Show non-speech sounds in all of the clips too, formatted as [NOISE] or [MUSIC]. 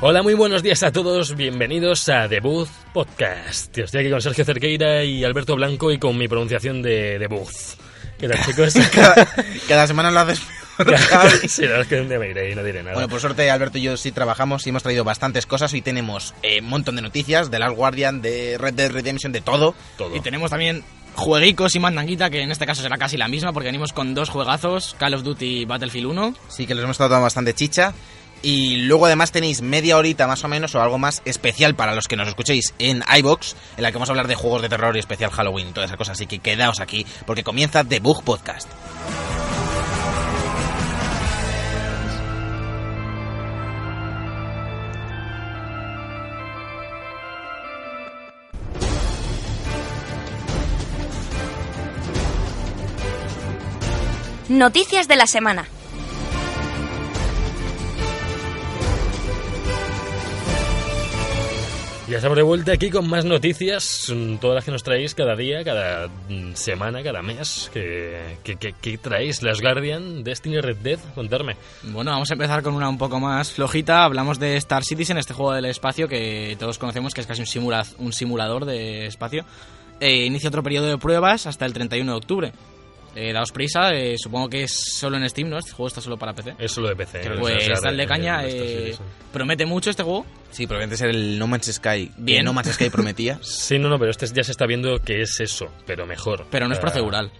Hola, muy buenos días a todos. Bienvenidos a The Booth Podcast. Estoy aquí con Sergio Cerqueira y Alberto Blanco y con mi pronunciación de The Booth. ¿Qué tal, chicos? [LAUGHS] [LAUGHS] cada, cada semana lo haces peor, Javi. sí, la verdad es que me iré y no diré [LAUGHS] nada. Bueno, por suerte Alberto y yo sí trabajamos y hemos traído bastantes cosas. Hoy tenemos eh, un montón de noticias de Last Guardian, de Red Dead Redemption, de todo. Todo. Y tenemos también jueguicos y mandanguita, que en este caso será casi la misma, porque venimos con dos juegazos, Call of Duty y Battlefield 1. Sí que les hemos tratado bastante chicha. Y luego además tenéis media horita más o menos o algo más especial para los que nos escuchéis en iBox, en la que vamos a hablar de juegos de terror y especial Halloween y todas esas cosas. Así que quedaos aquí porque comienza The Bug Podcast. Noticias de la semana. Ya estamos de vuelta aquí con más noticias, mm, todas las que nos traéis cada día, cada mm, semana, cada mes. ¿Qué, que que- que traéis? ¿Las Guardian? ¿Destiny Red Dead? Contarme. Bueno, vamos a empezar con una un poco más flojita. Hablamos de Star Citizen, este juego del espacio que todos conocemos, que es casi un, simula- un simulador de espacio. Eh, inicia otro periodo de pruebas hasta el 31 de octubre. Eh, daos prisa, eh, supongo que es solo en Steam, ¿no? Este juego está solo para PC. Es solo de PC. ¿eh? O sea, Pues dadle de- caña, de- de- eh, promete mucho este juego. Sí, probablemente ser el No Man's Sky. que Bien. No Man's Sky prometía. Sí, no, no, pero este ya se está viendo que es eso, pero mejor. Pero no [LAUGHS] es Ah, procedural.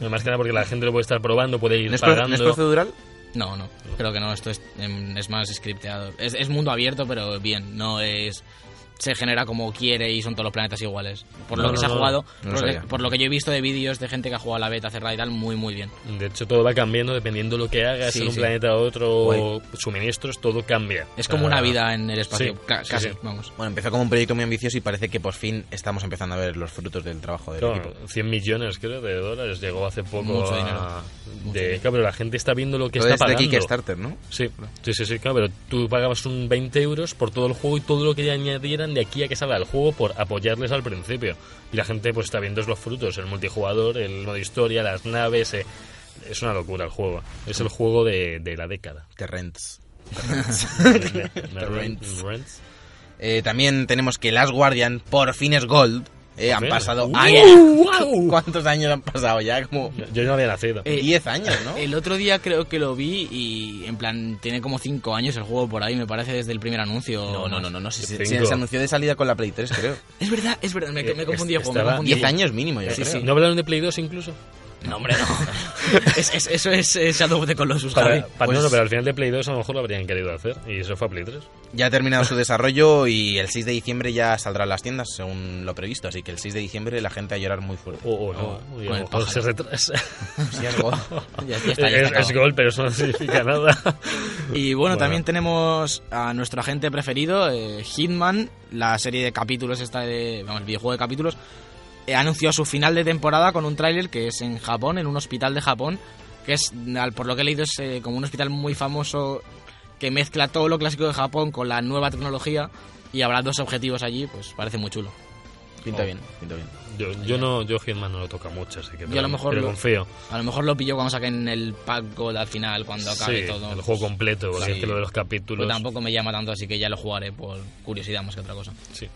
no, Más que nada porque la gente lo puede estar probando, puede ir ¿No es, pro- pagando. ¿No es procedural? No, no, creo que no. Esto es, em, es más scripteado. Es, es mundo abierto, pero bien. No es. Se genera como quiere y son todos los planetas iguales. Por lo No, que no, se ha no, jugado, no lo por, lo que, sabía. por lo que yo he visto de vídeos de gente que ha jugado a la beta cerrada y tal, muy, muy bien. De hecho, todo va cambiando dependiendo lo que hagas Sí, en un sí. planeta a otro, Guay. suministros, todo cambia. Es como Ah, una vida en el espacio, sí, ca- sí, casi, sí. vamos. Bueno, empezó como un proyecto muy ambicioso y parece que por fin estamos empezando a ver los frutos del trabajo del claro, equipo. 100 millones, creo, de dólares llegó hace poco. Mucho a- dinero. de- Mucho dinero. Claro, pero la gente está viendo lo que Todo está es de pagando. Kickstarter, ¿no? Sí, sí, sí, sí, claro, pero tú pagabas un 20 euros por todo el juego y todo lo que le añadieran de aquí a que salga el juego por apoyarles al principio. Y la gente pues está viendo los frutos, el multijugador, el modo historia, las naves... eh, Es una locura el juego. Es Mm. el juego de, de la década. [LAUGHS] The Rents. Torrents. Torrents. Eh, también tenemos que Last Guardian por fin es Gold. Eh, han fin. pasado ¡Uh! años. ¡Guau! [LAUGHS] ¿Cuántos años han pasado ya? Como Yo no había nacido. Eh, 10 años, [LAUGHS] ¿no? El otro día creo que lo vi y, en plan, tiene como 5 años el juego por ahí, me parece, desde el primer anuncio. No, no, no, no, no. Si, si- Cinco. se anunció de salida con la Play 3, [LAUGHS] creo. Es verdad, es verdad, me, me Eh, confundí el juego, me estaba- confundí. 10 años mínimo, yo Sí, creo. sí. ¿No hablaron de Play 2 incluso? No, hombre, [LAUGHS] no. Es- es- eso es eh, Shadow of the Colossus, Javi. Para, para- pues- No, no, pero al final de Play 2 a lo mejor lo habrían querido hacer. Y eso fue a Play 3. Ya ha terminado su desarrollo y el 6 de diciembre ya saldrá a las tiendas, según lo previsto. Así que el 6 de diciembre la gente va a llorar muy fuerte. O, o no. No, y con a el lo mejor se retrasa. [LAUGHS] Sí, es Gold. [LAUGHS] Ya- ya está, ya está es, es acabado. gol, pero eso no [LAUGHS] significa nada. Y bueno, también tenemos a nuestro agente preferido, eh, Hitman, la serie de capítulos, esta de, vamos, el videojuego de capítulos, eh, anunció su final de temporada con un tráiler que es en Japón, en un hospital de Japón, que es, al- por lo que he leído, es eh, como un hospital muy famoso que mezcla todo lo clásico de Japón con la nueva tecnología y habrá dos objetivos allí, pues parece muy chulo. Oh. Pinta bien, pinta bien. Yo, yo no, yo Hitman no lo toca mucho, así que. Yo a lo mejor pero lo- confío. A lo mejor lo pillo cuando saquen el pack gold al final, cuando acabe Sí, todo. el juego completo, porque Sí. es que lo de los capítulos. Pues tampoco me llama tanto, así que ya lo jugaré por curiosidad más que otra cosa. Sí.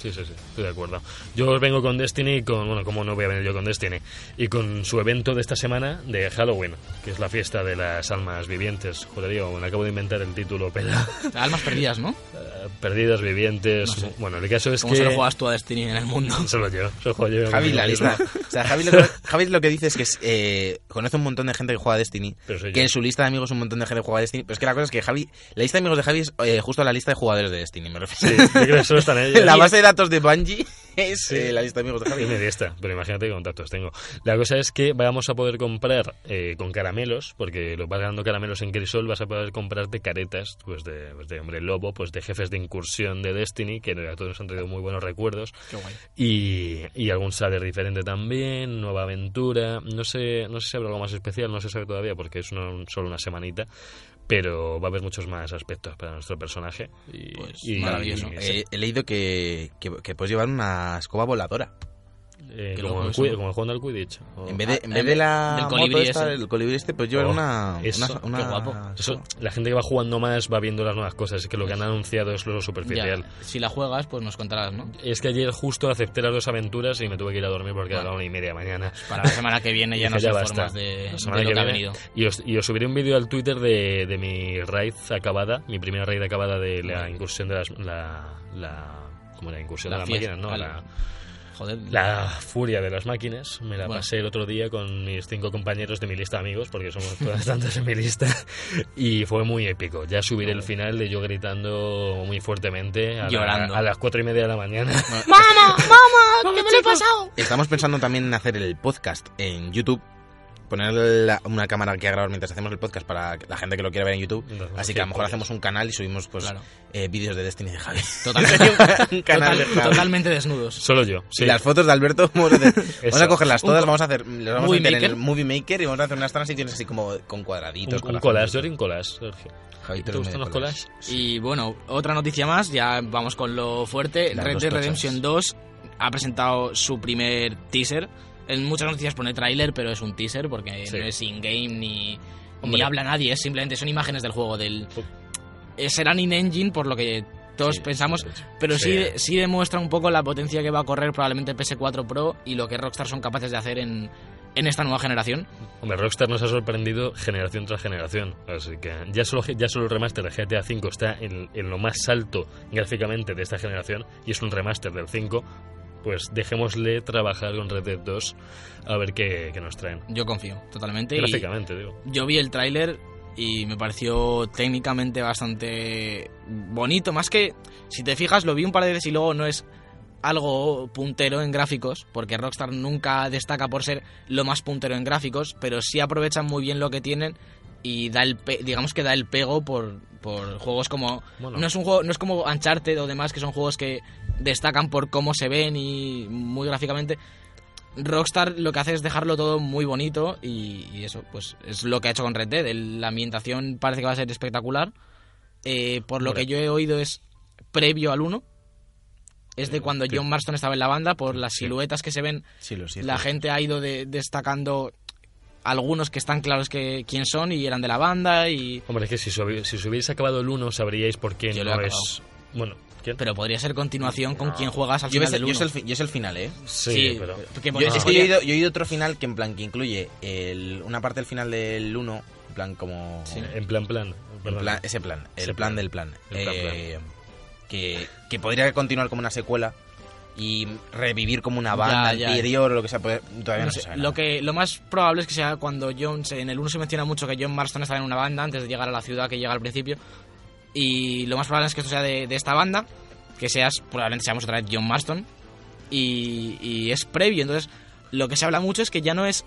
Sí, sí, sí, estoy de acuerdo. Yo os vengo con Destiny, y con, bueno, ¿cómo no voy a venir yo con Destiny? Y con su evento de esta semana de Halloween, que es la fiesta de las almas vivientes. Joder, digo, bueno, acabo de inventar el título, pero... Almas perdidas, ¿no? eh, perdidas vivientes... Bueno, el caso es ¿Cómo que... se lo juegas tú a Destiny en el mundo? Solo yo, solo juego yo. Javi, la mismo. lista. O sea, Javi lo que, Javi lo que dice es que es, eh, conoce un montón de gente que juega a Destiny. Pero soy que yo. en su lista de amigos un montón de gente que juega a Destiny. Pero es que la cosa es que Javi, la lista de amigos de Javi es eh, justo la lista de jugadores de Destiny, me refiero. [LAUGHS] Sí, yo creo que solo están ellos. la base de datos de Bungie [LAUGHS] es Sí. eh, la lista de amigos de Y Javi. me di esta, pero imagínate qué contactos tengo. La cosa es que vamos a poder comprar eh, con caramelos, porque lo vas ganando caramelos en Crisol, vas a poder comprarte caretas pues de, pues de hombre lobo, pues de jefes de incursión de Destiny, que a todos nos han traído muy buenos recuerdos. Qué guay. Y, y algún saber diferente también, nueva aventura. No sé, no sé si habrá algo más especial, no se sabe todavía porque es una- solo una semanita. Pero va a haber muchos más aspectos para nuestro personaje. Y, Pues, y- maravilloso. y- Eh, he leído que, que, que puedes llevar una escoba voladora. eh, qué como, loco el, eso, cui- ¿no? como jugando al Quidditch. o- En vez de, en Ah, vez el- de la del moto colibrí esta, ese. el colibrí este, puedes llevar Oh, una, eso, una- qué una- guapo. Eso, la gente que va jugando más va viendo las nuevas cosas. Es que lo que han anunciado es lo superficial. Ya, si la juegas, pues nos contarás, ¿no? Es que ayer justo acepté las dos aventuras y me tuve que ir a dormir porque era Bueno. la una y media de mañana. [LAUGHS] Para la semana que viene ya Dije, nos basta. informas de, La de semana lo que que ha viene. venido. Y os, y os subiré un vídeo al Twitter de, de mi raid acabada, mi primera raid acabada de la incursión de las. La, la, ¿Cómo era? Incursión La de las fiesta, máquinas, ¿no? vale. La- Joder. la furia de las máquinas. Me la Bueno. pasé el otro día con mis cinco compañeros de mi lista de amigos, porque somos [LAUGHS] todas tantas en mi lista. Y fue muy épico. Ya subiré el final de yo gritando muy fuertemente. A la- Llorando. a las cuatro y media de la mañana. [LAUGHS] ¡Mamá! ¡Mamá! ¡Que me lo he pasado! Estamos pensando también en hacer el podcast en YouTube. Poner la- una cámara que a grabar mientras hacemos el podcast para la gente que lo quiera ver en YouTube. Entonces, Así sí, que a lo mejor podcast. hacemos un canal y subimos pues Claro. eh, vídeos de Destiny de Javi. [LAUGHS] Totalmente, un canal de total- Javi. totalmente desnudos. Solo yo. Sí. Y las fotos de Alberto [LAUGHS] vamos a, hacer- vamos a Eso. cogerlas todas, Un co- vamos a hacer las vamos a Movie meter en el Maker. Movie Maker y vamos a hacer unas transiciones así como con un, cuadraditos. un corazones. collage, yo haría un collage, Sergio. Javi, tú ¿Te eres gustan medio los collage. collages? Y bueno, otra noticia más, ya vamos con lo fuerte. Las Red dos Dead tochas. Redemption 2 ha presentado su primer teaser. En muchas noticias pone tráiler, pero es un teaser porque Sí. no es in-game ni, ni Hombre. habla nadie, es simplemente son imágenes del juego. del Pu- eh, Serán in-engine, por lo que todos Sí, pensamos, sí, sí. pero sí. Sí. de- sí demuestra un poco la potencia que va a correr probablemente PS4 Pro y lo que Rockstar son capaces de hacer en, en esta nueva generación. Hombre, Rockstar nos ha sorprendido generación tras generación. Así que ya solo, ya solo el remaster de GTA V está en, en lo más alto gráficamente de esta generación y es un remaster del 5. Pues dejémosle trabajar con Red Dead 2 a ver qué, qué nos traen. Yo confío totalmente. y- Gráficamente, digo. Yo vi el tráiler y me pareció técnicamente bastante bonito. Más que, si te fijas, lo vi un par de veces y luego no es algo puntero en gráficos, porque Rockstar nunca destaca por ser lo más puntero en gráficos, pero sí aprovechan muy bien lo que tienen y da el pe- digamos que da el pego por, por juegos como Bueno. no es un juego no es como Uncharted o demás que son juegos que destacan por cómo se ven y muy gráficamente Rockstar lo que hace es dejarlo todo muy bonito y, y eso, pues es lo que ha hecho con Red Dead. El- la ambientación parece que va a ser espectacular. Eh, por lo Hombre. que yo he oído es previo al 1. Es Eh, de cuando sí. John Marston estaba en la banda, por las siluetas que se ven, Sí, lo siento. la gente ha ido de- destacando algunos que están claros que quién son y eran de la banda y Hombre, es que si, subi- si os hubierais acabado el 1 sabríais por qué Yo lo he no acabado. es... Bueno, ¿quién? pero podría ser continuación con quien juegas al Yo, final ves- del yo es 1. el, fi- yo es el final, ¿eh? sí, pero... que Yo, por es eso que yo he, podría- oído, yo he oído otro final que en plan que incluye el- una parte del final del 1, en plan como... Sí. En plan, plan. En perdón. plan- ese plan, el Ese plan, plan. del plan. El plan, Eh, Que, que podría continuar como una secuela y revivir como una Ya, banda ya, ya. anterior o lo que sea. puede- todavía no, No se sé, sabe lo nada. que lo más probable es que sea cuando John se- en el 1 se menciona mucho que John Marston estaba en una banda antes de llegar a la ciudad que llega al principio y lo más probable es que esto sea de, de esta banda que seas probablemente seamos otra vez John Marston y, y es previo entonces lo que se habla mucho es que ya no es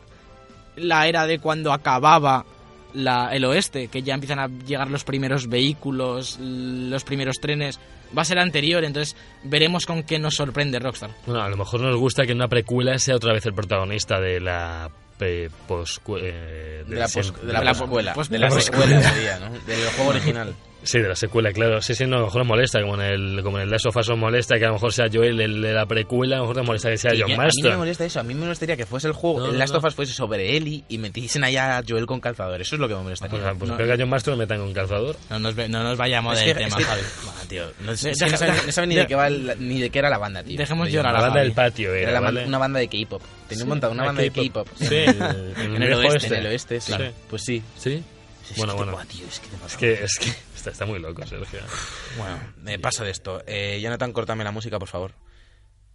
la era de cuando acababa la- el oeste que ya empiezan a llegar los primeros vehículos los primeros trenes va a ser anterior entonces veremos con qué nos sorprende Rockstar Bueno, a lo mejor nos gusta que en una precuela sea otra vez el protagonista de la eh, pos- eh, De la, pos- siem- de la de la poscuela. pos- de la pos- secuela sería, ¿no? Del juego original. Sí, de la secuela, claro. Sí, sí, no, a lo mejor nos molesta, como en el, como en el Last of Us nos molesta que a lo mejor sea Joel el de la precuela, a lo mejor nos molesta que sea Y John yo- a mí no me Marston. molesta eso. A mí me molestaría que fuese el juego, No, el no, Last no. of Us fuese sobre Eli y metiesen allá a Joel con calzador. Eso es lo que me molesta. Ah. Pues, ah, pues No. espero que a John Marston lo metan con calzador. no nos, ve- no nos vayamos Es del que- tema es que- Javi. Bah, tío, no, es- De- es que deja- no sabe, deja- no sabe ni, de- de qué va el- ni de qué era la banda, tío. Dejemos De- llorar La a banda Javi. del patio era, Era la banda- ¿vale? una banda de K-pop. Tenía Sí, montada una la banda de K-pop. K-pop. [LAUGHS] Sí, En en el, el oeste. oeste. En el oeste, sí. Claro. Pues sí. ¿Sí. Es Bueno, que bueno. te- buah, tío, es que te pasa. Es que, es que [LAUGHS] está, está muy loco, Sergio. Bueno, eh, paso de esto. Eh, Jonathan, cortame la música, por favor.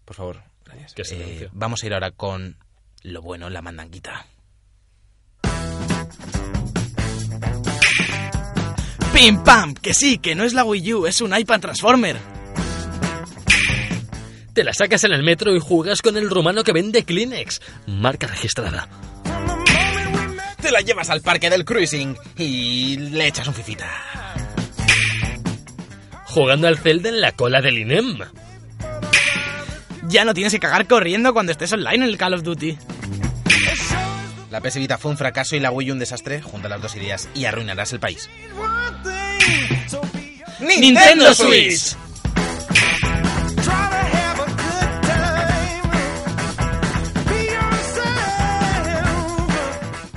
Por favor. Gracias. Qué silencio. vamos a ir ahora con lo bueno, la mandanguita. ¡Pim pam! Que sí, que no es la Wii U, es un iPad Transformer. te la sacas en el metro y juegas con el rumano que vende Kleenex. Marca registrada. Te la llevas al parque del cruising y le echas un fifita. Jugando al Zelda en la cola del E INEM. Ya no tienes que cagar corriendo cuando estés online en el Call of Duty. La PS Vita fue un fracaso y la Wii un desastre. Junta las dos ideas y arruinarás el país. Nintendo Switch.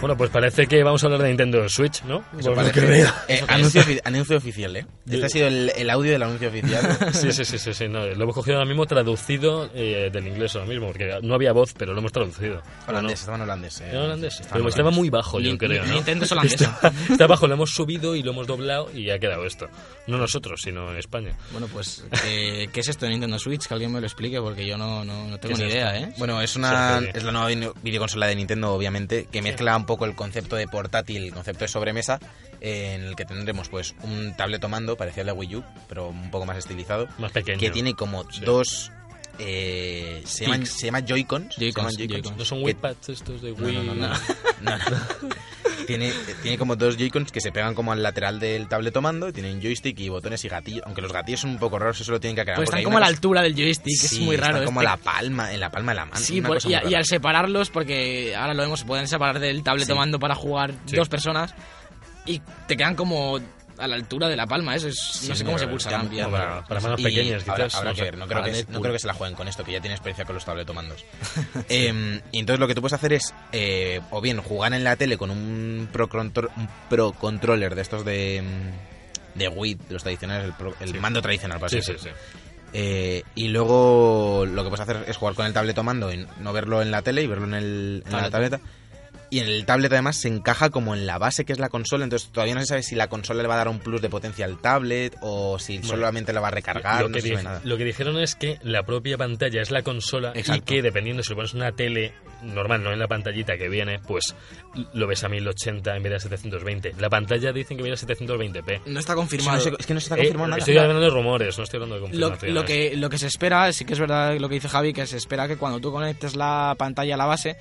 Bueno, pues parece que vamos a hablar de Nintendo Switch, ¿no? Por lo Vale. que veo. Eh, anuncio, ofi- anuncio oficial, ¿eh? Este ha sido el, el audio del anuncio oficial. [LAUGHS] Sí, sí, sí, sí, sí, no, lo hemos cogido ahora mismo traducido eh, del inglés ahora mismo, porque no había voz, pero lo hemos traducido. holandés, estaban holandés. eh. Era holandés. Estaban Pero estaba muy bajo, yo Ni- creo, ¿no? [LAUGHS] Nintendo es holandesa. Está, [LAUGHS] está bajo, lo hemos subido y lo hemos doblado y ha quedado esto. No nosotros, sino en España. Bueno, pues, eh, ¿qué es esto de Nintendo Switch? Que alguien me lo explique porque yo no, no, no tengo ¿Qué ni es idea, ¿eh? Bueno, es una Sí, sí, sí. es la nueva vide- videoconsola de Nintendo, obviamente, que mezcla un poco el concepto de portátil, el concepto de sobremesa, eh, en el que tendremos pues un tabletomando parecido al de Wii U, pero un poco más estilizado, Más pequeño. que tiene como Sí. dos eh, se llaman se llama Joy-Cons, se Joy-Cons, llaman Joy-Cons. Joy-Cons. ¿No son que- Wiipads estos de no, Wii? no, no, [LAUGHS] no, no, no. Tiene, tiene como dos Joy-Cons que se pegan como al lateral del tabletomando, y tienen joystick y botones y gatillos, aunque los gatillos son un poco raros, eso lo tienen que aclarar. Pues porque están hay como a una la cosa- altura del joystick, es Sí, muy están raro. como este. a la palma, en la palma de la mano. Sí, una por- cosa y, muy a- y rara. al separarlos, porque ahora lo hemos, pueden separar del tabletomando para jugar Sí. dos personas y te quedan como a la altura de la palma, eso es, no sé Sí, cómo se ya- pulsarán ya- bien. Bueno, claro. para manos Y pequeñas, habrá- quizás, habrá no que sé, ver, no creo, para que, se- no Deadpool. creo que se la jueguen con esto, que ya tiene experiencia con [LAUGHS] los tabletomandos. Em, y entonces lo que tú puedes hacer es, eh, o bien jugar en la tele con un pro, contro- un pro controller de estos de, mm, de Wii, de los tradicionales, el, pro- el mando tradicional, para Sí, sí, sí. Eh, y luego lo que puedes hacer es jugar con el tabletomando y no verlo en la tele y verlo en, el, en la tableta. Y en el tablet además se encaja como en la base que es la consola, entonces todavía no se sabe si la consola le va a dar un plus de potencia al tablet o si solamente la va a recargar, lo, no que se sabe di- nada. lo que dijeron es que la propia pantalla es la consola Exacto. y que dependiendo si lo pones en una tele normal, no en la pantallita que viene, pues lo ves a 1080 en vez de a 720. La pantalla dicen que viene a 720p. No Eso está no confirmado. se- es que no se está Eh, confirmando nada. Estoy hablando de rumores, no estoy hablando de Lo, confirmaciones. lo que, lo que se espera, sí que es verdad lo que dice Javi, que se espera que cuando tú conectes la pantalla a la base,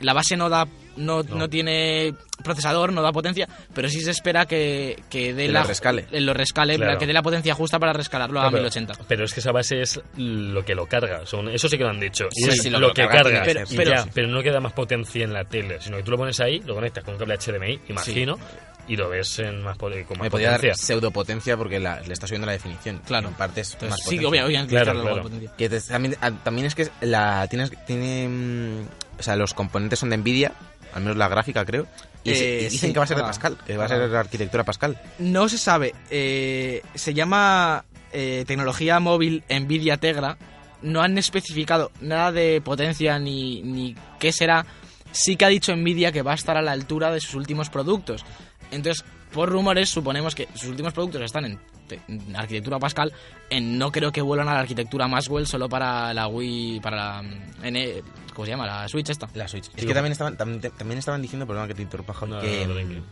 la base no da no, no tiene procesador, no da potencia, pero sí se espera que, que dé Que la, lo rescale. eh, lo rescale, Claro. que dé la potencia justa para rescalarlo Ah, No, a pero- 1080. Pero, es que esa base es lo que lo carga. son- eso sí que lo han dicho. Y Sí, es sí, lo, que carga carga. tiene que y ser, sí. ya, pero no queda más potencia en la tele, sino que tú lo pones ahí, lo conectas con un cable HDMI, imagino, y lo ves en más, po- con más Me podía potencia. dar pseudopotencia porque la- le está subiendo la definición. Claro. En partes Entonces, más sí, potencia. obvio, obviamente Claro, cargarlo con claro. potencia. Que te- también, a- también es que la tienes tiene mm, o sea, los componentes son de Nvidia, al menos la gráfica creo. Y, se- Eh, y dicen sí, que va a ser de ah, Pascal, que va a ah. ser arquitectura Pascal. No se sabe. eh, se llama eh, tecnología móvil Nvidia Tegra. No han especificado nada de potencia ni, ni qué será. Sí que ha dicho Nvidia que va a estar a la altura de sus últimos productos. Entonces, por rumores, suponemos que sus últimos productos están en, te- en arquitectura Pascal. En, no creo que vuelvan a la arquitectura Maxwell solo para la Wii, para la... mm, N- ¿Cómo se llama? La Switch esta. La Switch. Es Sí, que bueno. también estaban, también, te- también estaban diciendo, perdón que te interrumpa, Javi, No, no, que, no, tranquilo.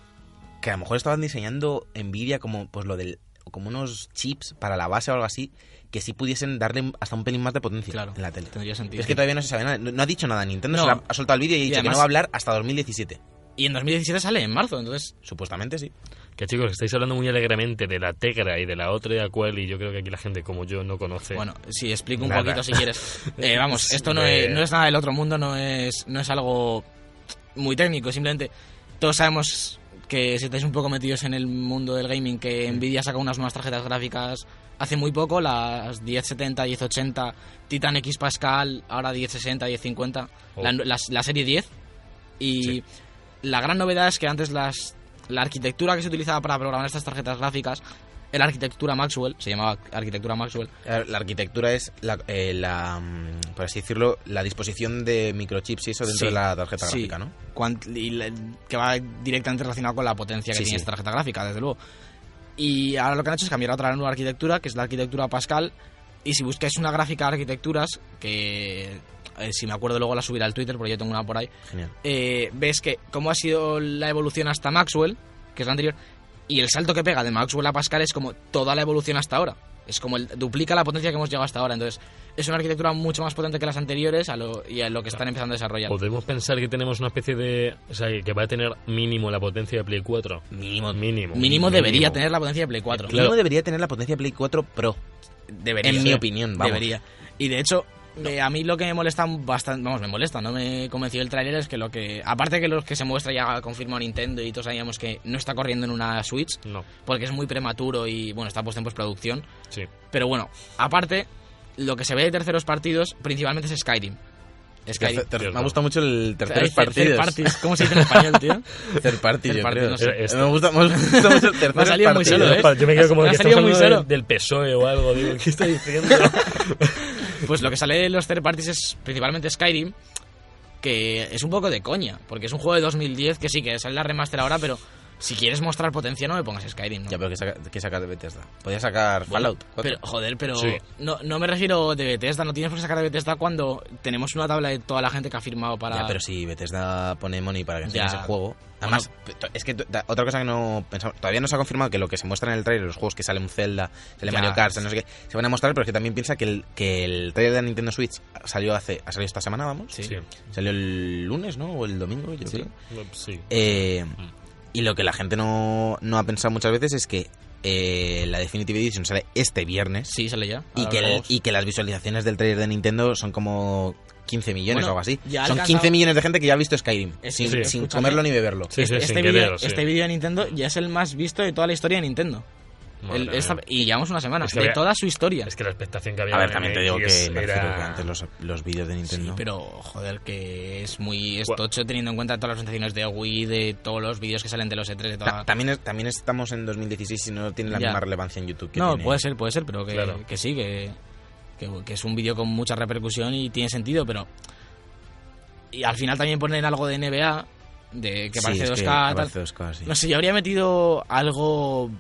que a lo mejor estaban diseñando Nvidia como pues lo del como unos chips para la base o algo así que sí pudiesen darle hasta un pelín más de potencia Claro, en la tele. tendría sentido. Es que todavía no se sabe nada, no, no ha dicho nada Nintendo, No. solo ha- ha soltado el vídeo y ha Y dicho que además- no va a hablar hasta 2017, Y en 2017 sale, en marzo, entonces... supuestamente sí. Que chicos, estáis hablando muy alegremente de la Tegra y de la otra y de la cual, y yo creo que aquí la gente como yo no conoce. Bueno, sí, explico un Nada. poquito [LAUGHS] si quieres. Eh, vamos, esto no Eh. es, no es nada del otro mundo, no es, no es algo muy técnico, simplemente todos sabemos que si estáis un poco metidos en el mundo del gaming, que Nvidia saca unas nuevas tarjetas gráficas hace muy poco, las 1070, 1080, Titan X Pascal, ahora 1060, 1050, Oh. la, la- la serie 10. Y Sí. la gran novedad es que antes las, la arquitectura que se utilizaba para programar estas tarjetas gráficas era arquitectura Maxwell, se llamaba arquitectura Maxwell, La la arquitectura es, la, eh, la, mm, por así decirlo, la disposición de microchips y eso dentro Sí, de la tarjeta sí. gráfica, ¿no? cuant- y le- que va directamente relacionado con la potencia que Sí, tiene sí. esta tarjeta gráfica, desde luego. Y ahora lo que han hecho es cambiar a otra nueva arquitectura, que es la arquitectura Pascal. Y si buscáis una gráfica de arquitecturas, que eh, si me acuerdo luego la subiré al Twitter, porque yo tengo una por ahí, Genial. eh, ves que cómo ha sido la evolución hasta Maxwell, que es la anterior, y el salto que pega de Maxwell a Pascal es como toda la evolución hasta ahora. es como el, duplica la potencia que hemos llegado hasta ahora. Entonces, es una arquitectura mucho más potente que las anteriores a lo, y a lo que están empezando a desarrollar. Podemos pensar que tenemos una especie de. O sea, que va a tener mínimo la potencia de Play 4. Mínimo. Mínimo. Mínimo debería tener la potencia de Play 4. Claro. Mínimo debería tener la potencia de Play 4 Pro. Debería. en mi sí. opinión, vamos. Debería. Y de hecho, eh, a mí lo que me molesta bastante, vamos, me molesta, no me convenció el tráiler es que lo que, aparte de que los que se muestra ya confirma Nintendo y todos sabíamos que no está corriendo en una Switch, No, porque es muy prematuro y bueno, está puesto en postproducción. sí. Pero bueno, aparte, lo que se ve de terceros partidos principalmente es Skyrim. Skyrim. ter- me ha gustado mucho el tercer Ay, third partido. parties, ¿Cómo se dice en español, tío? [LAUGHS] Tercer partido, Third yo party, creo. no sé. Este. Me gusta, me [LAUGHS] gusta mucho el tercer Me ha salido muy partido. solo, ¿eh? Yo me quedo como Me ha que estamos salido muy hablando del, solo. del PSOE o algo. Digo, ¿qué está [LAUGHS] diciendo? Pues lo que sale de los third parties es principalmente Skyrim, que es un poco de coña, porque es un juego de 2010 que sí, que sale la remaster ahora, pero si quieres mostrar potencia no me pongas Skyrim. ¿no? Ya, pero que saca, que saca de Bethesda. Podría sacar Bueno, Fallout. cuatro. Pero, joder, pero Sí. no, no me refiero de Bethesda, no tienes por qué sacar de Bethesda cuando tenemos una tabla de toda la gente que ha firmado para... Ya, pero si Bethesda pone money para que enseñes Ya. el juego. Además, to- es que to- ta- otra cosa que no pensamos. Todavía no se ha confirmado que lo que se muestra en el trailer, los juegos que sale un Zelda, sale Ya. Mario Kart, sale no sé qué, se van a mostrar, pero es que también piensa que el, que el trailer de Nintendo Switch salió hace ha salido esta semana, vamos. Sí. Salió el lunes, ¿no? O el domingo, yo creo. No, sí. Eh, y lo que la gente no, no ha pensado muchas veces es que eh, la Definitive Edition sale este viernes. Sí, sale ya. Y Ahora que, el- hablamos. y que las visualizaciones del trailer de Nintendo son como 15 millones Bueno, o algo así. ya ha Son alcanzado- 15 millones de gente que ya ha visto Skyrim. Es- sin sí, sin escúchame. comerlo ni beberlo. Sí, sí, este sin vídeo querer, sí. este vídeo de Nintendo ya es el más visto de toda la historia de Nintendo. Madre El- mía. esta- y llevamos una semana, Es que de había- toda su historia. Es que la expectación que había. A ver, en también te digo que, MX me refiero que era... antes los, los vídeos de Nintendo. Sí, pero joder, que es muy Bueno. estocho teniendo en cuenta todas las presentaciones de Wii, de todos los vídeos que salen de los E3, de Ta- toda... también, es- también estamos en 2016 y no tiene la Ya. misma relevancia en YouTube que No, tiene. puede ser, puede ser, pero que, Claro. que sí, que, que, que es un vídeo con mucha repercusión y tiene sentido, pero... Y al final también ponen algo de NBA, de que Sí, parece es 2K, tal. parece 2K, sí. No sé, yo habría metido algo...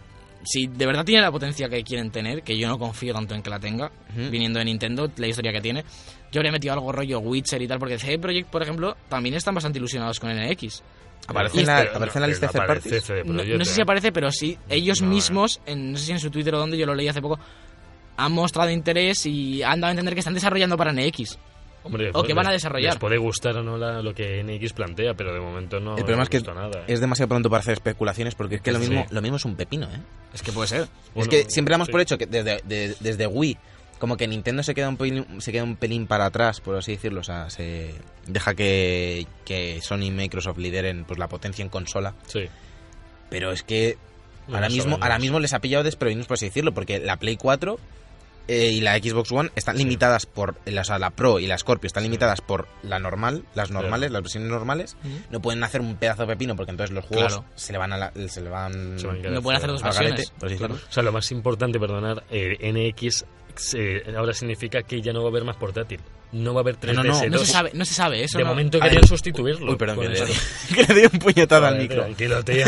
Si de verdad tiene la potencia que quieren tener, que yo no confío tanto en que la tenga, Ujú. viniendo de Nintendo, la historia que tiene, yo habría metido algo rollo Witcher y tal, porque CD Projekt, por ejemplo, también están bastante ilusionados con NX. Aparece en la, aparece en la lista de third este, Aparece parties. CD No, Projekt, no sé ¿eh? si aparece, pero sí, ellos No, eh. mismos, en, no sé si en su Twitter o donde, yo lo leí hace poco, han mostrado interés y han dado a entender que están desarrollando para NX. Hombre, o pues, que van a les- desarrollar. Les puede gustar o no la- lo que NX plantea, pero de momento no. El problema es les que gusta nada, ¿eh? es demasiado pronto para hacer especulaciones porque es que lo Sí. mismo, lo mismo es un pepino, ¿eh? Es que puede ser. es Bueno, que siempre damos sí. por hecho que desde, de- desde Wii, como que Nintendo se queda un pelín, se queda un pelín para atrás, por así decirlo. O sea, se deja que, que Sony y Microsoft lideren pues, la potencia en consola. Sí. Pero es que No ahora, lo mismo, sabemos. ahora mismo les ha pillado desprevenidos, por así decirlo, porque la Play 4 eh, y la Xbox One están limitadas por. eh, La, o sea, la Pro y la Scorpio están limitadas por la normal, las normales, las versiones normales. No pueden hacer un pedazo de pepino porque entonces los juegos Claro. se le van a la- se le van, Se van a quedar No pueden hacer fuera. dos al garete, versiones. por así decirlo. O sea, lo más importante, perdonar, eh, NX se- ahora significa que ya no va a haber más portátil. No va a haber 3DS. No, no, no. No se dos. sabe, no se sabe eso. De no- momento A querían ver. sustituirlo. Uy, perdón, con que le, esto. [LAUGHS] que le di un puñetazo al Vale, micro. Tranquilo, tío.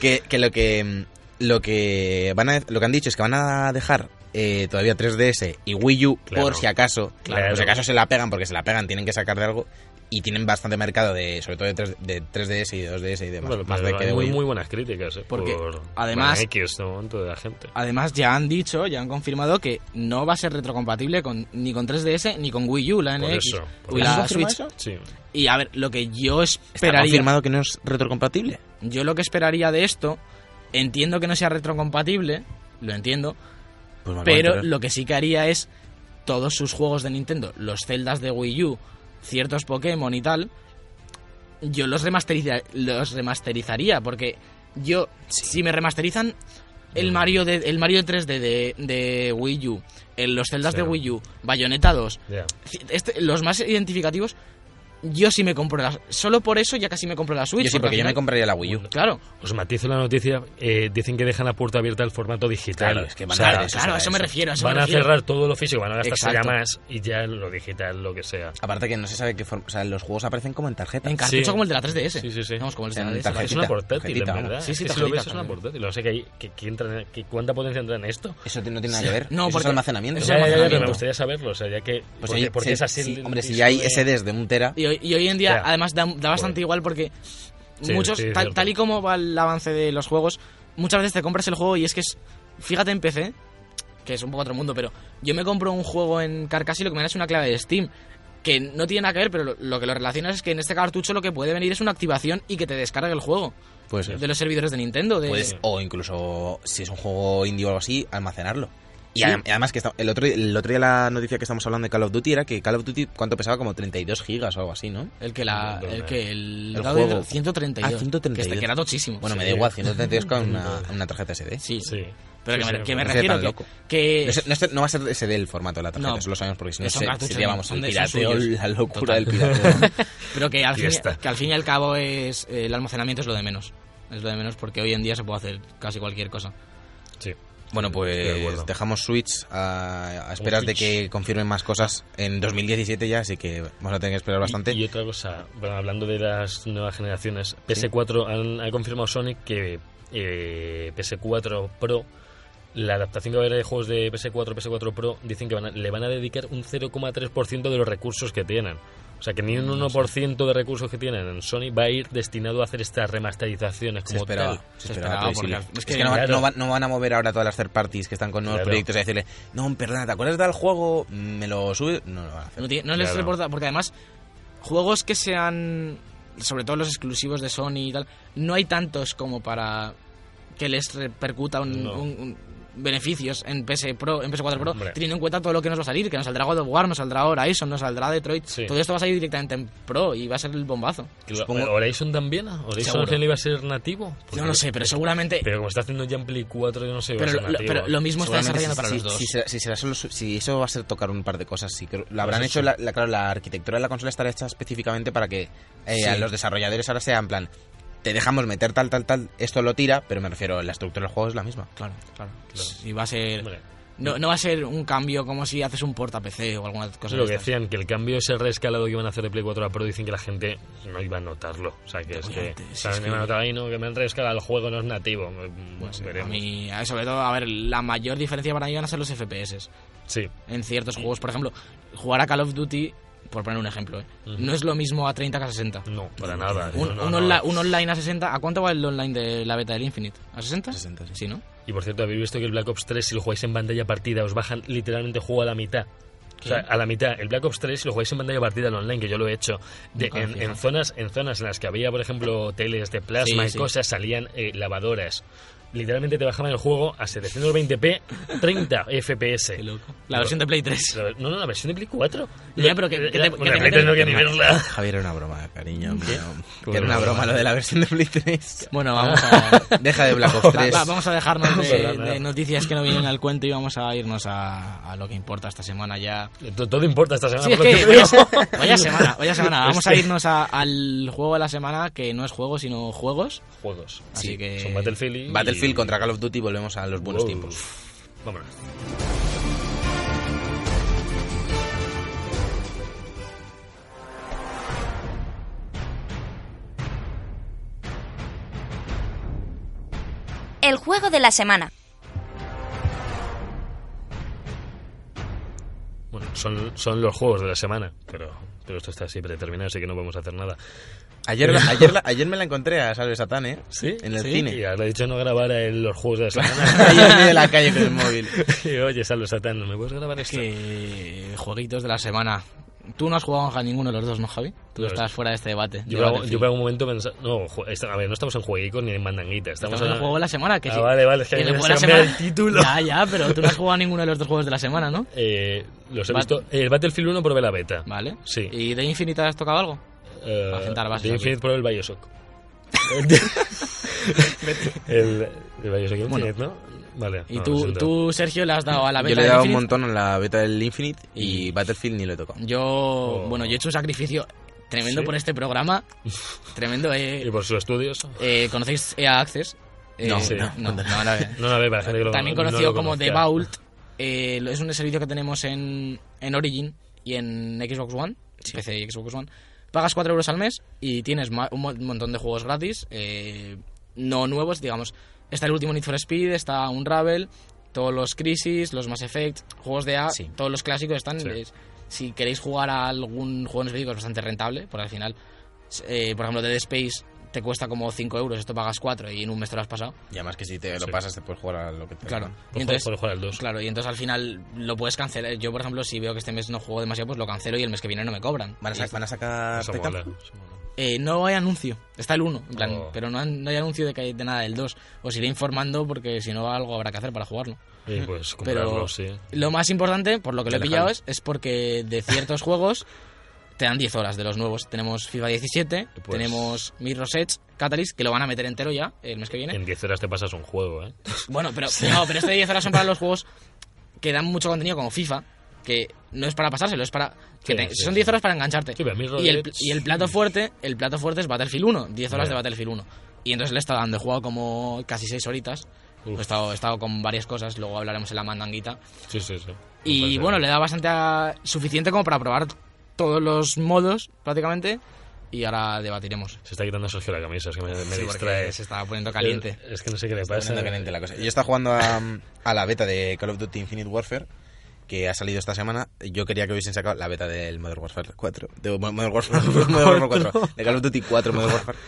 Que, que lo que lo que van a, lo que han dicho es que van a dejar eh, todavía 3DS y Wii U Claro. por si acaso, Claro. por si acaso se la pegan porque se la pegan, tienen que sacar de algo y tienen bastante mercado de sobre todo de, 3, de 3DS y de 2DS y demás, Bueno, más de pero que hay de muy, Wii U. muy buenas críticas. eh, Porque, por además- NX de momento de la gente. Además, ya han dicho, ya han confirmado que no va a ser retrocompatible con, ni con 3DS ni con Wii U, la Por NX. eso, por Uy, eso. la ¿Has confirmado Switch. eso? Sí. Y a ver, lo que yo ¿Está esperaría. confirmado que no es retrocompatible? Yo lo que esperaría de esto, entiendo que no sea retrocompatible, lo entiendo, Pues me acabo de Pero enterar. lo que sí que haría es todos sus juegos de Nintendo, los celdas de Wii U, ciertos Pokémon y tal, yo los, remasteriza- los remasterizaría, porque yo, si me remasterizan el Mario de, el Mario 3D de, de Wii U, el- los celdas Sí. de Wii U, Bayonetta 2, Ya. ci- este- los más identificativos, yo sí me compro las... Solo por eso ya casi me compro la Switch. yo sí, porque yo al me final- compraría la Wii U. Claro, Os matizo la noticia. eh, dicen que dejan la puerta abierta al formato digital. Claro, es que van O a sea, dar claro, eso claro, a será eso me eso. refiero. a eso me Van a refiero. cerrar todo lo físico, van a gastarse ya Exacto. más y ya lo digital, lo que sea. Aparte que no se sabe qué forma, o sea, los juegos aparecen como en tarjeta. En cartucho Sí. como el de la 3DS. Sí, sí, sí. Vamos, como el de En la 3DS. tarjeta. es una Tarjetita, portátil, tarjetita, en verdad. vamos. Sí, sí, Es que si lo ves, tarjetita es una también. portátil. No sé que hay, que, que entra en- que cuánta potencia entra en esto. Eso no tiene nada que ver. No, Eso es porque- almacenamiento. Es Ya, ya, ya, pero me almacenamiento. gustaría saberlo. O sea, ya que. Pues porque ahí- porque sí, es así. sí, el hombre, si disco ya hay de- SDs de un tera, Y hoy, y hoy en día, Ya. además, da, da Joder. bastante igual porque Sí, muchos, sí, es tal, cierto. tal y como va el avance de los juegos, muchas veces te compras el juego y es que es. Fíjate en PC, que es un poco otro mundo, pero yo me compro un juego en Carcass y lo que me da es una clave de Steam, que no tiene nada que ver, pero lo, lo que lo relaciona es que en este cartucho lo que puede venir es una activación y que te descargue el juego. Puede ser. De los servidores de Nintendo. De... Puedes, o incluso, si es un juego indie o algo así, almacenarlo. Y Sí. adem- y además que está- el, otro, el otro día la noticia que estamos hablando de Call of Duty era que Call of Duty, ¿cuánto pesaba? Como 32 gigas o algo así, ¿no? El que la. Perdona. El que el. El dado de juego. 132. Ah, 132. Que, este- que era tochísimo. Bueno, me Sí. da igual, 132 con [LAUGHS] una, una tarjeta SD. Sí. Sí. Pero Sí, que, me, sí, que me no sé refiero tan que- loco. que. No, sé- no sé- no va a ser SD el formato de la tarjeta, No. eso lo sabemos porque si no Son se- cartuchos, sería, vamos, el son de- son pirateo, suyos. la locura Total. del [LAUGHS] pirateo. pero que al, Y fin, ya está. que al fin y al cabo es. eh, el almacenamiento es lo de menos. Es lo de menos porque hoy en día se puede hacer casi cualquier cosa. Sí. Bueno, Estoy de acuerdo. pues dejamos Switch a, a esperas de Switch. que confirmen más cosas en 2017 ya, así que vamos a tener que esperar bastante. Y, y otra cosa, bueno, hablando de las nuevas generaciones, PS4 han, ha confirmado Sony que eh, PS4 Pro, la adaptación que va a haber de juegos de PS4, PS4 Pro, dicen que van a- le van a dedicar un 0,3% de los recursos que tienen. O sea, que ni un Mm, 1% de recursos que tienen en Sony va a ir destinado a hacer estas remasterizaciones se como esperaba, tal. se Se esperaba, esperaba, previsible. porque al- Es que, no, van- claro. no van, no van a mover ahora todas las third parties que están con nuevos Claro. proyectos y decirle, no, perdona, ¿te acuerdas del juego? Mm, ¿Me lo sube? No lo van a hacer. No, tiene- no les Claro. reporta, porque además, juegos que sean, sobre todo los exclusivos de Sony y tal, no hay tantos como para que les repercuta un, No. un- un- beneficios en PS Pro, en PS4 Pro, Hombre. teniendo en cuenta todo lo que nos va a salir, que nos saldrá God of War, nos saldrá Horizon, nos saldrá Detroit, Sí. todo esto va a salir directamente en Pro y va a ser el bombazo. Que lo- Supongo- ¿Horizon también? ¿Horizon Seguro. al final iba a ser nativo? Yo no sé, pero seguramente... Pero como está haciendo ya en Play 4, yo no sé. iba a Pero, ser lo, nativo. pero lo mismo está Seguramente desarrollando sí, para sí, los dos. sí, será- sí, será solo su- sí, eso va a ser tocar un par de cosas. Sí, que lo habrán Pues hecho. eso. La, la- claro, la arquitectura de la consola estará hecha específicamente para que eh, Sí. a los desarrolladores ahora sea en plan: te dejamos meter tal, tal, tal, esto lo tira, pero me refiero, la estructura del juego es la misma. Claro, claro. Claro. Y va a ser... Hombre. No, no va a ser un cambio como si haces un porta PC o alguna cosa lo de que estas. decían, que el cambio ese reescalado que iban a hacer de Play 4 a Pro dicen que la gente no iba a notarlo. O sea, que es que. Obviamente, o sí, sea, es no iba a que- notar ahí, no, que me han reescalado el juego, no es nativo. Bueno, Pues, a veremos. mí, a- sobre todo, a ver, la mayor diferencia para mí van a ser los FPS. Sí, En ciertos juegos, por ejemplo, jugar a Call of Duty, por poner un ejemplo, ¿eh? Ujú. no es lo mismo a 30 que a 60. no, para nada. Mm, Un, no, no, un no. onla- un online a 60, ¿a cuánto va el online de la beta del Infinite? ¿A 60? 60, sí. ¿no? Y por cierto, habéis visto que el Black Ops 3, si lo jugáis en pantalla partida, os bajan literalmente el juego a la mitad. O sea, ¿Qué? a la mitad. El Black Ops 3, si lo jugáis en pantalla partida en online, que yo lo he hecho, de- Nunca me en, fijé. en zonas, en zonas en las que había, por ejemplo, teles de plasma Sí, y sí. cosas, salían eh, lavadoras. Literalmente te bajaban el juego a 720p, 30 FPS. Qué loco. La versión de [LAUGHS] Play 3. La- No, no, la versión de Play 4. Ya, pero que- que te- Era- que bueno, te- Play 3 no quiero ni Era una- verla. Javier, era una broma, cariño. mío. Que Como era una broma. broma lo de la versión de Play [LAUGHS] 3. Bueno, vamos a... [LAUGHS] Deja de Black [LAUGHS] Ops Va- 3. va- vamos a dejarnos Vamos a de, hablar, de ¿no? noticias que no vienen al cuento y vamos a irnos a, a lo que importa esta semana ya. To- Todo importa esta semana. Sí, es por lo que que veo. vaya, se- [LAUGHS] vaya semana, vaya semana. Vamos Es a que- irnos a- al juego de la semana, que no es juego, sino juegos. Juegos. Así que... Son Battlefield y... Battlefield contra Call of Duty, volvemos a los buenos Wow. tiempos. Vámonos. El juego de la semana. Bueno, son, son los juegos de la semana, pero, pero esto está siempre determinado, así que no podemos hacer nada. Ayer, la- ayer, la- ayer me la encontré a Salve Satán, ¿eh? ¿Sí? En el Sí. cine. Y ahora he dicho no grabar el- los juegos de la semana. [LAUGHS] [LAUGHS] [LAUGHS] Ahí en medio de la calle con el móvil. Y, Oye, Salo Satán, ¿me puedes grabar esto? que jueguitos de la semana. Tú no has jugado a ninguno de los dos, ¿no, Javi? Tú No, estás fuera de este debate. Yo, hago- de Battlefield. yo por un momento pensaba... No, jo- esta- a ver, no estamos en jueguico ni en mandanguita. Estamos, Estamos en el juego de la semana. Que Ah, sí. vale, vale, es que En me el juego de la se cambia semana. el título. Ya, ya, pero tú no has jugado a ninguno de los dos juegos de la [LAUGHS] semana, ¿no? Eh, los he Bat- visto... El Battlefield 1 probé la beta. Vale. Sí. ¿Y de Infinite has tocado algo? Eh, Para sentar bases de aquí. Infinite por el Bioshock. [LAUGHS] el, el Bioshock Infinite, ¿no? Vale. Y no, lo tú, siento. tú, Sergio, le has dado a la beta Yo le he de dado un Infinite? montón en la beta del Infinite y Battlefield ni lo he tocado. Yo, Oh. bueno, yo he hecho un sacrificio tremendo ¿Sí? por este [LAUGHS] programa. tremendo, ¿Y eh. por sus estudios? eh, ¿Conocéis EA Access? Eh, No. Sí. no, no, no, [LAUGHS] no. No, a ver, para la gente que lo También no lo conocido como conozca. The Vault. eh, lo- es un servicio que tenemos en, en Origin y en Xbox One, PC y Xbox One. Pagas 4 euros al mes y tienes ma- un mo- montón de juegos gratis, eh, no nuevos, digamos. Está el último Need for Speed, está Unravel, todos los Crisis, los Mass Effect, juegos de A, Sí. todos los clásicos están. Sí. eh, si queréis jugar a algún juego en específico es bastante rentable, porque al final, eh, por ejemplo, Dead Space te cuesta como 5 euros, esto pagas 4 y en un mes te lo has pasado. Pues Y además que si te lo Sí. pasas te puedes jugar a lo que te Claro. dan. Y Pues Por, entonces, jugar al 2. claro, y entonces al final lo puedes cancelar. Yo, por ejemplo, si veo que este mes no juego demasiado, pues lo cancelo y el mes que viene no me cobran. Van a, sa- van a sacar Eso Titanfall. mola, eso mola. Eh, no hay anuncio, está el 1, en plan, Oh. pero no, han- no hay anuncio de, que hay- de nada del 2. Os iré informando porque si no algo habrá que hacer para jugarlo. Y pues comprarlo, Pero sí. lo más importante, por lo que lo he El pillado, Halo. es, es porque de [LAUGHS] ciertos juegos te dan 10 horas de los nuevos. Tenemos FIFA 17, Pues- tenemos Mirror's Edge, Catalyst, que lo van a meter entero ya el mes que viene. En 10 horas te pasas un juego, ¿eh? Bueno, pero, no, [LAUGHS] pero este de 10 horas son para los juegos que dan mucho contenido como FIFA, que no es para pasárselo, es para... que Sí, te- sí, son sí. 10 horas para engancharte. Sí, pero Mirror's y, el, Edge- y el plato fuerte el plato fuerte es Battlefield 1, 10 horas Vale. de Battlefield 1. Y entonces le he estado dando, he jugado como casi 6 horitas. Uf. He estado, he estado con varias cosas, luego hablaremos en la mandanguita. Sí, sí, sí. Me Y parece bueno, bien. le da bastante a- suficiente como para probar todos los modos prácticamente. Y ahora debatiremos. Se está quitando Sergio la camisa, es que me, me Sí, porque distrae. Se está poniendo caliente. Es, que no sé qué le Está pasa. poniendo caliente la cosa. Yo estaba jugando a, a la beta de Call of Duty Infinite Warfare que ha salido esta semana. Yo quería que hubiesen sacado la beta del Modern Warfare 4. De Mo- Modern Warfare, [LAUGHS] Modern Warfare [LAUGHS] 4. De Call of Duty 4 Modern Warfare.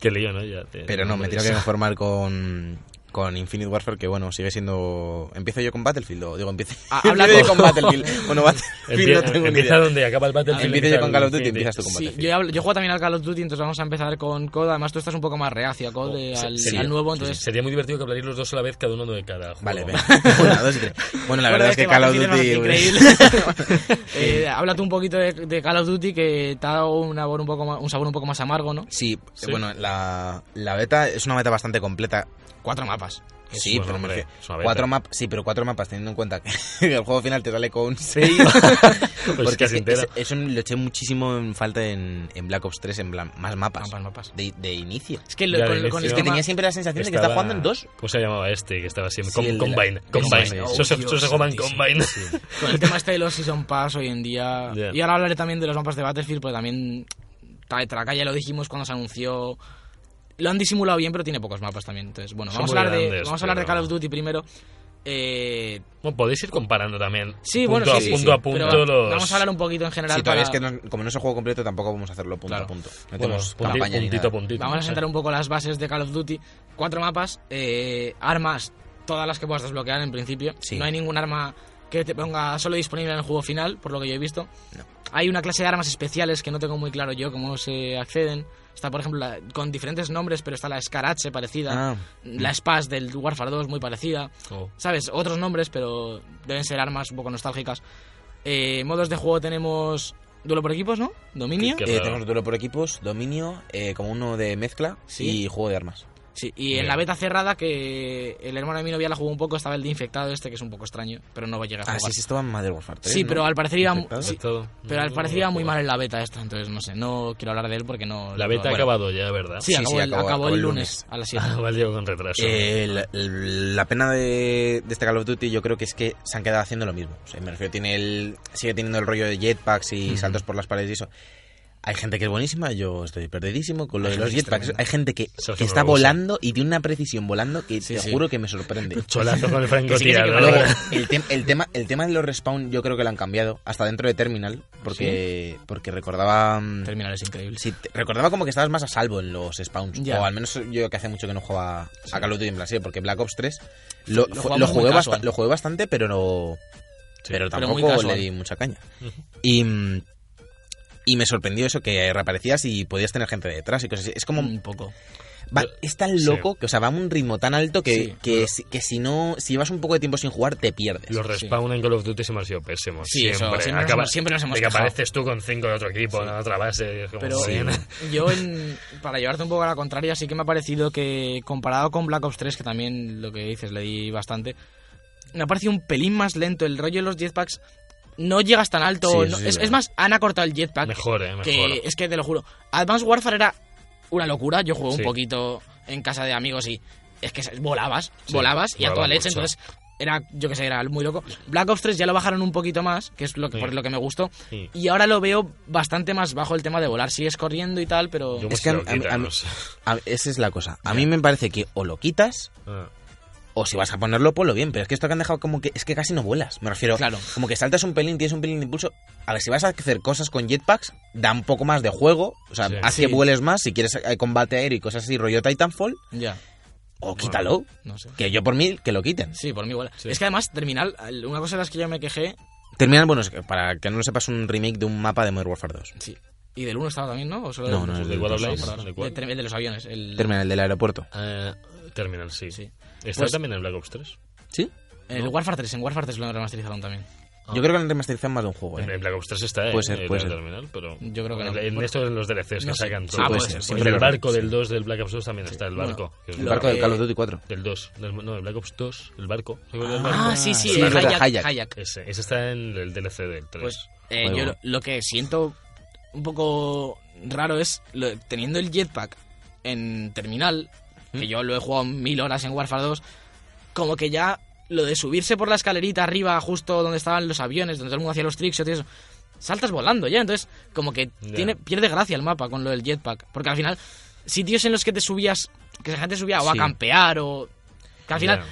Qué lío, ¿no? Ya Pues, te- Pero no, [LAUGHS] me tengo [LAUGHS] que conformar con, con Infinite Warfare que bueno, sigue siendo... ¿Empiezo yo con Battlefield o digo [LAUGHS] empiezo, Ah, habla empiezo tú. yo con Battlefield? Bueno, [LAUGHS] Battlefield Empie- no tengo ni empieza idea. donde acaba el Battlefield. Empiezo yo empieza con el Call of Duty y Infinity. empiezas tú con Sí, Battlefield. yo, ya hablo- yo juego también al Call of Duty, entonces vamos a empezar con COD. Además, tú estás un poco más reacio a COD, eh, Oh, Sí, al, sí, al sí. nuevo, entonces... Sería muy divertido que hablaréis los dos a la vez, cada uno de cada juego. [LAUGHS] Vale, venga. Una, dos y tres. Bueno, la verdad es que Call of Battlefield Duty... pues, es increíble. [LAUGHS] Eh, háblate un poquito de, de Call of Duty, que te ha dado un sabor un poco más, un sabor un poco más amargo, ¿no? [LAUGHS] Sí, Sí. bueno, la, la beta es una beta bastante completa. Cuatro mapas. Es Sí, bueno, pero me hombre, refiero- es una beta. cuatro mapas, sí, pero cuatro mapas teniendo en cuenta que [LAUGHS] el juego final te sale con seis. [LAUGHS] Pues casi porque es que entera. es- eso lo eché muchísimo en falta en, en Black Ops 3, en plan, más mapas. Mapas, mapas. De, de inicio. Es que lo- Ya con, de con el inicio. Es que tema- tenía siempre la sensación de que estaba jugando en dos. ¿Cómo se llamaba este que estaba siempre? Sí, Com- el de la- Combine. el Combine. Combine, Eso se eso se oh, Dios juega en santísimo. Combine. [LAUGHS] con el tema este de los Season Pass hoy en día... Ya. Y ahora hablaré también de los mapas de Battlefield, porque también... tra- Traca ya lo dijimos cuando se anunció... Lo han disimulado bien, pero tiene pocos mapas también. Entonces, bueno, Son vamos a, muy hablar de, grandes, vamos a hablar de pero- Call of Duty primero. Eh, Bueno, podéis ir comparando también. Sí, punto bueno, a sí, sí, punto sí. a punto Pero los. Vamos a hablar un poquito en general. Sí, todavía es para- que no- como no es un juego completo, tampoco vamos a hacerlo punto Claro. a punto. No Bueno, tenemos punti- campaña ni puntito nada. a puntito. Vamos a sentar un poco las bases de Call of Duty. Cuatro mapas, eh, armas, todas las que puedas desbloquear en principio. Sí. No hay ningún arma que te ponga solo disponible en el juego final, por lo que yo he visto. Hay una clase de armas especiales que no tengo muy claro yo cómo se acceden. Está, por ejemplo, la- con diferentes nombres, pero está la Scarache parecida. Ah. La Spaz del Warfare 2 muy parecida. Oh. ¿sabes? Otros nombres, pero deben ser armas un poco nostálgicas. Eh, modos de juego tenemos duelo por equipos, ¿no? Dominio. Qué Eh, raro. tenemos duelo por equipos, dominio, eh, como uno de mezcla Sí. y juego de armas. Sí, y en la beta cerrada, que el hermano de mi novia la jugó un poco, estaba el de infectado este, que es un poco extraño, pero no va a llegar a Ah, jugar. sí, sí, estaba en Modern Warfare 3, Sí, ¿no? pero al parecer iba, mu- Infectado. sí, Todo. pero al No, parecer no, iba no, muy no. mal en la beta esta, entonces no sé, no quiero hablar de él porque no... La beta no- ha acabado ya, ¿verdad? Sí, Sí, acabó, sí, el, acabó- acabó el acabó el lunes a las 7. [LAUGHS] Ah, vale, llego con retraso. Eh, la, la pena de, de este Call of Duty yo creo que es que se han quedado haciendo lo mismo. O sea, me refiero, tiene el, sigue teniendo el rollo de jetpacks y saltos por las paredes y eso. Hay gente que es buenísima, yo estoy perdidísimo con lo Hay de gente los que es jetpacks. tremenda. Hay gente que, Sergio que no está lo usa. volando y tiene una precisión volando que te Sí, sí. jurazo juro que me sorprende. Cholazo con el [LAUGHS] Que sí, que sí, que francotirador. no lo- Luego, el, tem- el tema, el tema de los respawn yo creo que lo han cambiado, hasta dentro de Terminal, porque, porque recordaba... mm, Terminar es increíble. Sí, te- recordaba como que estabas más a salvo en los spawns. Ya. O al menos yo que hace mucho que no jugaba a, Call of Duty en plan serio, porque Black Ops 3 lo, Lo fu- jugamos lo muy jugué casual. basta- lo jugué bastante, pero no. Sí, pero pero muy tampoco le casual. di mucha caña. Ujú. Y. mm, Y me sorprendió eso, que reaparecías y podías tener gente detrás y cosas así. Es como... Un poco. va- Yo- es tan sí. loco, que, o sea, va a un ritmo tan alto que, Sí. que, si- que si no... Si llevas un poco de tiempo sin jugar, te pierdes. Los respawn en Call of Duty siempre han sido pésimos. Sí, eso, siempre nos hemos- siempre nos hemos de que quejado. apareces tú con cinco de otro equipo en otra base. y es como, Pero joder. [LAUGHS] yo, en- para llevarte un poco a la contraria, sí que me ha parecido que comparado con Black Ops 3, que también lo que dices le di bastante, me ha parecido un pelín más lento. El rollo de los jetpacks no llegas tan alto. Sí, no- eso sí, es, verdad. es más, han acortado el jetpack. Mejor, eh, que- mejor. es que te lo juro. Advanced Warfare era una locura. Yo jugué Sí. un poquito en casa de amigos y es que volabas, volabas y a volaba toda leche. mucho. Entonces era, yo que sé, era muy loco. Black Ops 3 ya lo bajaron un poquito más, que es lo que, Sí. por lo que me gustó. Sí. Y ahora lo veo bastante más bajo el tema de volar. Sigues corriendo y tal, pero... Yo pues Es que lo a mí- a mí- quitan, no sé. A- esa es la cosa. A mí me parece que o lo quitas Ah, O si vas a ponerlo, ponlo bien. Pero es que esto que han dejado como que es que casi no vuelas. Me refiero, Claro. como que saltas un pelín, tienes un pelín de impulso. A ver, si vas a hacer cosas con jetpacks, da un poco más de juego. O sea, Sí. haz Sí. que vueles más. Si quieres eh, combate aéreo y cosas así, rollo Titanfall, Ya, o quítalo. no sé. Que yo por mí, que lo quiten. Sí, por mí igual. Sí. Es que además, Terminal, el- una cosa de las que yo me quejé, Terminal, bueno, es que para que no lo sepas, un remake de un mapa de Modern Warfare 2. sí. Y del 1 estaba también, ¿no? ¿O solo No, del uno? no, el ¿De del cuál dos, habláis? no, Por ahora. ¿De De cuál? term- el de los aviones. El, Terminal, el del aeropuerto. Eh, Terminal, sí. Sí. ¿Está Pues- también el Black Ops 3? ¿Sí? El Warfare 3, en Warfare 3 lo remasterizaron también. Yo creo que han remasterizado más de un juego. ¿eh? En en Black Ops 3 está, ¿eh? Puede ser, el puede de ser. Terminal, pero... Yo creo que en, no. en Bueno. estos, en los DLCs No que sé. sacan Sí, todo. puede Pues, ser, en puede el ser. barco Sí. del 2 del Black Ops 2 también está el Bueno, barco. que es El Lo barco que- del Call of Duty 4. Del 2, del, no, el Black Ops 2, el barco. ¿Se acuerdan del barco? Ah, sí, sí, Sí, el es verdad, Hayak. Hayak. Hayak. Ese, ese está en el DLC del 3. Pues eh, Muy yo bueno. lo, lo que siento un poco raro es lo- teniendo el jetpack en terminal, que yo lo he jugado mil horas en Warfare 2, como que ya lo de subirse por la escalerita arriba, justo donde estaban los aviones, donde todo el mundo hacía los trickshots y eso, saltas volando ya. Entonces, como que Ya. tiene, pierde gracia el mapa con lo del jetpack. Porque al final, sitios en los que te subías, que la gente subía o a Sí. campear o. Que al final Ya.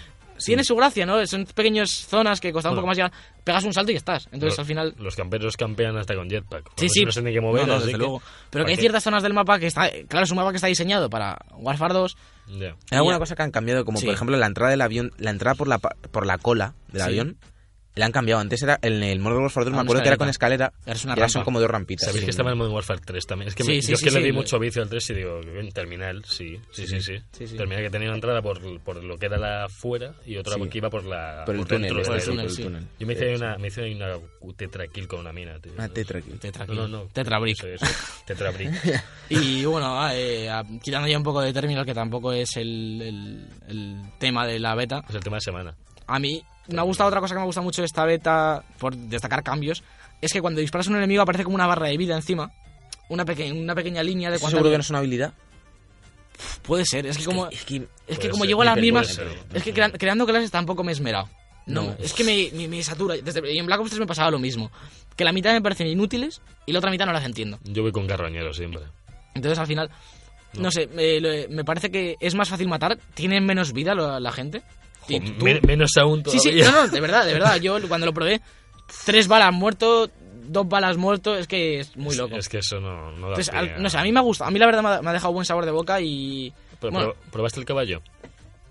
tiene su gracia, ¿no? Son pequeñas zonas que costaba un Bueno. poco más llegar. Pegas un salto y estás. Entonces Los- al final. Los camperos campean hasta con jetpack. Sí, Cuando sí. No se tienen que mover, No, no, así desde que- luego. Pero que ¿Para hay qué? ciertas zonas del mapa que está. Claro, es un mapa que está diseñado para Warfare 2. Ya. Hay alguna Ya. cosa que han cambiado, como Sí. por ejemplo la entrada del avión, la entrada por la, pa- por la cola del Sí. avión, la han cambiado. Antes era en el Modern Warfare 2, Ah, me una acuerdo que era con escalera, Ahora es una y ahora son rampa. como dos rampitas. Sabéis Sí. que estaba en Modern Warfare 3 también. Es que Sí, me- sí, yo es sí, que le sí, vi lo- mucho vicio al 3 y digo, en terminal, sí, sí, sí, sí. Sí, sí. Terminal que tenía una entrada por, por lo que era la fuera y otra Sí. que iba por la. Por el túnel, dentro este, por el del- túnel, Eh, sí. Yo me hice, una, me hice una tetra kill con una mina, tío. Una tetra aquí. Tetra, No, no, no. Tetra Brick. Eso, eso. Tetra [LAUGHS] brick. Y bueno, ah, eh, ah, quitando ya un poco de términos que tampoco es el, el- el tema de la beta. Es el tema de semana. A mí me ha gustado otra cosa que me gusta mucho de esta beta, por destacar cambios, es que cuando disparas a un enemigo aparece como una barra de vida encima. Una, peque- una pequeña línea de ¿Eso cuánta seguro que no es una habilidad? Puede ser, es que como... Es que- Es Puede que como ser, llevo a las puede mismas. ser. Es que crea- creando clases tampoco me he esmerado. No, No. es que me, me- me satura. Desde, y en Black Ops 3 me pasaba lo mismo. Que la mitad me parecen inútiles y la otra mitad no las entiendo. Yo voy con carroñero siempre. Entonces al final, no, sé, me, lo- me parece que es más fácil matar, tienen menos vida lo- la gente. Y Jo, tú- men- Pues menos aún sí, todavía. sí, [LAUGHS] no, no, de verdad, de verdad. Yo cuando lo probé, tres balas muerto, dos balas muerto, es que es muy loco. Es, que eso no, no da Entonces, pie al- a- no sé, a mí me ha gustado, a mí la verdad me ha, me ha dejado buen sabor de boca y... Pero, bueno, pero- ¿Probaste el caballo? [LAUGHS]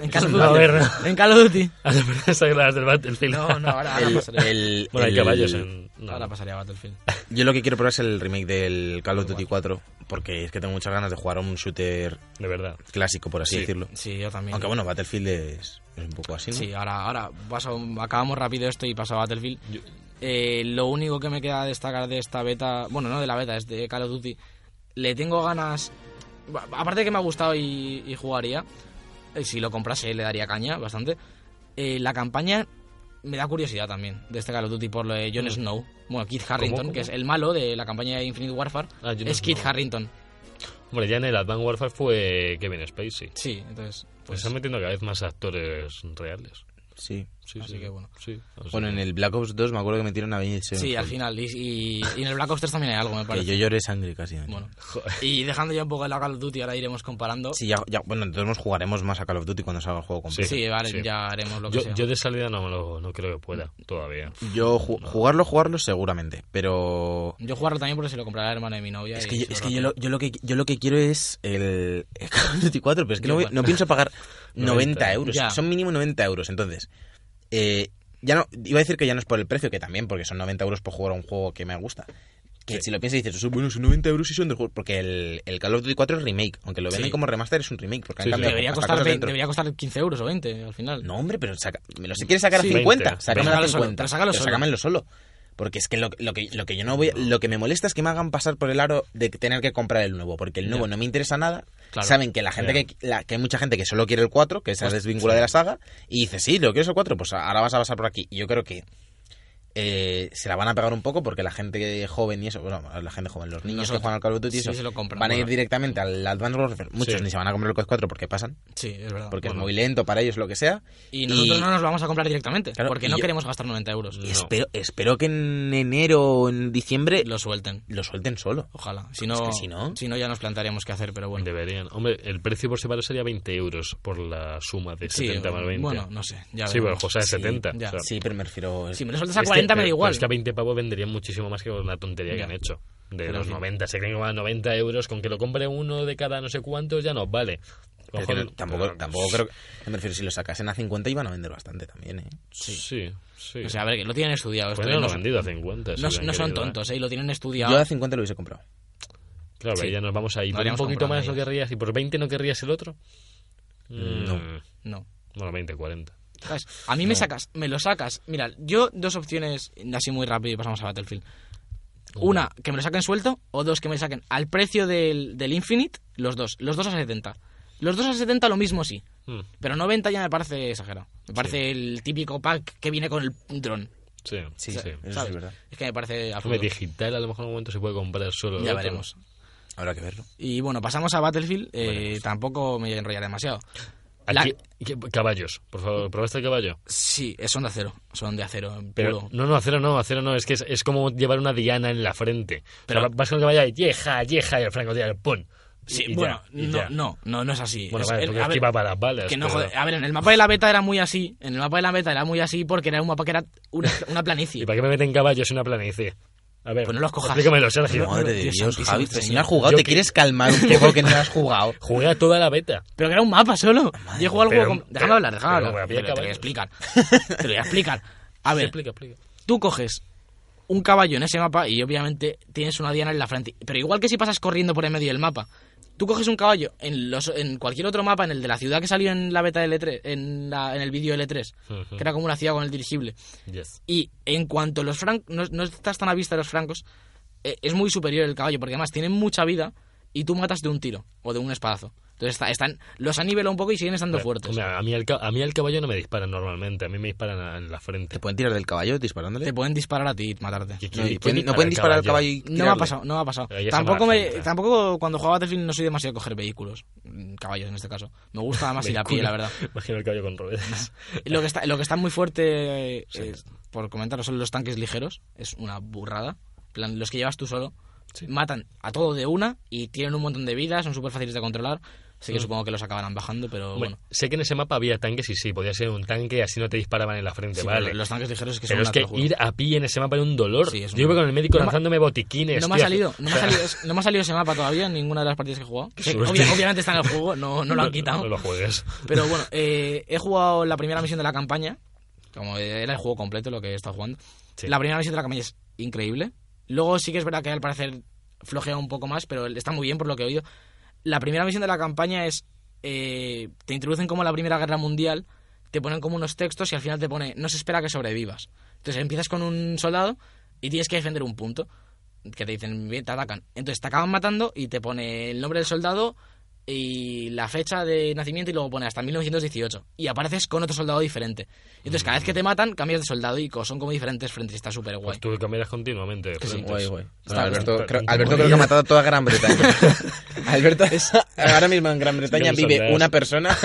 en Call of una Duty- guerra. en Call of Duty. Ah, no, pero esa que la das del Battlefield. No, no, ahora, [LAUGHS] ahora pasaré. el- [LAUGHS] Bueno, hay el- caballos ¿eh? en... no, Ahora no. pasaría a Battlefield. Yo lo que quiero probar es el remake del Call of Duty 4, porque es que tengo muchas ganas de jugar a un shooter De verdad. clásico, por así Sí. decirlo. Sí, yo también. Aunque bueno, Battlefield es, es un poco así, ¿no? Sí, ahora, ahora paso- acabamos rápido esto y paso a Battlefield. Eh, lo único que me queda destacar de esta beta, bueno, no de la beta, es de Call of Duty. Le tengo ganas. ba- Aparte de que me ha gustado y, y jugaría, eh, si lo comprase le daría caña bastante. Eh, la campaña me da curiosidad también de este Call of Duty por lo de Jon Snow. Bueno, Kit Harrington, Mm. cómo? que es el malo de la campaña de Infinite Warfare, Ah, Jon es Kit Snow. Harrington. Hombre, ya en el Advanced Warfare fue Kevin Spacey. Sí, entonces. Pues Pues, están metiendo cada vez más actores reales. Sí. Sí, Así sí. que bueno. Sí, o sea, Bueno, en el Black Ops 2 me acuerdo que metieron a Benji Pues sí, al final. Y, y- y en el Black Ops 3 también hay [LAUGHS] algo, me Que parece. yo lloré sangre casi. ¿no? Bueno, y dejando ya un poco el Call of Duty, ahora iremos comparando. Sí, ya, ya- bueno, entonces nos jugaremos más a Call of Duty cuando salga el juego completo. Sí, vale, sí. ya haremos lo que Yo, sea. yo de salida no, me lo- no creo que pueda todavía. Yo ju- jugarlo, jugarlo seguramente, pero Yo jugarlo también porque se lo comprará el hermano de mi novia. es y que, yo, se es lo que yo rompo. lo, yo lo que yo lo que quiero es el [LAUGHS] el Call of Duty 4, pero es que Yo no, voy- igual. no pienso [LAUGHS] pagar 90 euros, Ya. son mínimo 90 euros, entonces eh, ya no iba a decir que ya no es por el precio, que también, porque son 90 euros por jugar a un juego que me gusta. Que Sí. si lo piensas dices, bueno, son 90 euros y son de juego, porque el, el Call of Duty 4 es remake, aunque lo venden Sí. como remaster, es un remake, porque han Sí, sí. cambiado Debería hasta costar, cosas 20 dentro. debería costar 15 euros o 20 al final. No, hombre, pero saca, me lo si quieres sacar Sí. a 50, 20, sácamelo a sácalo solo, 50. pero sácalo solo. sácamelo solo. Porque es que lo, lo que lo que yo no voy, lo que me molesta es que me hagan pasar por el aro de tener que comprar el nuevo, porque el nuevo no me interesa nada. Claro. Saben que la gente Ya. que, la- que hay mucha gente que solo quiere el pues 4, que se desvincula de la saga y dice, "Sí, lo quiero el 4, pues ahora vas a pasar por aquí." Y yo creo que eh, se la van a pegar un poco porque la gente joven y eso, bueno, la gente joven, los niños Nosotros. que juegan al Call of Duty y Sí, eso, se lo compran, van a ir bueno. directamente al Advanced Warfare. Muchos Sí. ni se van a comprar el COD 4 porque pasan, Sí, es verdad. porque Bueno. es muy lento para ellos, lo que sea. Y nosotros Y- no nos lo vamos a comprar directamente, Claro, porque y no yo- queremos gastar 90 euros. Y espero, espero que en enero o en diciembre lo, Lo suelten. suelten solo. Ojalá. Si no, Es que si no- ya nos plantearemos qué hacer, pero bueno. Pues Deberían. Hombre, el precio por separado sería 20 euros por la suma de Sí, 70 más 20. bueno, no sé. Ya sí, pero el veremos. juego sale Sí, 70. ya. o sea, Sí, pero me refiero... Si me lo sueltas a es que- 40 me pero- da pero igual. Es que a 20 pavos venderían muchísimo más que con la tontería Ya. que han hecho. De Pero los sí. 90, se creen que van a 90 euros, con que lo compre uno de cada no sé cuántos, ya no, vale. Pero Ojo, que no- tampoco, pero- tampoco creo que... Me refiero, si lo sacasen a 50 iban a vender bastante también, ¿eh? Sí, sí. O sea, a ver, que lo tienen Pues estudiado. esto, Podrían ¿eh? haberlo no, son- vendido a 50. si no- hubieran no son querido, ¿eh? tontos, ¿eh? Y lo tienen estudiado. Yo a 50 lo hubiese comprado. Claro, pero Sí. ya nos vamos ahí. No ¿Por un habríamos poquito comprado más no nada ya. querrías? ¿Y por 20 no querrías el otro? No. Mm, No. Bueno, 20, 40. ¿Sabes? A mí me sacas, me lo sacas. Mira, yo dos opciones, así muy rápido y pasamos a Battlefield. Una, que me lo saquen suelto, o dos, que me lo saquen al precio del, del Infinite, los dos, los dos a 70. Los dos a 70 lo mismo sí, Mm, pero 90 ya me parece exagerado. Me parece el típico pack que viene con el dron. Sí, Sí, sí. sí, eso ¿sabes? sí es verdad. Es que me parece Hombre, absurdo. digital a lo mejor en un momento se puede comprar solo. el Ya otro. veremos. Habrá que verlo. Y bueno, pasamos a Battlefield, eh, pues tampoco me enrollaré demasiado. La- Aquí- que- Caballos, por favor, probaste el caballo. Sí, son de acero, son de acero, Pero, puro. no, no, acero no, acero no, es que es, es como llevar una diana en la frente. Pero- Pero vas con el caballo y yeja, yeja, y el franco tira pon. Sí, Y ya, bueno, y no, ya. no, no, no es así. Bueno, Es- vale, el- porque a ver, esquiva para las balas. que no, pero- joder, ah, a ver, en el mapa de la beta era muy así. En el mapa de la beta era muy así porque era un mapa que era una, [LAUGHS] una ¿Y planicie. para qué me meten caballos en una planicie? A ver, Pues no los cojas. explícamelo, Sergio. No, Madre no, de tío, Dios, santísimo Javi, pero si señor. no has jugado, Yo te que- quieres calmar un poco que no has jugado. Jugué a toda la beta. Pero que era un mapa solo. Yo he jugado al Pero- juego con... pero- Déjame hablar, déjame pero hablar. voy a eh. Te lo voy a caballos. explicar. [LAUGHS] Te lo voy a explicar. A ver, explica, explica. tú coges un caballo en ese mapa y obviamente tienes una diana en la frente. Pero igual que si pasas corriendo por en medio del mapa, tú coges un caballo en, los, en cualquier otro mapa, en el de la ciudad que salió en la beta L3, en, la- en el vídeo L3, Ujú. que era como una ciudad con el dirigible. Yes. Y en cuanto los francos, no, no estás tan a vista de los francos, eh, es muy superior el caballo, porque además tienen mucha vida y tú matas de un tiro o de un espadazo. Entonces está- están, los han nivelado un poco y siguen estando fuertes. Hombre, a, mí al, ca- a mí al caballo no me disparan normalmente, a mí me disparan a- en la frente. ¿Te pueden tirar del caballo disparándole? Te pueden disparar a ti y matarte. ¿Qué- qué- No, y qué pueden- no disparan pueden disparar al caballo y No me ha tirarle. pasado, no me ha pasado. Pero ya se Tampoco, mala me- gente. ¿eh? tampoco cuando jugaba a Battlefield no soy demasiado de coger vehículos, mm, caballos en este caso. Me gusta [LAUGHS] más ir a pie, la verdad. Imagino el caballo con [LAUGHS] ruedas. Lo que está, lo que está muy fuerte, eh, es- por comentaros, son los tanques ligeros. Es una burrada. En plan, los que llevas tú solo. Sí. Matan a todo de una y tienen un montón de vidas, son súper fáciles de controlar. Así que supongo que los acabarán bajando, pero Mm. Hombre, bueno. sé que en ese mapa había tanques y sí, podía ser un tanque, así no te disparaban en la frente, Sí, vale. pero Los tanques ligeros es que Pero son es una, que te lo juro. ir a pie en ese mapa era un dolor. Sí, es un Yo iba dolor. con el médico No me- lanzándome botiquines. No me, ha tío. salido, [LAUGHS] no, me ha salido, es- no me ha salido ese mapa todavía en ninguna de las partidas que he jugado. Que suerte. obvia- obviamente está en el juego, no, no lo [LAUGHS] han No, quitado. lo juegues. [LAUGHS] Pero bueno, eh, he jugado la primera misión de la campaña. Como era el juego completo lo que he estado jugando. Sí. La primera misión de la campaña es increíble. Luego sí que es verdad que al parecer flojea un poco más, pero está muy bien por lo que he oído. La primera misión de la campaña es... eh, te introducen como la Primera Guerra Mundial, te ponen como unos textos y al final te pone, no se espera que sobrevivas. Entonces empiezas con un soldado y tienes que defender un punto. Que te dicen, bien, te atacan. Entonces te acaban matando y te pone el nombre del soldado y la fecha de nacimiento y luego pone hasta 1918. Y apareces con otro soldado diferente. Entonces cada vez que te matan cambias de soldado y co- son como diferentes frentes. y Está súper guay. Pues tú cambiarás continuamente. de Que sí. frentes. Guay, guay. Ah, Está- Alberto, está- creo, está Alberto muy creo que ha [LAUGHS] bien. matado a toda Gran Bretaña. [LAUGHS] Alberto, ahora mismo en Gran Bretaña Es que no vive sabrás. una [LAUGHS] persona.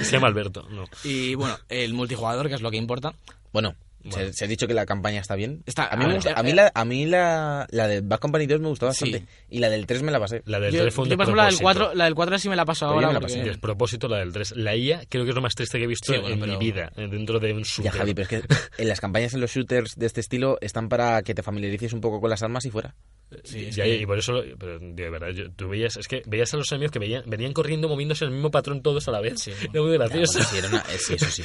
Se llama Alberto. No. Y bueno, el multijugador, que es lo que importa. Bueno, Se, se ha dicho que la campaña está bien. Está- a mí, a me ver, gusta- eh, a mí, eh. la, a mí la, la de Bad Company 2 me gustó Sí. bastante. Y la del 3 me la pasé. La del Yo, 3 fue un yo, por ejemplo, la del, despropósito. 4, la del 4 sí me la paso Pero yo ahora. me la porque- pasé. Sí, despropósito la del 3. La IA creo que es lo más triste que he visto Sí, bueno, en pero- mi vida, eh, dentro de un Ya, shooter. Javi, pero es que en las campañas en los shooters de este estilo están para que te familiarices un poco con las armas y fuera. Sí, es Ya, que- y por eso, pero, de verdad, yo- tú veías, es que veías a los enemigos que veían- venían corriendo, moviéndose en el mismo patrón todos a la vez. Sí. Era muy Ya, bueno, gracioso. sí, era una- eh, sí, [LAUGHS] eso sí.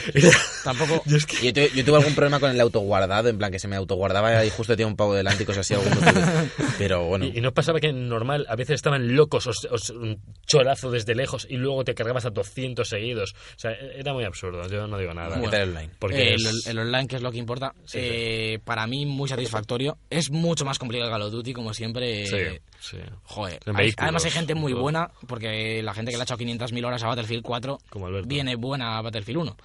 Tampoco... Yo es que- Yo, tuve- yo tuve algún problema con el autoguardado, en plan que se me autoguardaba y justo tenía un pavo delante y cosas así. algún motivo. [LAUGHS] Pero bueno. Y, y no pasaba que normal, a veces estaban locos, os, os- un cholazo desde lejos y luego te cargabas a 200 seguidos. O sea, e- era muy absurdo, yo no digo nada. ¿Qué tal el online? Porque Eh, es- el, el online, que es lo que importa, eh, para mí muy satisfactorio. Es mucho más complicado que Call of Duty, como siempre. sí, eh, sí. Joder. En Hay- vehículos, además hay gente muy todo. buena, porque la gente que le ha echado 500.000 horas a Battlefield 4 Como Alberto. viene buena a Battlefield 1.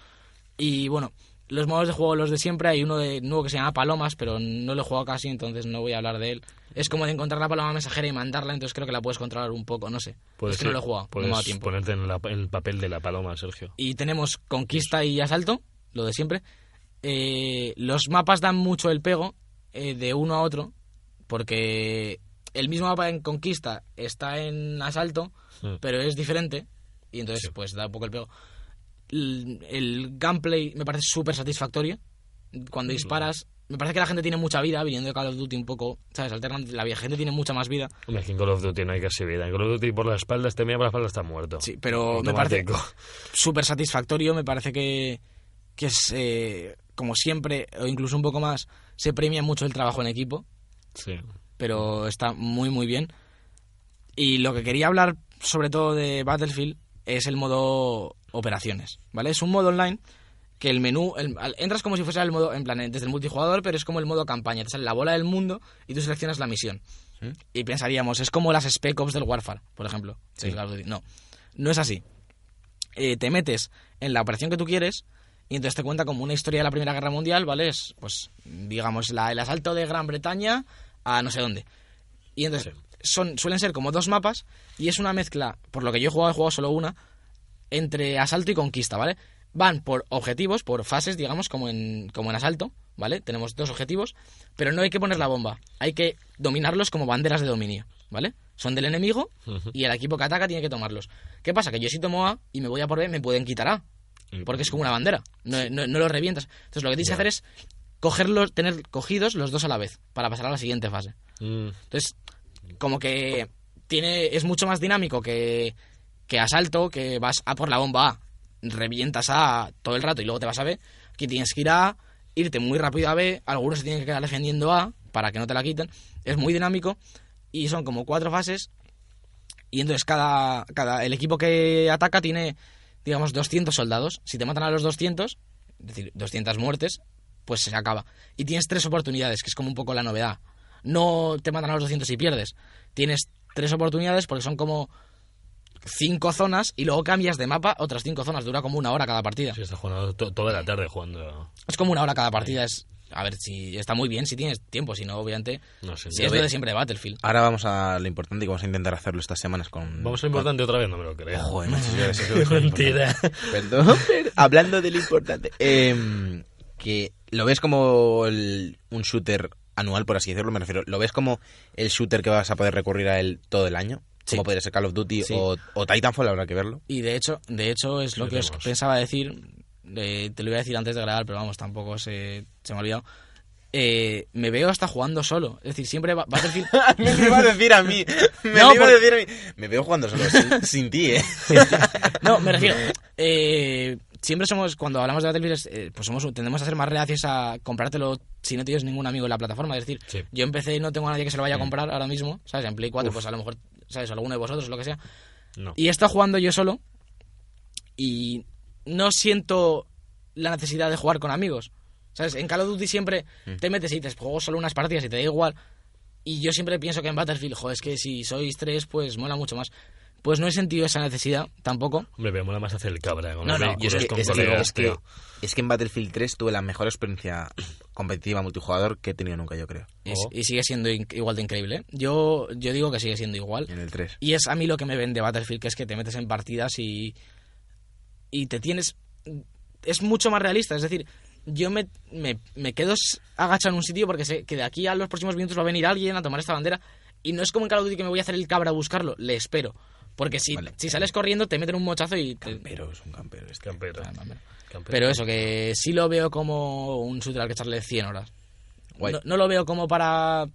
Y bueno, los modos de juego los de siempre. Hay uno de nuevo que se llama Palomas, pero no lo he jugado casi, entonces no voy a hablar de él. Es como de encontrar la paloma mensajera y mandarla, entonces creo que la puedes controlar un poco, no sé. Puedes es que no lo he jugado, no me puedes ha dado tiempo. ponerte en, la- en el papel de la paloma, Sergio. Y tenemos conquista y asalto, lo de siempre. Eh, los mapas dan mucho el pego eh, de uno a otro, porque el mismo mapa en conquista está en asalto, Mm. pero es diferente, y entonces Sí. pues da un poco el pego. El, el gameplay me parece súper satisfactorio. Cuando disparas, me parece que la gente tiene mucha vida, viniendo de Call of Duty un poco, ¿sabes? Alternan, la gente tiene mucha más vida. Hombre, aquí en Call of Duty no hay casi vida. En Call of Duty por la espalda, este mira por la espalda está muerto. Sí, pero me parece Automático. súper satisfactorio. Me parece que, que es, eh, como siempre, o incluso un poco más, se premia mucho el trabajo en equipo, Sí. pero está muy, muy bien. Y lo que quería hablar, sobre todo de Battlefield, es el modo operaciones, ¿vale? Es un modo online que el menú... el- al- entras como si fuese el modo, en plan, eh, desde el multijugador, pero es como el modo campaña. Te sale la bola del mundo y tú seleccionas la misión. Y pensaríamos, es como las Spec Ops del Warfare, por ejemplo. del Call of Duty. No, no es así eh, te metes en la operación que tú quieres y entonces te cuenta como una historia de la Primera Guerra Mundial, ¿vale? Es, pues, digamos, la, el asalto de Gran Bretaña a no sé dónde. Y entonces son, suelen ser como dos mapas y es una mezcla, por lo que yo he jugado, he jugado solo una, entre asalto y conquista, ¿vale? Van por objetivos, por fases, digamos, como en, como en asalto, ¿vale? Tenemos dos objetivos, pero no hay que poner la bomba, hay que dominarlos como banderas de dominio, ¿vale? Son del enemigo y el equipo que ataca tiene que tomarlos. ¿Qué pasa? Que yo si tomo A y me voy a por B, me pueden quitar A, Mm. porque es como una bandera, no, no- no lo revientas. Entonces lo que tienes que hacer es cogerlos, tener cogidos los dos a la vez para pasar a la siguiente fase. Mm. Entonces, como que tiene es mucho más dinámico que, que asalto, que vas a por la bomba A, revientas A todo el rato y luego te vas a B. Aquí tienes que ir a A, irte muy rápido a B, algunos se tienen que quedar defendiendo A para que no te la quiten. Es muy dinámico y son como cuatro fases y entonces cada, cada el equipo que ataca tiene, digamos, 200 soldados. Si te matan a los 200, es decir, 200 muertes, pues se acaba. Y tienes tres oportunidades, que es como un poco la novedad. No te matan a los 200 y pierdes. Tienes tres oportunidades porque son como cinco zonas y luego cambias de mapa otras cinco zonas. Dura como una hora cada partida. Sí, está jugando to- toda la tarde jugando. Es como una hora cada partida. Es, a ver, si está muy bien, si tienes tiempo, si no, obviamente... No sé. si Pues yo es veo- lo de siempre de Battlefield. Ahora vamos a lo importante y vamos a intentar hacerlo estas semanas con... Eh, Vamos a lo importante otra vez, no me lo creo. Joder, macho, yo eso creo que es lo Mentira. Perdón, [LAUGHS] pero hablando de lo importante. Em, que lo ves como el- un shooter anual, por así decirlo, me refiero. ¿Lo ves como el shooter que vas a poder recurrir a él todo el año? Sí. Como podría ser Call of Duty Sí. o, o Titanfall, habrá que verlo. Y de hecho, de hecho es lo Lo que os tenemos. pensaba decir. eh, te lo iba a decir antes de grabar, pero vamos, tampoco se, se me ha olvidado. Eh, me veo hasta jugando solo. Es decir, siempre va, [LAUGHS] Battlefield. [LAUGHS] me lo iba a decir a [LAUGHS] mí. Me No, lo iba a por- decir a mí. Me veo jugando solo sin, [LAUGHS] sin ti, ¿eh? no, me refiero. eh, siempre somos, cuando hablamos de Battlefield, eh, pues somos, tendemos a ser más reacios a comprártelo si no tienes ningún amigo en la plataforma. Es decir, Sí. yo empecé y no tengo a nadie que se lo vaya a comprar ahora mismo, ¿sabes? En Play 4, pues a lo mejor, ¿sabes? Alguno de vosotros, lo que sea. No. Y he estado jugando yo solo y no siento la necesidad de jugar con amigos. ¿Sabes? En Call of Duty siempre te metes y te juego solo unas partidas y te da igual. Y yo siempre pienso que en Battlefield, joder, es que si sois tres, pues mola mucho más. Pues no he sentido esa necesidad tampoco. Hombre, pero mola más hacer el cabra. con No, los no, vehículos, es que- con es, que, colegas, es que- tío. es que en Battlefield 3 tuve la mejor experiencia competitiva multijugador que he tenido nunca, yo creo. Y- Oh. Y, sigue siendo in- igual de increíble. ¿eh? Yo, yo digo que sigue siendo igual. En el 3. Y es a mí lo que me vende Battlefield, que es que te metes en partidas y. y te tienes. Es mucho más realista, es decir, yo me, me, me quedo s- agachado en un sitio porque sé que de aquí a los próximos minutos va a venir alguien a tomar esta bandera y no es como en Call of Duty que me voy a hacer el cabra a buscarlo, le espero. Porque si, Vale. si sales corriendo te meten un mochazo y te... Pero es un campero este. Campero. Ah, no, no. Campero. Pero eso, que sí lo veo como un shooter al que echarle 100 horas. Guay. No, no lo veo como para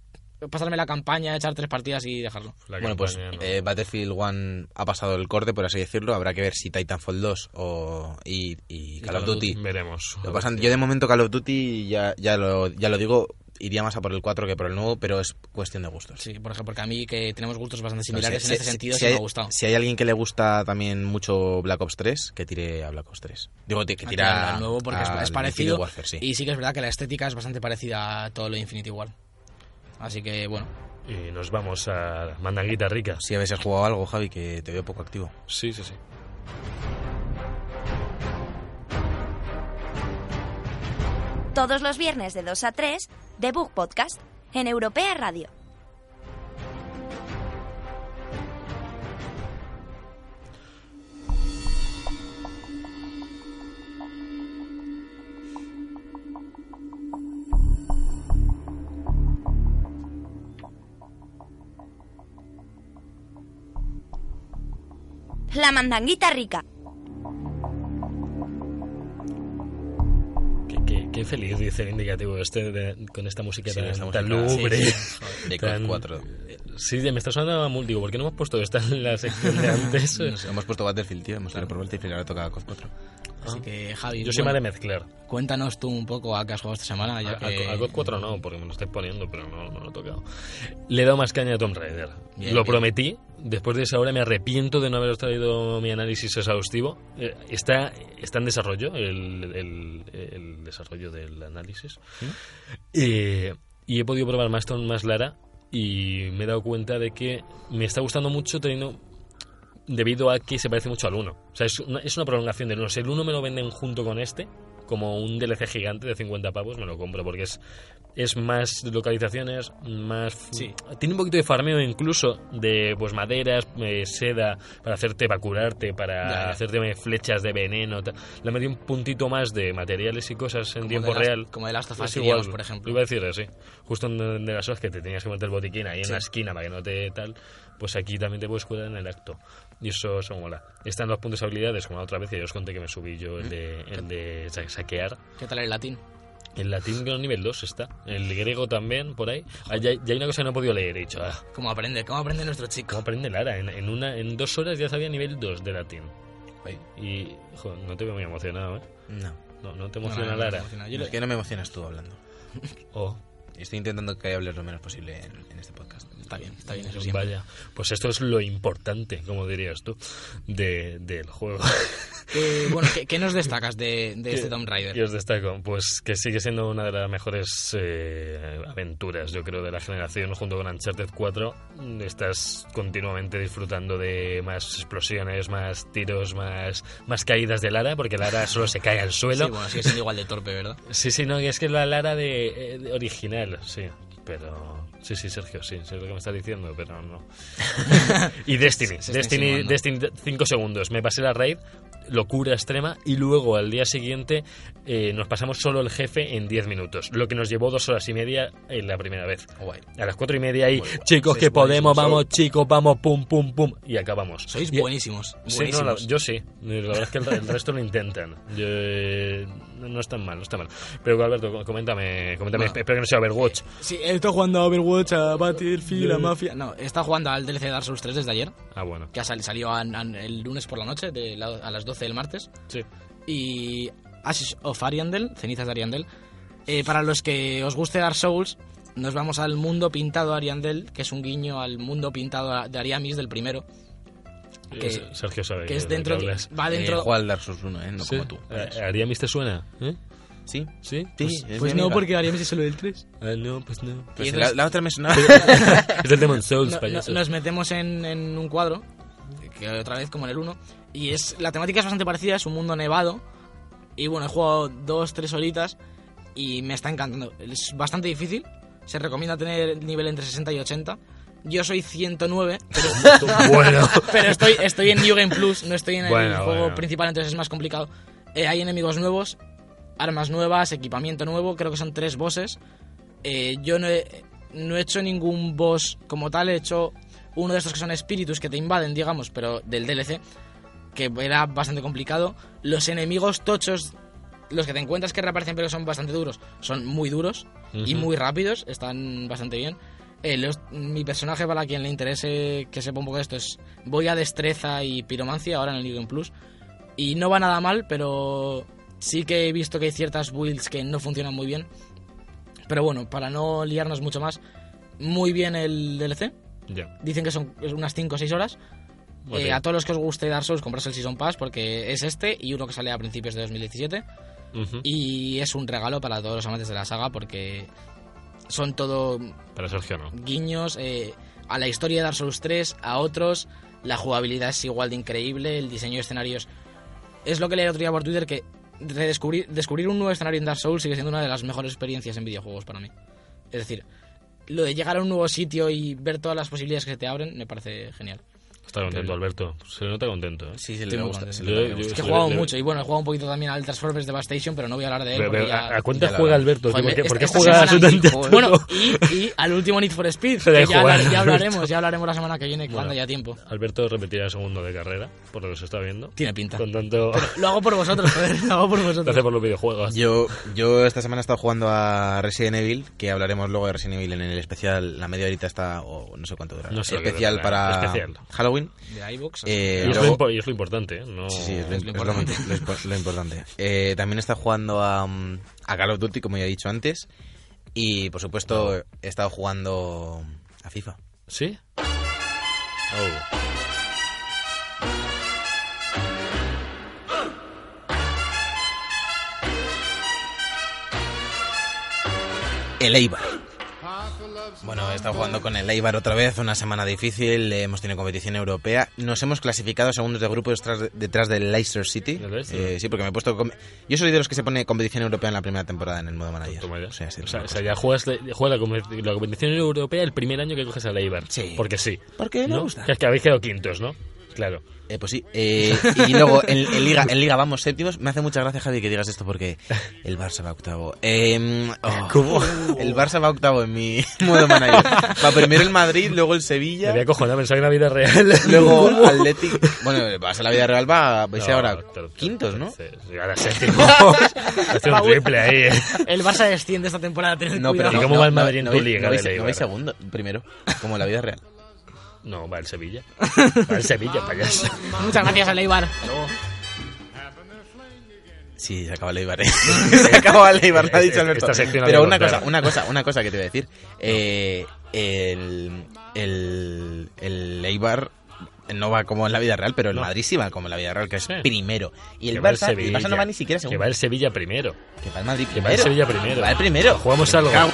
pasarme la campaña, echar tres partidas y dejarlo. La bueno, pues campaña, ¿no? eh, Battlefield 1 ha pasado el corte, por así decirlo. Habrá que ver si Titanfall 2 o, y, y Call of Duty. Veremos. Lo pasan- yo de momento Call of Duty, ya, ya, lo, ya lo digo, iría más a por el 4 que por el nuevo, pero es cuestión de gustos. Sí, por ejemplo, porque a mí que tenemos gustos bastante O sea, similares si- en este si- sentido, si sí hay, me ha gustado. si hay alguien que le gusta también mucho Black Ops 3, que tire a Black Ops 3. Digo, ti- que Ah, tire claro, a- al nuevo porque es- al es, parecido. Infinity Warfare, sí. Y sí que es verdad que la estética es bastante parecida a todo lo de Infinity War. Así que bueno. Y nos vamos a la Mandanguita Rica. Si a veces has jugado algo, Javi, que te veo poco activo. Sí, sí, sí. Todos los viernes de 2 a 3, The Book Podcast, en Europea Radio. La mandanguita rica. Qué, qué- qué feliz dice el indicativo este de- con esta música Sí, tan, esta tan música, sí, lúgubre. [LAUGHS] sí, [LAUGHS] joder, de tan- Code 4. Sí, me está sonando a Mul. Digo, ¿por qué no hemos puesto esta en la sección de antes? [LAUGHS] No sé, hemos puesto Battlefield, tío. Hemos ido por Battlefield, ahora toca Code 4. Así que, Javi, Yo soy más bueno, de mezclar. cuéntanos tú un poco a qué has jugado esta semana. A, Ah, Ya a- que... a God 4 no, porque me lo estáis poniendo, pero no, no lo he tocado. Le he dado más caña a Tomb Raider. Bien, lo bien. prometí. Después de esa hora me arrepiento de no haberos traído mi análisis exhaustivo. Eh, está, está en desarrollo el, el- el desarrollo del análisis. Eh, y he podido probar más Tom, más Lara. Y me he dado cuenta de que me está gustando mucho teniendo debido a que se parece mucho al 1. O sea, es una, es una prolongación del 1. Si el 1 me lo venden junto con este, como un DLC gigante de 50 pavos, me lo compro porque es, es más localizaciones, más... Sí. Tiene un poquito de farmeo incluso de pues maderas, eh, seda, para hacerte, para curarte, para Ya, ya. hacerte flechas de veneno. tal. Le metí un puntito más de materiales y cosas en Como tiempo de Last- real. como de Last of Es Us, igual, diríamos, por ejemplo. Iba a decir así. Justo en en de las horas que te tenías que meter el botiquín ahí en la esquina para que no te tal, pues aquí también te puedes curar en el acto. Y eso, eso mola. Están los puntos de habilidades, como la otra vez que yo os conté que me subí yo el de, el de sa- saquear. ¿Qué tal el latín? El latín creo, nivel 2 está. El griego también, por ahí. Ah, ya, ya hay una cosa que no he podido leer, he dicho. Ah, ¿Cómo aprende? ¿Cómo aprende nuestro ¿Cómo chico? aprende Lara? En, en una, en dos horas ya sabía nivel 2 de latín. Y, joder, no te veo muy emocionado, ¿eh? No. No, no te No, no, emociona no, no, Lara. no, no, no, yo Es le- que no me emocionas tú hablando. Oh. Estoy intentando que hables lo menos posible en, en este podcast. Está bien, está bien, eso sí. Vaya, pues esto es lo importante, como dirías tú, de- del juego. Que, Eh, bueno, ¿qué, qué nos destacas de, [LAUGHS] de este Tomb Raider? Y os destaco, pues que sigue siendo una de las mejores eh, aventuras, yo creo, de la generación, junto con Uncharted 4. Estás continuamente disfrutando de más explosiones, más tiros, más, más caídas de Lara, porque Lara solo se cae al Sí, suelo. bueno, sigue siendo igual de torpe, ¿verdad? Sí, sí, no, es que es la Lara de, eh, de original, sí. Pero. Sí, sí, Sergio, sí, sé lo que me estás diciendo, pero [LAUGHS] no. y Destiny, Se está Destiny, insinuando. Destiny, 5 segundos. Me pasé la raid, locura extrema, y luego al día siguiente eh, nos pasamos solo el jefe en 10 minutos, lo que nos llevó dos horas y media en la primera vez. Guay. A las cuatro y media ahí, Muy guay. chicos, Sois que podemos, buenísimos. vamos, chicos, vamos, pum, pum, pum, y acabamos. Sois Y- buenísimos. Sí, no, la- buenísimos. yo sí. La verdad es que el, el resto lo intentan. Yo, eh, no, no es tan mal, no es tan mal. Pero Alberto, co- coméntame, coméntame. Bueno. Espero que no sea Overwatch. Sí, está jugando a Overwatch, a Battlefield, a Mafia. No, está jugando al DLC de Dark Souls 3 desde ayer, Ah, bueno. que ha sal- salió a- a- el lunes por la noche, de la- a las 12 del martes. Sí. Y Ashes of Ariandel, Cenizas de Ariandel. Eh, para los que os guste Dark Souls, nos vamos al mundo pintado Ariandel, que es un guiño al mundo pintado de Ariamis del primero, Que- Eh, Sergio sabe. que es dentro de, hablas. va Eh, dentro juega al Dark Souls 1, ¿eh? No Sí. como tú. Eh, ¿Ariamis te suena? ¿Eh? ¿Sí? ¿Sí? Sí, Pues- es Pues mi no, amiga. porque Ariamis es solo del 3. ah, no, pues no. Pues y la- entonces- la, otra me sonaba. es del Demon Souls, No- no- payaso. nos metemos en, en un cuadro, que otra vez como en el 1, y es la temática es bastante parecida, es un mundo nevado, y bueno, he jugado dos, tres horitas y me está encantando. Es bastante difícil, se recomienda tener nivel entre 60 y 80. Yo soy 109, bueno. pero estoy, estoy en New Game Plus, no estoy en el Bueno, juego bueno. principal, entonces es más complicado. Eh, hay enemigos nuevos, armas nuevas, equipamiento nuevo, creo que son tres bosses. Eh, yo no he, no he hecho ningún boss como tal, he hecho uno de estos que son espíritus que te invaden, digamos, pero del DLC, que era bastante complicado. Los enemigos tochos, los que te encuentras que reaparecen pero son bastante duros, son muy duros [LAUGHS] y Ujú. muy rápidos, están bastante bien. Eh, los- mi personaje, para quien le interese que sepa un poco de esto, es voy a destreza y piromancia ahora en el New Game Plus. Y no va nada mal, pero sí que he visto que hay ciertas builds que no funcionan muy bien. Pero bueno, para no liarnos mucho más, muy bien el DLC. Ya. Dicen que son unas 5 o 6 horas. Ok. Eh, a todos los que os guste Dark Souls, compráis el Season Pass porque es este y uno que sale a principios de 2017. Ujú. Y es un regalo para todos los amantes de la saga porque son todo Para Sergio no. guiños eh, a la historia de Dark Souls 3, a otros. La jugabilidad es igual de increíble, el diseño de escenarios. Es lo que leí el otro día por Twitter que redescubrir- descubrir un nuevo escenario en Dark Souls sigue siendo una de las mejores experiencias en videojuegos para mí. Es decir, lo de llegar a un nuevo sitio y ver todas las posibilidades que se te abren me parece genial. Está contento, Alberto. Se le nota contento, ¿eh? Sí, Estoy le muy gusta, contento. sí, Yo- le gusta. yo- Es que he le- jugado le- mucho y bueno, he jugado un poquito también al Transformers Devastation, pero no voy a hablar de él. Pero, porque pero, ya- ¿A a cuántas ya lo juega veo. Alberto? Joder, este ¿Por qué, esta- por qué juega esta semana- absolutamente a Bueno, [LAUGHS] todo? y, y al último Need for Speed, Se la que he ya, jugado, hablar- ya hablaremos, Alberto. ya hablaremos la semana que viene Bueno. cuando haya tiempo. Alberto repetirá segundo de carrera, por lo que se está viendo. Tiene pinta. Con [LAUGHS] tanto... Lo hago por vosotros, joder, lo hago por Lo hace vosotros. por los videojuegos. Yo, yo esta semana he estado jugando a Resident Evil, que hablaremos luego de Resident Evil en el especial, la media horita está, o no sé cuánto dura, No sé lo que especial durará, para especial. Halloween. De iVoox. Eh, Y es, lo luego- impo- y es lo importante, ¿eh? No... Sí, sí, es lo, Es lo es lo- importante. lo impo- lo importante. [LAUGHS] Eh, también está jugando a, mm, a Call of Duty, como ya he dicho antes. Y, por supuesto, he estado jugando a FIFA. ¿Sí? Oh. Ah, El Eibar. Bueno, he estado jugando con el Eibar otra vez, una semana difícil, eh, hemos tenido competición europea, nos hemos clasificado a segundos de grupo detrás, de- detrás del Leicester City. ¿De Leicester? Eh, sí, porque me he puesto... com- Yo soy de los que se pone competición europea en la primera temporada en el modo pues manager. Toma ya. O sea, sí, o sea, una o sea, cosa. ya juegas, la- juegas la, compet- la competición europea el primer año que coges a la Ibar. Sí. Porque sí. Porque me ¿No? gusta. Que es que habéis quedado quintos, ¿no? Claro. Eh, pues sí. eh, y luego en, en Liga, en Liga vamos séptimos. Me hace mucha gracia, Javi, que digas esto porque el Barça va octavo. Eh, oh, El Barça va octavo en mi [LAUGHS] modo manager. Va primero el Madrid, luego el Me Sevilla, había cojonado, pensaba que era vida real. luego Atlético. Bueno, el Barça, la vida real va, vais No, ahora ter- ter- quintos, ¿no? ter- sí, Ahora [LAUGHS] séptimos. Hace un triple ahí, ¿eh? El Barça desciende esta temporada, tened No, pero cuidado. ¿Y cómo no, va el no, Madrid en no tu vais- liga No vais, de la no vais Ibera? segundo, primero, como en la vida real. No, va el Sevilla. Va el [LAUGHS] Sevilla, payaso. Muchas gracias a Leibar. Sí, se acaba el [LAUGHS] Eibar. ¿eh? [LAUGHS] se acaba el Eibar, lo ha dicho Esta Alberto. sección la Pero voy a una contar. cosa, una cosa, una cosa que te voy a decir. Eh, el, el, el Eibar no va como en la vida real, pero el No. Madrid sí va como en la vida real, que es Sí. primero. Y el Que va Barça, el, Barça no va ni siquiera Que segundo. va el Sevilla primero. Que va el Madrid Que primero. va el Sevilla primero. Va el primero. Jugamos algo. Cago-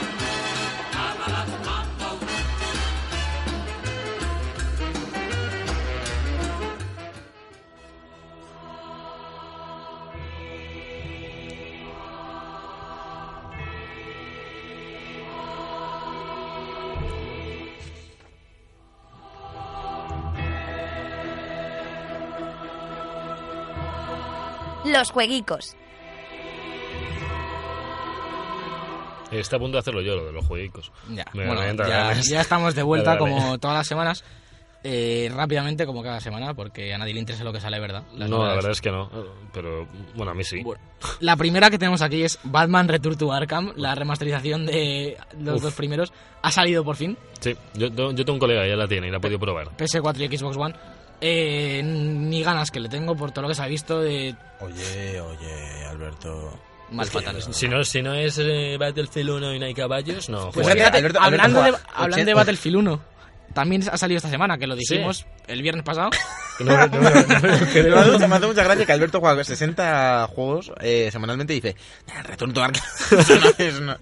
Los jueguicos. Está a punto de hacerlo yo, lo de los jueguicos. Ya, Me bueno, van a entrar ya, ganas. ya estamos de vuelta Vale, vale. como todas las semanas. Eh, rápidamente, como cada semana, porque a nadie le interesa lo que sale, ¿verdad? Las No, la novedades. verdad es que no. Pero, bueno, a mí sí. Bueno, la primera que tenemos aquí es Batman Return to Arkham, la remasterización de los Uf. dos primeros. Ha salido por fin, Sí, yo, yo- yo tengo un colega, ya la tiene y la ha podido probar. PS4 y Xbox One. Eh, ni ganas que le tengo por todo lo que se ha visto de Oye, oye, Alberto. mal Es que- fatales. Si no, si no es eh, Battlefield 1 y no hay caballos, no. Pues Juega- jugaría. fíjate, Alberto- Alberto hablando, de, juega hablando de 80. Battlefield 1, también ha salido esta semana, que lo Sí. dijimos el viernes pasado. No, no, no, no, no, Me creo. [LAUGHS] hace, me hace mucha gracia que Alberto juega 60 juegos eh, semanalmente y dice: "Nah, Return to Arkham". Eso [LAUGHS] no es una-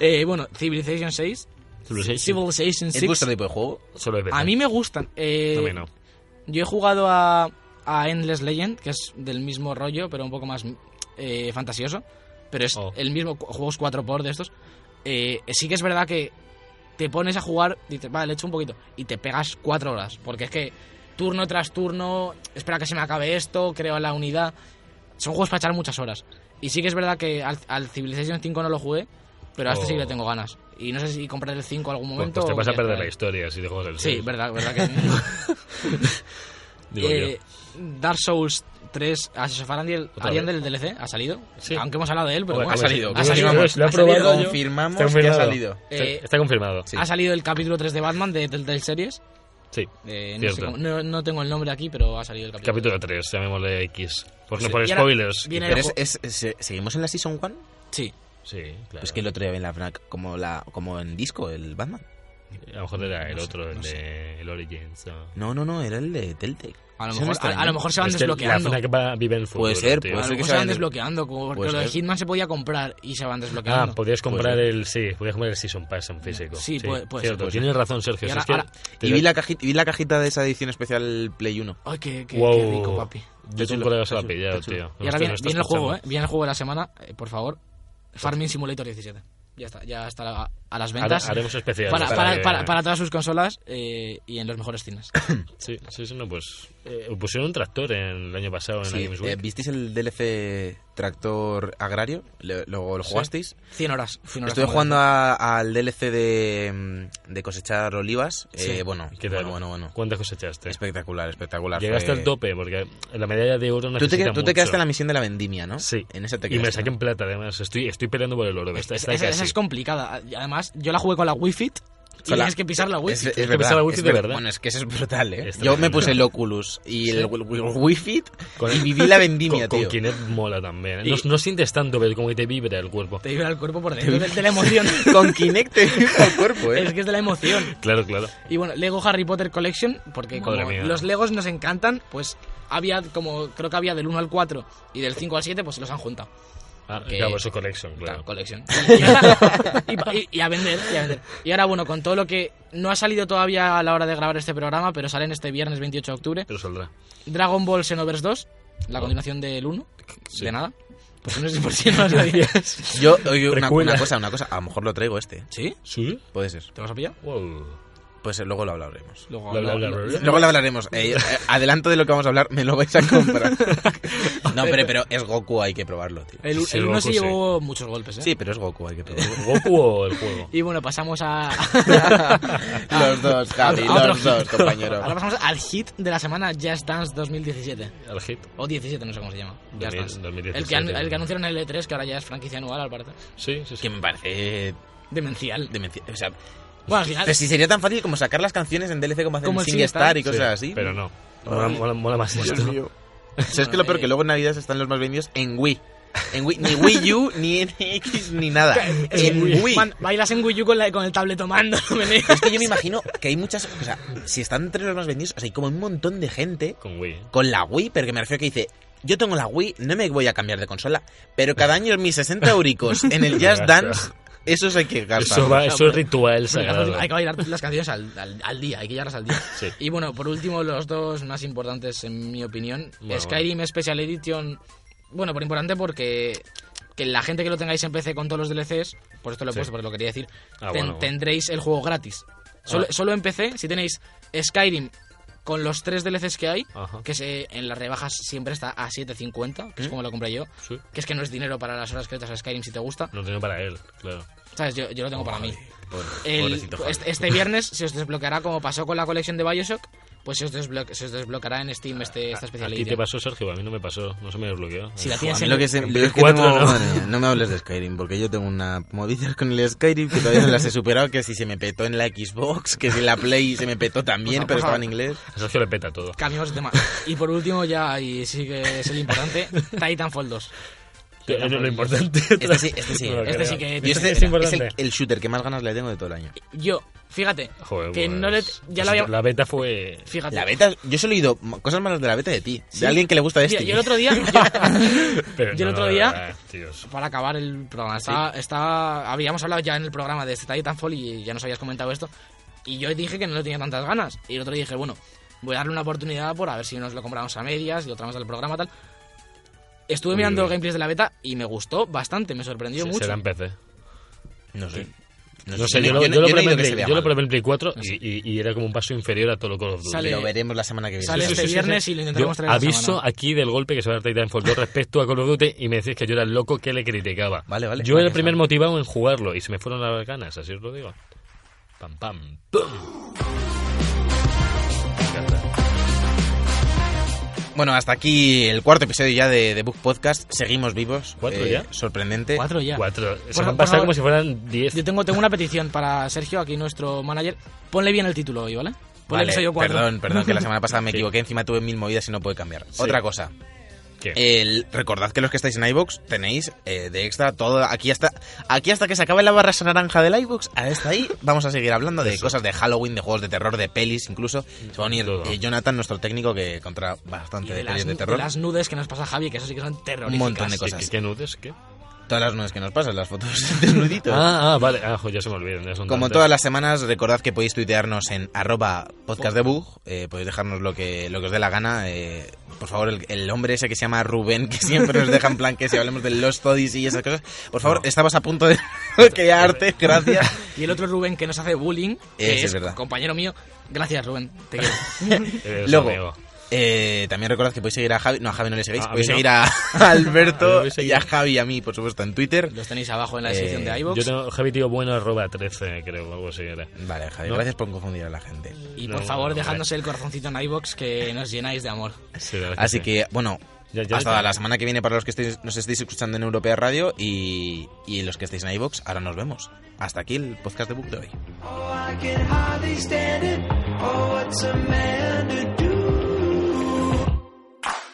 Eh, bueno, Civilization 6, Civilization, Civilization ¿Te gusta 6. este tipo de juego? Solo de PC. A mí me gustan. Eh, A mí no. Pues, Yo he jugado a, a Endless Legend, que es del mismo rollo, pero un poco más eh, fantasioso. Pero es Oh. el mismo cu- juegos 4 por de estos. Eh, sí que es verdad que te pones a jugar, dices, vale, le echo un poquito, y te pegas 4 horas. Porque es que turno tras turno, espera que se me acabe esto, creo la unidad. Son juegos para echar muchas horas. Y sí que es verdad que al, al Civilization 5 no lo jugué, pero a este Oh. sí que le tengo ganas. Y no sé si comprar el 5 algún Pues, momento. pues te o vas a ya perder está. la historia si te juegas el Sí, seis, verdad, verdad que. Digo Eh, Dark Souls 3, Ashes of Ariandel, Otra Ariandel el DLC, ha salido. Sí. Aunque hemos hablado de él, pero Joder, bueno, ha salido. Ha Sí, salido, sí, sí, lo he ha salido- probado yo. Confirmamos Está que ha confirmado. salido. Está, Eh, está confirmado. este, Sí. ha salido el capítulo 3 de Batman de Telltale Series. Eh, no, sé Cierto. cómo- no- no tengo el nombre aquí, pero ha salido el capítulo. Capítulo 3, llamémosle X. Por, Sí. por Y ahora spoilers. viene Pero el es, ju- es- es- ¿Seguimos en la Season 1? Sí. Sí, claro. Pues que el otro día vi en la FNAC como, la, como en disco, el Batman. A lo mejor era el No sé, otro, el no de el Origins. ¿no? No, no, no, era el de Telltale. A lo, Eso mejor, me a, extraña. a lo mejor se van Es que desbloqueando. La FNAC va, vive en el futuro. Puede ser, tío. a puede lo ser que se mejor se van vayan- desbloqueando, como- porque Puede lo de ser. Hitman se podía comprar y se van desbloqueando. Pues Ah, podías comprar Puede el sí, podías comprar el Season Pass en físico. Sí, puede- puede cierto. ser, puede Tienes razón, Sergio. si Y ahora- es que ahora- te Y da- vi la, cajita, vi la cajita de esa edición especial Play 1. Ay, qué, qué- qué Wow. rico, papi. Yo tengo un Chulo, colega que se la ha chulo, pillado, tío. chulo. Y ahora No viene, está viene el juego, ¿eh? escuchando. Viene el juego de la semana, eh, por favor. Farming Simulator 17. Ya está, ya está a, a las ventas. Hare- haremos especial. para, ¿no? para- que- para- para todas sus consolas eh, y en los mejores cines. Sí, sí, sí, no, pues. eh, pusieron un tractor en el año pasado en la Sí, Games eh, Week. ¿Visteis el DLC Tractor Agrario? Le- luego lo jugasteis. 100 horas. 100 horas Estuve como jugando dice. a- al DLC de, mm, de cosechar olivas. Sí. Eh, bueno, ¿Qué tal? bueno, bueno, bueno. ¿Cuántas cosechaste? Espectacular, espectacular. Llegaste Fue- al tope, porque la medalla de oro Tú te, necesita qued- tú te quedaste mucho. en la misión de la vendimia, ¿no? Sí. En esa te Y quedaste. me saqué en plata, además. Estoy, estoy peleando por el oro. Está, está Esa- esa, casi. es complicada. Y Además, yo la jugué con la Wii Fit y Con la- tienes que pisar la Wii Es, Fit. es que verdad, pisar la wifi es de ver- verdad. Bueno, es que eso es brutal, ¿eh? Es Yo me tremendo. puse el Oculus y el, wi- wi- Wi-Fi Con- y viví la [LAUGHS] vendimia, Con, con tío. Kinect mola también. ¿eh? Y- No, no sientes tanto, pero como que te vibra el cuerpo. Te vibra el cuerpo por dentro de, de [LAUGHS] la emoción. Con Kinect te vibra el cuerpo, ¿eh? es que es de la emoción. Claro, claro. Y bueno, Lego Harry Potter Collection, porque como Madre mía. los Legos nos encantan, pues había como, creo que había del 1 al 4 y del 5 al 7, pues se los han juntado. Ah, Que- claro, eso es Collection, Claro, claro. colección. [LAUGHS] Y, ahora- y- y- y a vender, y a vender. Y ahora, bueno, con todo lo que no ha salido todavía a la hora de grabar este programa, pero salen este viernes 28 de octubre, Pero saldrá. Dragon Ball Xenoverse 2, la continuación del 1, Oh. Sí. de nada. Pues no sé por si no lo [LAUGHS] dirías. Yo, oye, una, Precuela. una cosa, una cosa. A lo mejor lo traigo este. ¿eh? ¿Sí? ¿Sí? Puede ser. ¿Te vas a pillar? Wow. Pues eh, luego lo hablaremos. Luego, Bla, bla, bla, bla, bla. Luego lo hablaremos. Eh, eh, adelanto de lo que vamos a hablar, me lo vais a [LAUGHS] comprar. no, hombre, pero es Goku, hay que probarlo, tío. El, Sí, el luego 1 se sí. llevó muchos golpes, ¿eh? Sí, pero es Goku, hay [LAUGHS] que probarlo. [LAUGHS] ¿Goku o el juego? Y bueno, pasamos a... [LAUGHS] los dos, Javi, Otro los [LAUGHS] hit. dos, compañero. Ahora pasamos al hit de la semana Just Dance 2017. ¿El hit? O 17, no sé cómo se llama. Just 2000, Dance. 2017. El, que, an- el que anunciaron en el E3, que ahora ya es franquicia anual, al parecer. Sí, sí, sí. Que me parece Demencial. demencial. O sea, Bueno, al final... Pero si sería tan fácil como sacar las canciones en DLC como hacen Como el Sing SingStar. Star y cosas Sí, así. Pero no. Mola, mola- mola más esto. ¿Sabes que lo peor? Que luego en Navidad están los más vendidos en Wii. En Wii ni Wii U, ni NX, ni nada. Es que En Wii. Man, bailas en Wii U con, la- con el [LAUGHS] tabletomando. menea. Es que yo me imagino que hay muchas. O sea, si están entre los más vendidos, o sea, hay como un montón de gente Con Wii. ¿eh? con la Wii, pero que me refiero que dice. Yo tengo la Wii, no me voy a cambiar de consola, pero cada año mis 60 euricos [LAUGHS] en el Just Dance, esos hay que gastar. Eso, va, eso es [LAUGHS] ritual sagrado. hay que [LAUGHS] bailar las canciones al, al- al día, hay que llevarlas al día. Sí. Y bueno, por último, los dos más importantes en mi opinión. Bueno, Skyrim Special Edition, bueno, por importante porque que la gente que lo tengáis en PC con todos los DLCs, por esto lo he Sí. puesto porque lo quería decir, Ah, ten- bueno, bueno. tendréis el juego gratis. Solo, Ah. solo en PC, si tenéis Skyrim con los tres DLCs que hay, Ajá. ¿Mm? que se, en las rebajas siempre está a 7.50, que es como lo compré yo, Sí. que es que no es dinero para las horas que le das a Skyrim si te gusta. No tengo para él, claro. ¿Sabes? Yo, yo lo tengo para mí. Pobre- El- pobrecito Javi. este, este viernes se os desbloqueará, como pasó con la colección de Bioshock, pues se os, desblo- se os desbloqueará en Steam este, esta ¿A especial ti te edición. pasó, Sergio? A mí no me pasó. No se me desbloqueó. Si la A tienes mí en lo que se- en lo Play es que 4 tengo- no. madre mía, no me hables de Skyrim, porque yo tengo una modilla con el Skyrim que todavía no las he superado, que si se me petó en la Xbox, que si la Play se me petó también, Pues a- pero pues a- estaba en inglés. A [LAUGHS] Sergio le peta todo. Cambiamos de tema. Y por último, ya, y sí que es [LAUGHS] el importante, Titanfall 2. Eh, no, lo importante. Este sí, este sí. [LAUGHS] No lo Este creo. sí que- Este Y este es es el, importante. el shooter que más ganas le tengo de todo el año. Yo, fíjate, Joder, que pues, no le... Ya lo había... La beta fue. Fíjate. pues. La beta, yo solo he oído m- cosas malas de la beta de ti, de alguien que le gusta Yo, este. yo el otro [LAUGHS] día... [LAUGHS] yo- Pero Yo no, el otro no, día- ah, tíos. para acabar el programa. ¿Ah, Está, está- habíamos hablado ya en el programa de este Titanfall y ya nos habías comentado esto. Y yo dije que no le tenía tantas ganas. Y el otro día dije, bueno, voy a darle una oportunidad por a ver si nos lo compramos a medias y otra más del programa tal. Estuve Uy, mirando uy. gameplays de la beta y me gustó bastante, me sorprendió Se- mucho. Será en PC. No sé. No sé, yo, no- lo- yo no lo probé he oído en que Play- se vea yo lo mal. probé en Play 4 y, y- y era como un paso inferior a todo lo Call of Duty. Sale- Lo veremos la semana que viene. sale Sí, este sí, sí. viernes y lo intentaremos Yo traer esta aviso semana. aquí del golpe que se va a dar Titanfall [LAUGHS] 2 respecto a Call of Duty y me decís que yo era el loco que le criticaba. Vale, vale. Yo Vale, era el primer vale. motivado en jugarlo y se me fueron las ganas, así os lo digo. Pam, pam, pum. Me encanta. Bueno, hasta aquí el cuarto episodio ya de, de Book Podcast. Seguimos vivos. Eh, ¿Cuatro ya? Sorprendente. Cuatro ya. Cuatro. Se Por- me han por pasado favor. como si fueran diez. Yo tengo, tengo una petición para Sergio, aquí nuestro manager. Ponle bien el título hoy, ¿vale? Ponle Vale, episodio cuatro. perdón, perdón, que la semana pasada [LAUGHS] me Sí. equivoqué, encima tuve mil movidas y no pude cambiar. Otra cosa, ¿Qué? el- recordad que los que estáis en iBox tenéis eh, de extra todo, aquí hasta, aquí hasta que se acabe la barra esa naranja del iBox, hasta ahí vamos a seguir hablando de cosas de Halloween, de juegos de terror, de pelis incluso. Se va a unir Todo. eh, Jonathan, nuestro técnico, que contra Mm, Y bastante de, de pelis las, de de terror. las nudes que nos pasa Javi, que eso sí que son terroríficas. montón de ¿Qué- cosas. ¿Qué, qué nudes? ¿Qué? Todas las nubes que nos pasan, las fotos [LAUGHS] desnuditos. Ah, ah, vale. Ah, jo, ya se me olvidan. ya son Como tantas. todas las semanas, recordad que podéis tuitearnos en arroba podcastdebug, eh, podéis dejarnos lo que, lo que os dé la gana, eh, por favor, el, el hombre ese que se llama Rubén, que siempre nos deja en plan que si hablemos de los Toddies y esas cosas, por favor, No. estabas a punto de [LAUGHS] crearte, gracias. Y el otro Rubén que nos hace bullying, que Ese es es, verdad. compañero mío. Gracias, Rubén. Te quiero. Eres Luego, amigo. eh, también recordad que podéis seguir a Javi, no a Javi no le seguís, Ah, [LAUGHS] a podéis mí no. seguir a, a Alberto A mí me y seguís. a Javi y a mí, por supuesto, en Twitter. Los tenéis abajo en la descripción Eh, de Yo iVoox. tengo Javi Tío Bueno arroba 13, creo, o algo así era. Vale, Javi, No. gracias por confundir a la gente. Y No, por favor, no, dejadnos el corazoncito en iVoox que nos llenáis de amor. Sí, la verdad Así sí. que, bueno, Ya- ya- hasta la semana que viene para los que estéis- nos estéis escuchando en Europea Radio y, y los que estéis en iVox, ahora nos vemos. Hasta aquí el podcast de Book de hoy. Oh, I can hardly stand it. Oh, what's a man to do?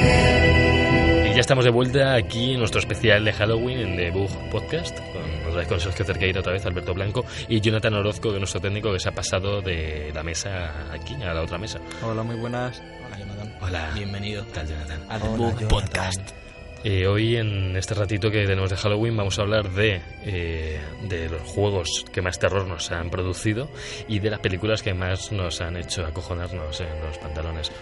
Y ya estamos de vuelta aquí en nuestro especial de Halloween en The Bug Podcast, con, otra vez con Sergio Cerqueira, otra vez Alberto Blanco y Jonathan Orozco, que es nuestro técnico que se ha pasado de la mesa aquí a la otra mesa. Hola, muy buenas. Hola, Jonathan. Hola. Bienvenido ¿Qué tal, Jonathan? al Hola, Book Jonathan. Podcast. Eh, hoy en este ratito que tenemos de Halloween vamos a hablar de, eh, de los juegos que más terror nos han producido y de las películas que más nos han hecho acojonarnos en los pantalones.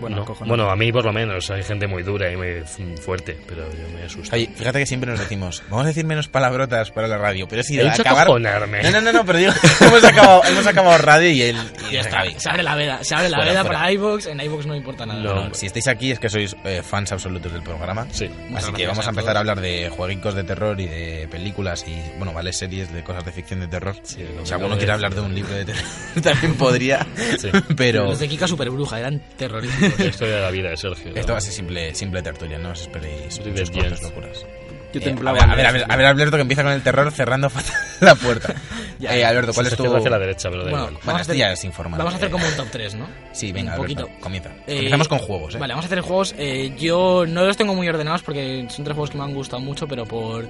Bueno, No. cojones. bueno a mí por lo menos, hay gente muy dura y muy f- fuerte, pero yo me asusto. Oye, fíjate que siempre nos decimos, vamos a decir menos palabrotas para la radio, pero si He de dicho acabar... acojonarme. No, no, no, no, pero digo, [LAUGHS] hemos acabado, hemos acabado radio y él... y ya está bien. Se abre la veda, se abre la Fuera, veda fuera. para iVoox. En iVoox no importa nada. No. Si estáis aquí es que sois eh, fans absolutos del programa. Sí. Así que gracias vamos a a empezar a todos. hablar de jueguitos de terror y de películas y, bueno, vale, series de cosas de ficción de terror. Sí, lo si que alguno lo quiere es. hablar de un libro de terror, [LAUGHS] también podría, Sí. pero... Los de Kika super bruja eran terroríficos. [LAUGHS] La historia de la vida de Sergio. Esto va a ser simple, simple tertulia, no os esperéis Sí, muchos de cortes Jens. locuras. Yo Eh, temblaba. a, ver, a, ver, a ver, Alberto, que empieza con el terror [LAUGHS] cerrando fatal la puerta. [LAUGHS] Ya. Eh, Alberto, ¿cuál es tu...? Sergio va hacia la derecha, pero da Bueno, igual. Bueno, Vamos a este hacer- ya es informal. Vamos a hacer Eh, como un top 3, ¿no? Sí, venga, Un poquito. Alberto, comienza. Eh, Empezamos con juegos, ¿eh? Vale, vamos a hacer juegos. Eh, yo no los tengo muy ordenados porque son tres juegos que me han gustado mucho, pero por.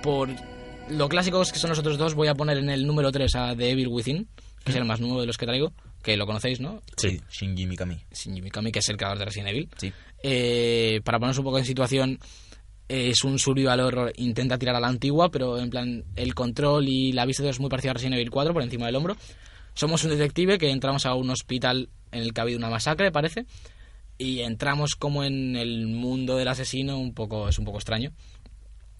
por lo clásicos que son los otros dos, voy a poner en el número 3 a The Evil Within, que es el más nuevo de los que traigo, que lo conocéis, ¿no? Sí. Shinji Mikami. Shinji Mikami, que es el creador de Resident Evil. Sí. Eh, para ponernos un poco en situación, eh, es un survival horror, intenta tirar a la antigua, pero en plan, el control y la vista es muy parecido a Resident Evil 4 por encima del hombro. Somos un detective que entramos a un hospital en el que ha habido una masacre, parece, y entramos como en el mundo del asesino, un poco, es un poco extraño.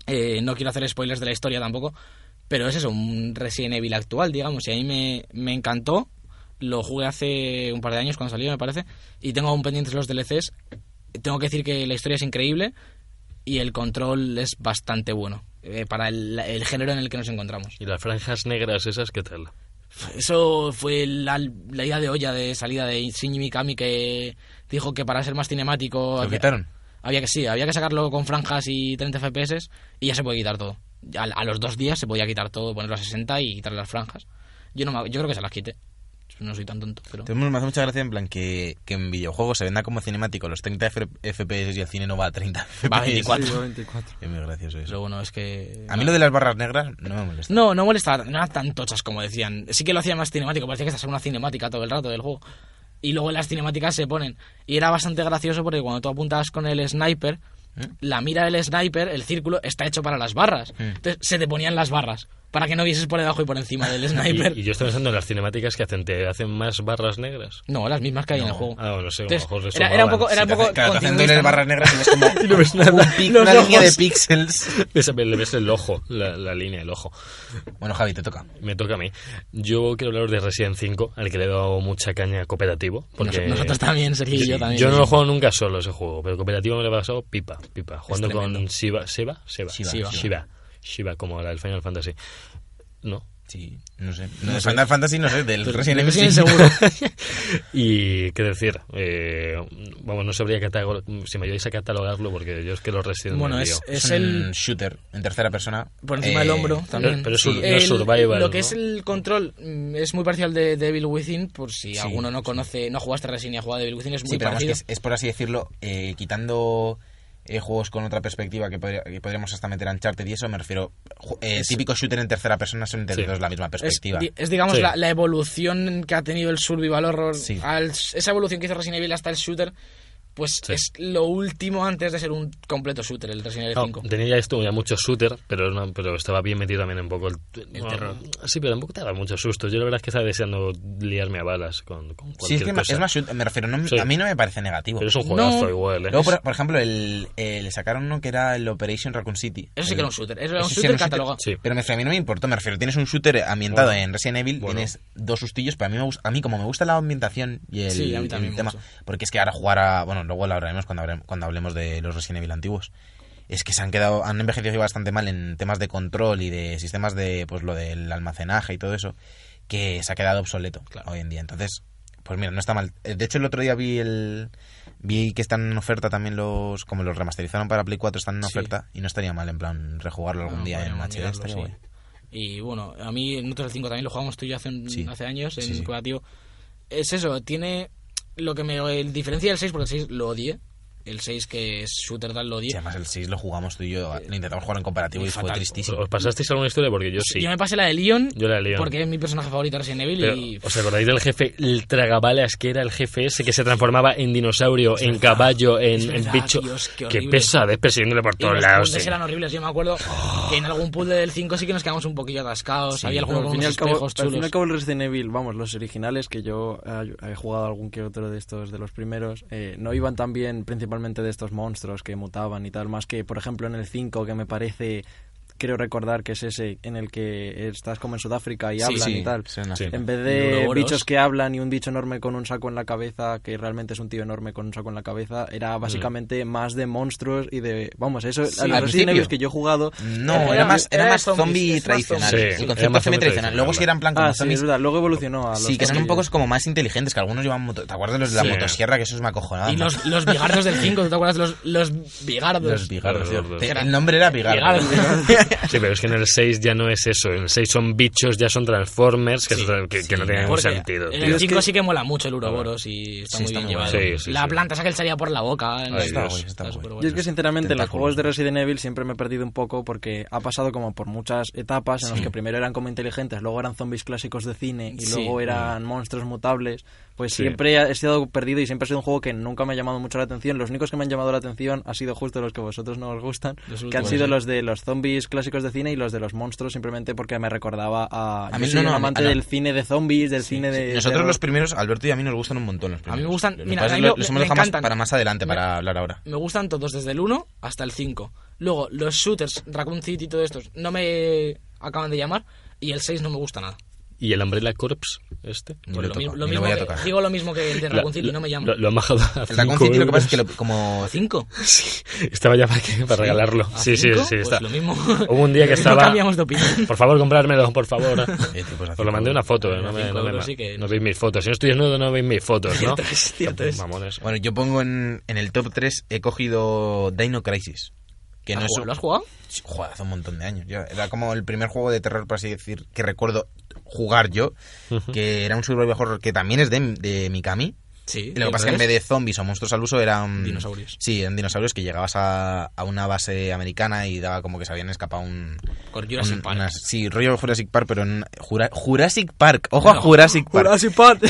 Eh, no quiero hacer spoilers de la historia tampoco, pero es eso, un Resident Evil actual, digamos, y a mí me, me encantó. Lo jugué hace un par de años cuando salió, me parece, y tengo aún pendientes los DLCs. Tengo que decir que la historia es increíble y el control es bastante bueno eh, para el, el género en el que nos encontramos. ¿Y las franjas negras esas qué tal? Eso fue la, la idea de olla de salida de Shinji Mikami que dijo que para ser más cinemático ¿Lo había- quitaron? Había que sí, había que sacarlo con franjas y 30 FPS y ya se puede quitar todo. Ya A, a los dos días se podía quitar todo, ponerlo a 60 y quitar las franjas. Yo no me- yo creo que se las quité. No soy tan tonto, pero Tenemos, me hace mucha gracia en plan que, que en videojuegos se venda como cinemático los 30 F- FPS y el cine no va a [LAUGHS] 30 FPS. Va a 24. Sí, va 24. Es muy gracioso eso. pero bueno, es que A mí lo de las barras negras no me molesta. No, no molestaba, no eran tan tochas como decían. Sí que lo hacía más cinemático, parecía que estás en una cinemática todo el rato del juego. Y luego las cinemáticas se ponen. Y era bastante gracioso porque cuando tú apuntabas con el sniper, ¿Eh? la mira del sniper, el círculo, está hecho para las barras. ¿Eh? Entonces se te ponían las barras para que no vieses por debajo y por encima [LAUGHS] del sniper. Y, y yo estoy pensando en las cinemáticas que hacen, te hacen más barras negras. [LAUGHS] No, las mismas que hay en el juego. Ah, bueno, no sé, a lo Entonces, mejor les era, era un poco, sumaban. era un poco claro, te hacen continuista, las ¿no? barras negras [LAUGHS] y ves Y como no ves nada. un pic- Los una línea de ojos. píxeles. Ves- Le ves el ojo, la, la línea del ojo. Bueno, Javi, te toca. Me toca a mí. Yo quiero hablaros de Resident 5, al que le he dado mucha caña cooperativo. Porque Nos- Nosotros también, Sergio y yo también. no lo juego nunca solo ese juego, pero cooperativo me lo he pasado pipa, pipa. Jugando con tremendo. Shiva, Seba, Seba, Shiva. Shiva, Shiva, como la del Final Fantasy. No, Sí, no sé. No, No de sé. Final Fantasy, no sé, del Resident Evil. sí. Pues seguro. Y qué decir, eh, vamos, no sabría catalogar, si me ayudáis a catalogarlo, porque yo es que los Resident bueno, me es, lío. es Es el el shooter en tercera persona. por encima del Eh, hombro también. pero es Sí. un- no es El- survival, Lo que ¿no? es el control mm, es muy parcial de Devil Within, por si Sí, alguno no conoce, no jugaste a Resident ni ha jugado a Devil Within, es muy Sí, pero vamos, que parecido. es, es por así decirlo, eh, quitando eh, juegos con otra perspectiva que, podría- que podríamos hasta meter Uncharted y eso, me refiero, ju- eh, típico shooter en tercera persona son entendidos Sí. la misma perspectiva. di- es, digamos Sí. la, la evolución que ha tenido el survival horror, Sí. al- esa evolución que hizo Resident Evil hasta el shooter, pues Sí. es lo último antes de ser un completo shooter, el Resident Evil No, 5. tenía ya esto, ya mucho shooter, pero, no- pero estaba bien metido también un poco el, bueno, terror. Sí, pero tampoco te daba mucho susto. Yo la verdad es que estaba deseando liarme a balas con, con Sí, cualquier es que ma- cosa. es más shooter, me refiero, no- Sí. a mí no me parece negativo. Pero es un juegazo No. igual, ¿eh? Luego, por, por ejemplo, el, el- sacaron uno que era el Operation Raccoon City. Eso sí El- que era un shooter, eso era ese un sí shooter catalogado. Sí. Pero me refiero, a mí no me importó, me refiero, tienes un shooter ambientado Bueno. en Resident Evil, Bueno. tienes dos sustillos, pero a mí, me gusta, a mí como me gusta la ambientación y el, Sí, a mí el también tema, mucho. porque es que ahora jugar a... Bueno, luego lo hablaremos cuando, hablem- cuando hablemos de los Resident Evil antiguos. Es que se han quedado, han envejecido bastante mal en temas de control y de sistemas de, pues lo del almacenaje y todo eso, que se ha quedado obsoleto hoy en día. Entonces, pues mira, no está mal. Eh, De hecho, el otro día vi el... Vi que están en oferta también los... Como los remasterizaron para Play 4, están en Sí. oferta. Y no estaría mal, en plan, rejugarlo algún Bueno, día en podríamos HD. mirarlo, estaría sí. guay. Y bueno, a mí el Nutra 5 también lo jugamos tú y yo hace, un- Sí. hace años en Sí, sí. cooperativo. Es eso, tiene lo que me el diferencia del 6, porque el 6 lo odié. El 6 que es shooter tal lo odié. Y además el 6 lo jugamos tú y yo, lo intentamos jugar en comparativo y, Y fue fatal. tristísimo. [LAUGHS] ¿Os pasasteis alguna historia? Porque yo sí. Yo me pasé la de Leon, Yo la de Leon. porque es mi personaje favorito de Resident Evil Pero, y ¿Os acordáis del jefe, el tragabalas que era el jefe ese que se transformaba en dinosaurio, en caballo, en, Es en verdad, bicho? Dios, qué que horrible. pesa, persiguiéndole por y los todos lados. puzzles sí. eran horribles. Yo me acuerdo que en algún puzzle del 5 sí que nos quedamos un poquillo atascados. Había Pero algunos al con fin y unos al cabo- espejos al fin y chulos. al cabo el Resident Evil, vamos, los originales, que yo eh, he jugado algún que otro de estos, de los primeros, eh, no iban tan bien principalmente de estos monstruos que mutaban y tal, más que, por ejemplo, en el 5, que me parece, creo recordar que es ese en el que estás como en Sudáfrica y Sí, hablan sí, y tal. suena. Sí. En vez Y de Ouroboros. bichos que hablan y un bicho enorme con un saco en la cabeza, que realmente es un tío enorme con un saco en la cabeza, Mm. era básicamente más de monstruos y de... Vamos, eso, a los al Resident Evil principio. que yo he jugado... No, Era- era, más, era era más zombies, zombie es más tradicional. zombie. Sí, el era concepto más zombie zombie tradicional. tradicional, Luego sí eran plan como Ah, sí, zombies. es verdad, luego evolucionó a los Sí, que son un zombies. poco como más inteligentes, que algunos llevan moto... ¿Te acuerdas de los de la Sí. motosierra? Que eso es me acojonaba. Y los, los bigardos del 5, ¿tú te acuerdas? Los, los bigardos. Los bigardos. Los bigardos. Te- El nombre era Bigardo. [LAUGHS] Bigardos. [LAUGHS] Sí, pero es que en el 6 ya no es eso. En el 6 son bichos, ya son transformers, que, son- que, que no tienen ningún Porque sentido. En tío. el 5 sí que mola mucho el Uroboros y está Sí, muy está bien muy llevado. guay. Sí, sí, la sí. planta esa que le salía por la boca. ¿no? Ay, Dios, está guay. superguay. Yo es que sinceramente en los Tentáculos. juegos de Resident Evil siempre me he perdido un poco porque ha pasado como por muchas etapas en las que primero eran como inteligentes, luego eran zombies clásicos de cine y Sí. luego eran monstruos mutables. Pues Sí. siempre he estado perdido y siempre ha sido un juego que nunca me ha llamado mucho la atención. Los únicos que me han llamado la atención han sido justo los que a vosotros no os gustan, Los que han últimos, sido sí. los de los zombies clásicos de cine y los de los monstruos simplemente porque me recordaba a... A yo mí- soy no, un no, a mí- amante ah, no. del cine de zombies, del cine de... Nosotros terror. [LAUGHS] los primeros, Alberto y a mí nos gustan un montón los primeros. me gustan- Lo que mira, pasa Eh, a es mí que lo- los me hemos dejado más encantan. para más adelante, para hablar ahora. Me gustan todos, desde el 1 hasta el 5. Luego, los shooters, Raccoon City y todos estos, no me acaban de llamar. Y el 6 no me gusta nada. Pues ¿Y el Umbrella Corps este? Ni lo Lo toco, mi- lo ni lo mismo voy a que- tocar. Digo lo mismo que el de La- Raccoon City, la- no me llama. Lo, lo han bajado a El Dragon cinco City lo que pasa es que euros. lo- como... ¿5? Estaba ya para, que- para regalarlo. ¿A Sí, sí, cinco? sí. Pues está. lo mismo. Hubo un día que No estaba... cambiamos de opinión. Por favor, comprármelo, por favor. Eh, tío, pues a Os lo mandé cinco una foto, eh, no A me, cinco no me euros ma- sí que- no veis mis fotos. Si no estoy desnudo, no veis mis fotos, ¿no? Cierto es, cierto es. Mamones. Bueno, yo pongo en, en el top 3, he cogido Dino Crisis. Que no ¿Has es jugado- ¿Lo has jugado? Sí, Joder, hace un montón de años. Yo- era como el primer juego de terror, por así decir, que recuerdo jugar yo, que era un survival horror que también es de, de Mikami. Sí. Y lo que pasa es que en vez de zombies o monstruos al uso eran... Dinosaurios. Sí, eran dinosaurios que llegabas a, a una base americana y daba como que se habían escapado un... Con Jurassic un- Park. unas- sí, rollo Jurassic Park, pero en... Jura- Jurassic Park. Ojo a No. Jurassic Park. Jurassic Park.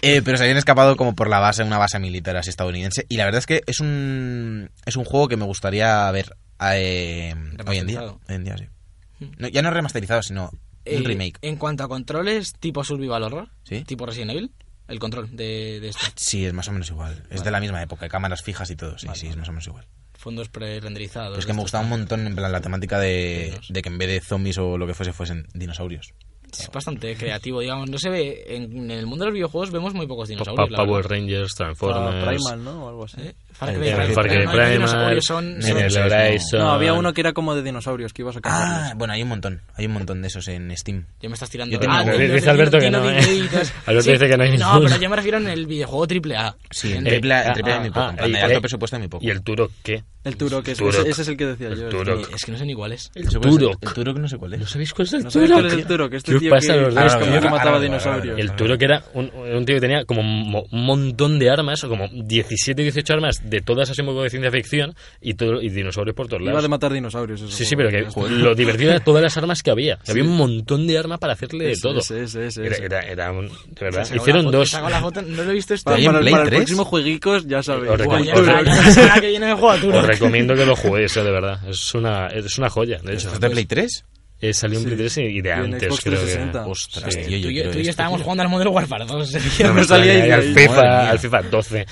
Eh, pero se habían escapado como por la base, una base militar así estadounidense. Y la verdad es que es un, es un juego que me gustaría ver eh, hoy en día. Remasterizado. Hoy en día, sí. No, ya no remasterizado, sino Eh, un remake. En cuanto a controles, tipo Survival Horror, Sí. tipo Resident Evil, el control de, de esto. Sí, es más o menos igual. Es de la misma época, cámaras fijas y todo. Sí, sí, es más o menos igual. Fondos pre-renderizados. Pero es que me estos. gustaba un montón en plan la temática de, Dinos. de que en vez de zombies o lo que fuese fuesen dinosaurios. Es bastante creativo, digamos. No se ve. En, en el mundo de los videojuegos vemos muy pocos Pa- dinosaurios. pa- la Power verdad. Rangers, Ah, Transformers. Primal, ¿no? O algo así. ¿Eh? Far El Cry, de Far Far Cry Cry Primal, Primal, Horizon, en son- el son- Horizon. No, había uno que era como de dinosaurios, que ibas a cazarlos. Ah, bueno, hay un montón. Hay un montón de esos en Steam. Ya me estás tirando. Yo tenía uno. tiene- Dice Alberto tiene que no, ¿eh? videitos. [LAUGHS] Alberto dice que no hay No, ninguno. pero yo me refiero en el videojuego triple A. Sí, en Eh, triple, A- en ah, triple A ah, hay muy poco. ah, en plan, y- de alto eh, presupuesto hay muy poco. ¿Y el Turok qué? El Turok, que es, Turok. ese, ese es el que decía El yo. Turok. Es que no son iguales. El Turok. El Turok no sé cuál ¿No es. sabéis cuál es el No sabéis Turok? cuál es el Turok, este ¿Qué tío pasa que- los Ah, dos? es como Como- yo que mataba ahora, ahora, dinosaurios. El Turok era un, un tío que tenía como mo- un montón de armas, o como 17, 18 armas, de todas así un poco de ciencia ficción, y, todo, y dinosaurios por todos Iba de lados. matar dinosaurios. ese Sí, sí, pero juego. que Ya está. lo divertido era todas las armas que había. que Había un montón de armas para hacerle de Ese, todo. ese, ese, ese, Era, ese. era, era un- de verdad. Saco la Hicieron foto, dos. saco la foto, no lo he visto este esto. Para, ¿Hay en para- Play para el 3? próximo jueguicos, ya sabéis. Os Juan recomiendo- Coño, os Turok. la- la semana que viene juego a Os turno. recomiendo que lo juguéis, eh, de verdad. Es una, es una joya, de hecho. ¿Esto es de Play 3? Eh, salió un Sí. Play 3 y de Y en antes, Xbox creo 360. que. Ostras, Sí. tío, yo Tú y yo, quiero tú y yo esto, estábamos tío. jugando al Model Warfare 2. [LAUGHS] [LAUGHS] No me Y salía al ahí. FIFA, mía. al FIFA 12.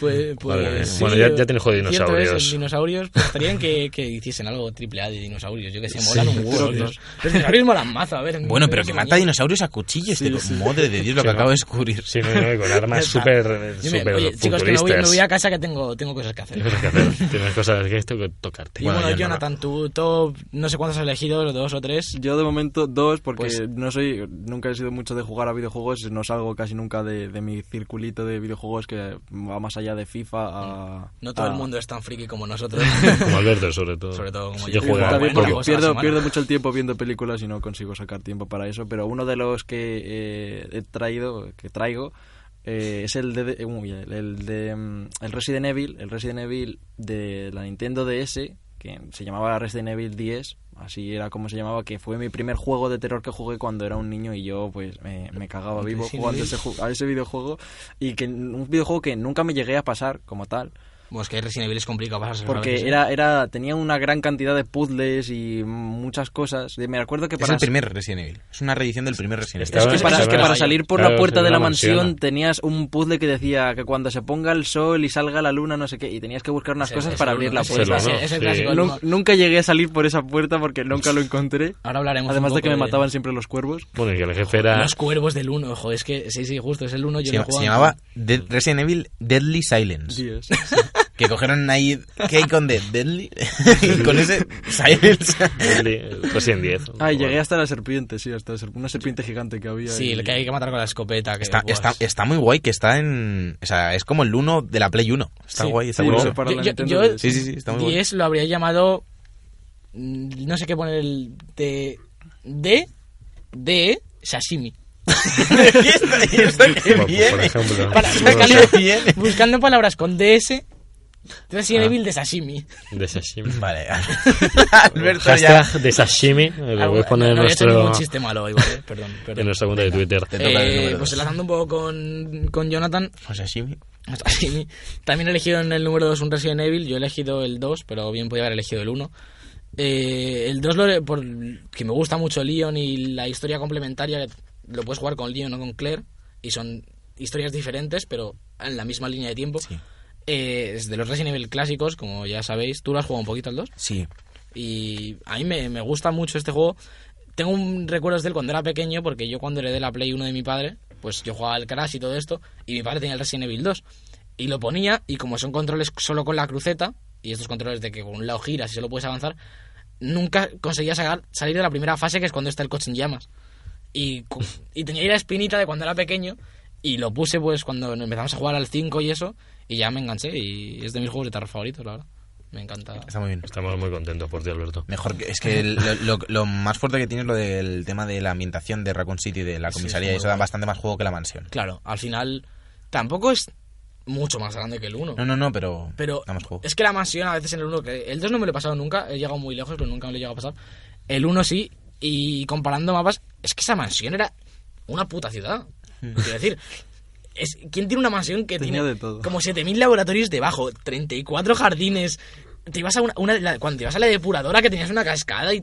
Pues, pues, Vale, sí, bueno, ya- yo- ya tienes juego de cierto es, dinosaurios. en dinosaurios pues, estarían que, que hiciesen algo triple A de dinosaurios. Yo que sé, molan un huevo. sí. los- Los dinosaurios molan mazo, a ver. Bueno, pero que yo- mata dinosaurios a cuchillos. tío. Madre de Dios, lo que Eh, Sí, acabo ¿no? de descubrir. Sí, no, no, con [LAUGHS] armas Yo me- súper yo me- super Oye, futuristas. chicos, que me voy, me voy a casa que tengo, tengo cosas que hacer. Tienes cosas que [LAUGHS] hacer, tienes cosas que esto que tocarte. Y Bueno, bueno, yo no, Jonathan, tú top, no sé cuántos has elegido, dos o tres. Yo de momento dos, porque Pues- no soy, nunca he sido mucho de jugar a videojuegos, no salgo casi nunca de, de mi circulito de videojuegos que va más allá de FIFA a... No todo a- el mundo es tan friki como [LAUGHS] nosotros. Como Alberto, sobre todo. Sobre todo como Sí, yo. yo. juego Yo a También poco. porque Cosa a la pierdo, semana. pierdo mucho el tiempo viendo películas y no consigo sacar tiempo para eso, pero uno de los que eh, he traído, que traigo, eh, es el de, eh, uy, el, el de mm, el Resident Evil, el Resident Evil de la Nintendo DS, que se llamaba Resident Evil 10, así era como se llamaba, que fue mi primer juego de terror que jugué cuando era un niño y yo pues me, me cagaba vivo Resident jugando Evil. ese ju- a ese videojuego y que n- un videojuego que nunca me llegué a pasar como tal. Bueno, es que Resident Evil es complicado pasarse Porque era, era, tenía una gran cantidad de puzzles y muchas cosas. De- Me acuerdo que Es para, el primer Resident Evil. Es una reedición del primer Resident es Evil. que Estaba- para, es que estaba- para salir por claro, la puerta en de la una mansión, mansión. tenías un puzzle que decía que cuando se ponga el sol y salga la luna, no sé qué, y tenías que buscar unas Ese- cosas ese para uno, abrir la ese Se lo, puerta. ¿no? es- es el Sí. clásico. Nun- Nunca llegué a salir por esa puerta porque nunca lo encontré. Ahora hablaremos Además Ah, un de que poco me de- mataban siempre los cuervos. Bueno, y que el jefe era. Los cuervos del 1, joder, es que sí, sí, justo, es el 1. Yo Se, no llama- he jugado se llamaba Dead- Resident Evil Deadly Silence. Dios. Que cogieron ahí. ¿Qué hay con Dead? [LAUGHS] Deadly. y con ese Silence. Recién 10. Ah, y llegué hasta la serpiente, sí, hasta la serp- una serpiente gigante que había. Sí, y- el que hay que matar con la escopeta. Que, Está, buah, está, es- está muy guay que está en... O sea, es como el 1 de la Play 1. Está Sí. guay, está Sí, muy lo guay. [LAUGHS] sé, para la Yo- yo- Nintendo yo- DS. Sí, sí, sí, está muy guay. 10 lo habría llamado. mm, No sé qué poner el. De. De. De. Sashimi. ¿Y esto qué Bueno, pues, por viene? ejemplo. Para- Sí, buscando, no [LAUGHS] buscando palabras con DS. Ah. Resident Evil de Sashimi. sé, De sashimi. Vale, [LAUGHS] Alberto ya... Hashtag de sashimi. Lo voy a poner en Ah, nuestro, no, voy a hacer ningún chiste malo hoy, ¿vale? [LAUGHS] Perdón, en perdón. nuestra cuenta de Twitter. Te toca el Eh, número pues dos. enlazando un poco con, con Jonathan, O sea, sí, Sashimi. [LAUGHS] También he elegido en el número 2 un Resident Evil. Yo he elegido el 2, pero bien podía haber elegido el 1. Eh, el 2, lo, por, que me gusta mucho Leon y la historia complementaria, lo puedes jugar con Leon o con Claire. Y son historias diferentes, pero en la misma línea de tiempo. Eh, es de los Resident Evil clásicos, como ya sabéis. ¿Tú lo has jugado un poquito al 2? sí. Y a mí me, me gusta mucho este juego. Tengo un recuerdos de él cuando era pequeño, porque yo cuando heredé la Play 1 de mi padre, pues yo jugaba al Crash y todo esto, y mi padre tenía el Resident Evil 2. Y lo ponía, y como son controles solo con la cruceta, y estos controles de que con un lado giras y solo puedes avanzar, nunca conseguía sacar- salir de la primera fase, que es cuando está el coche en llamas. Y, cu- y tenía ahí la espinita de cuando era pequeño, y lo puse pues cuando empezamos a jugar al 5 y eso, y ya me enganché, y es de mis juegos de terror favoritos, la verdad. Me encanta. Está muy bien. Estamos muy contentos por ti, Alberto. Mejor que... Es que el- lo, lo- lo más fuerte que tiene es lo del tema de la ambientación de Raccoon City, de la Sí, comisaría. es muy y eso da guay. bastante más juego que la mansión. Claro, al final tampoco es mucho más grande que el 1. No, no, no, pero... Pero Da más juego. [LAUGHS] es que la mansión a veces en el 1, que el 2 no me lo he pasado nunca, he llegado muy lejos, pero nunca me lo he llegado a pasar. El 1 sí, y comparando mapas, es que esa mansión era una puta ciudad. Mm. Quiero decir, es, ¿quién tiene una mansión que Tenía tiene de todo. como 7.000 laboratorios debajo, 34 jardines? Te ibas a una, una- la- cuando te ibas a la depuradora que tenías una cascada y...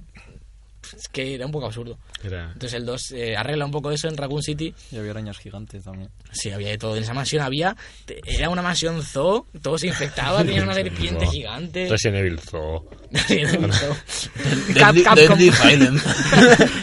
Es que era un poco absurdo. Era- Entonces el 2 eh, arregla un poco eso en Raccoon City. Y había arañas gigantes también. Sí, había de todo. En esa mansión había. [LAUGHS] te- Era una mansión zoo, todo se infectaba, tenías una serpiente Wow. [LAUGHS] gigante. Resident Evil Zoo. Sí, no, no. [LAUGHS] Cap- Capcom. Deadly [LAUGHS] Silent. [LAUGHS]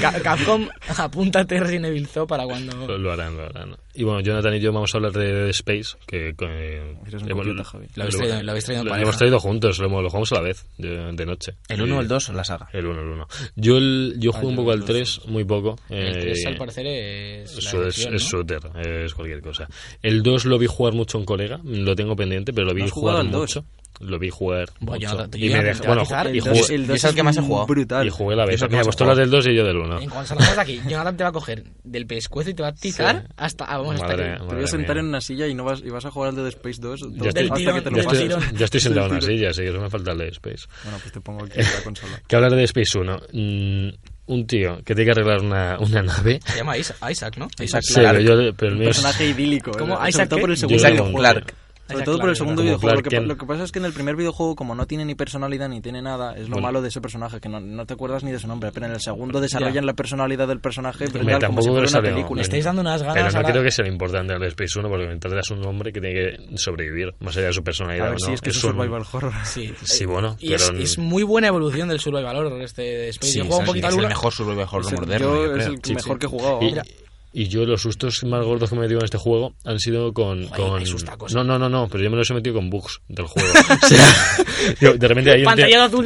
Ca- Capcom, apúntate Resident Evil Zoo para cuando... Lo, lo harán, lo harán. Y bueno, Jonathan y yo vamos a hablar de Dead Space, que... eh, Eres un hemos- coqueta, Javi. Lo habéis traído- lo habéis traído en lo pareja. hemos traído juntos, lo, hemos- lo jugamos a la vez, de, de noche. ¿El 1 Y- o el 2 la saga? El 1, el 1. Yo, el- yo Ah, jugué yo un poco el al dos, 3, muy poco. El eh, 3 al parecer es... la Eso es, versión, es ¿no? shooter, es cualquier cosa. El 2 lo vi jugar mucho a un colega, lo tengo pendiente, pero lo vi ¿No has jugado jugar al dos? mucho. Lo vi jugar Bueno, yo mucho. no te- y yo me no te dejó- voy a bueno, quitar, y el jugué, dos- el es el que más he jugado. Brutal. y jugué la vez. Eso que Mira, vas a pues tú hablas jugar. del 2 y yo del 1. En cuanto salgamos de aquí, Jonathan te va a coger del pescuezo y te va a atizar hasta... ah, vamos, hasta Madre- aquí. Te voy a sentar en una silla y, no vas, y vas a jugar al de Space 2 todo- Ya estoy- hasta que del te lo ya, estoy, pases. tirón. ya estoy sentado en una Del tirón. silla, así que eso me falta el de Space. Bueno, pues te [LAUGHS] pongo aquí la consola. Que hablar de Space 1. Mm, un tío que tiene que arreglar una, una nave. Se llama Isa- Isaac, ¿no? Isaac Sí, Clarke. pero, yo, pero el Ah, Un mío es- personaje idílico. ¿Cómo? ¿verdad? Isaac Sobre todo por el qué? segundo Isaac videojuego. Clarke. Isaac Sobre todo por Clarke, el segundo como videojuego. Lo Clark que, Kent. lo que pasa es que en el primer videojuego, como no tiene ni personalidad ni tiene nada, es lo Bueno. malo de ese personaje, que no, no te acuerdas ni de su nombre. Pero en el segundo desarrollan la personalidad del personaje, pero Hombre, tal, como tampoco si fuera lo una sabemos. película. Me estáis dando unas ganas Pero no ahora. creo que sea lo importante del Space 1 porque mientras es un hombre que tiene que sobrevivir, más allá de su personalidad. A ver o no, si es que es un un- survival horror. Sí, Eh, Sí, bueno, Y pero es, en- es muy buena evolución del survival horror este de Space. Sí, yo es juego un el- poquito es al el uno. mejor survival horror Es el- moderno, yo yo es creo. el mejor que he jugado. Y, vamos. y yo los sustos más gordos que me he metido en este juego han sido con... Joder, con- me asusta cosa. No, no, no, no, pero yo me los he metido con bugs del [LAUGHS] juego. O sea, [LAUGHS] yo, de repente hay un, tío, Pantallazo azul.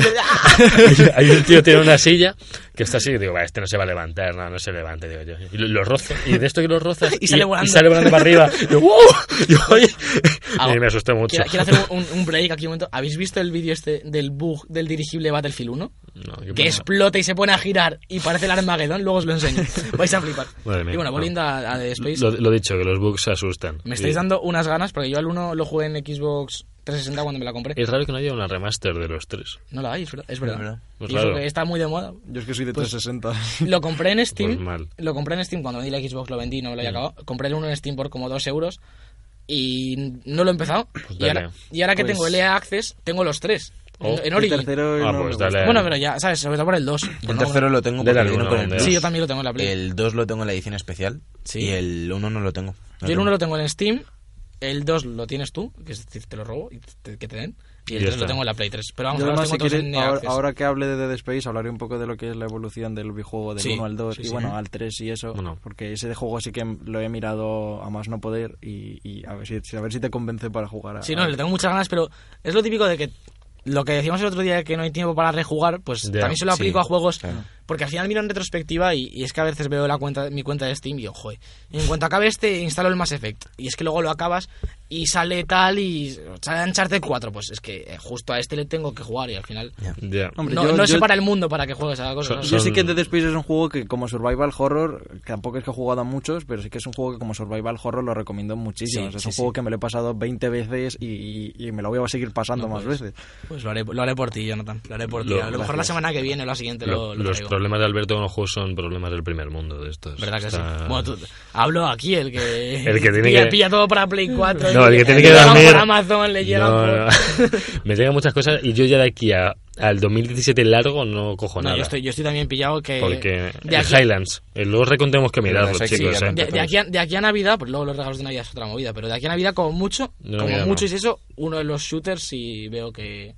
hay- de- [LAUGHS] hay un tío que tiene una silla que está así y digo, va, este no se va a levantar, no, no se levante, digo yo. Y lo, lo rozo, y de esto que lo rozas... [LAUGHS] Y sale volando. sale volando para arriba. Y Yo, ¡wow! [LAUGHS] Yo, oye, Ah, y me asusté mucho. Quiero, quiero hacer un, un- un break aquí un momento. ¿Habéis visto el vídeo este del bug del dirigible Battlefield 1? [LAUGHS] No, qué Que pena. explota y se pone a girar y parece el Armagedón. Luego os lo [LAUGHS] enseño. [LAUGHS] Vais a flipar. Madre mía, y bueno, no. volviendo a, a The Space. Lo, lo dicho, que los bugs asustan. me estáis Y- dando unas ganas porque yo al 1 lo jugué en Xbox 360 cuando me la compré. Es raro que no haya una remaster de los tres. No la hay, es verdad. Es verdad. verdad. Pues y eso claro. que está muy de moda. Yo es que soy de 360. Lo compré en Steam. Pues mal. Mm. Lo compré en Steam cuando vendí la Xbox, lo vendí, no me lo había acabado. Compré el uno en Steam por como 2 euros y no lo he empezado. y, Pues dale. ahora, y ahora que Pues- tengo el EA Access, tengo los tres. Oh. en, en El El Origin. tercero Ah, pues no me gusta. dale. Bueno, pero ya, ¿sabes? Sobre todo por el 2. El tercero lo tengo De porque la viene luna, con el hombre. Plus. Sí, yo también lo tengo en la Play. El 2 lo tengo en la edición especial Sí. y el 1 no lo tengo. No Yo el tengo. 1 lo tengo en Steam, el 2 lo tienes tú, que es decir, te lo robo y te- que te den. Y el Ya 3 lo está. tengo en la Play 3. Pero vamos, Yo ahora además, los si tengo todos quieres, en EA ahora, Access. ahora que hable de Dead Space, hablaré un poco de lo que es la evolución del videojuego del Sí, 1 al 2 sí, y sí. bueno, al 3 y eso, Bueno. porque ese de juego sí que lo he mirado a más no poder y, y a, ver si, a ver si te convence para jugar a... Sí, no, le tengo muchas ganas, pero es lo típico de que lo que decíamos el otro día de que no hay tiempo para rejugar, pues Ya, también se lo aplico sí, a juegos. claro. Porque al final miro en retrospectiva y, y es que a veces veo la cuenta, mi cuenta de Steam y digo, joder, en cuanto acabe este, instalo el Mass Effect. Y es que luego lo acabas y sale tal y sale Uncharted 4. Pues es que eh, justo a este le tengo que jugar y al final. Ya. Ya. Hombre, no yo- no yo- se para el mundo para que juegues a la cosa. So- ¿no? so- Yo sí Son- que Dead Space es un juego que como survival horror, que tampoco es que he jugado a muchos, pero sí que es un juego que como survival horror lo recomiendo muchísimo. Sí, O sea, es sí, un sí. juego que me lo he pasado 20 veces y, y- y me lo voy a seguir pasando más veces. Pues lo haré, lo haré por ti, Jonathan. Lo haré por ti. Lo- a lo mejor la semana que viene o la siguiente Lo- lo, lo los traigo. problemas de Alberto con los juegos son problemas del primer mundo de estos. Pues ¿Verdad que Está- sí? Bueno, tú- hablo aquí, el que, [LAUGHS] El que tiene [LAUGHS] pilla, que- pilla todo para Play 4. No, el que tiene que le llegan dormir. por Amazon, le llegan No, por... [LAUGHS] no. Pues [LAUGHS] Me llegan muchas cosas y yo ya de aquí a, al 2017 largo no cojo No, nada. yo, estoy, yo estoy también pillado que... Porque el de aquí, Highlands, el luego recontemos que mirarlo, Eso hay que chicos. mirar eh. de, de aquí a, de aquí a Navidad, pues luego los regalos de Navidad es otra movida, pero de aquí a Navidad como mucho, No, como mira, mucho no. es eso, uno de los shooters y veo que...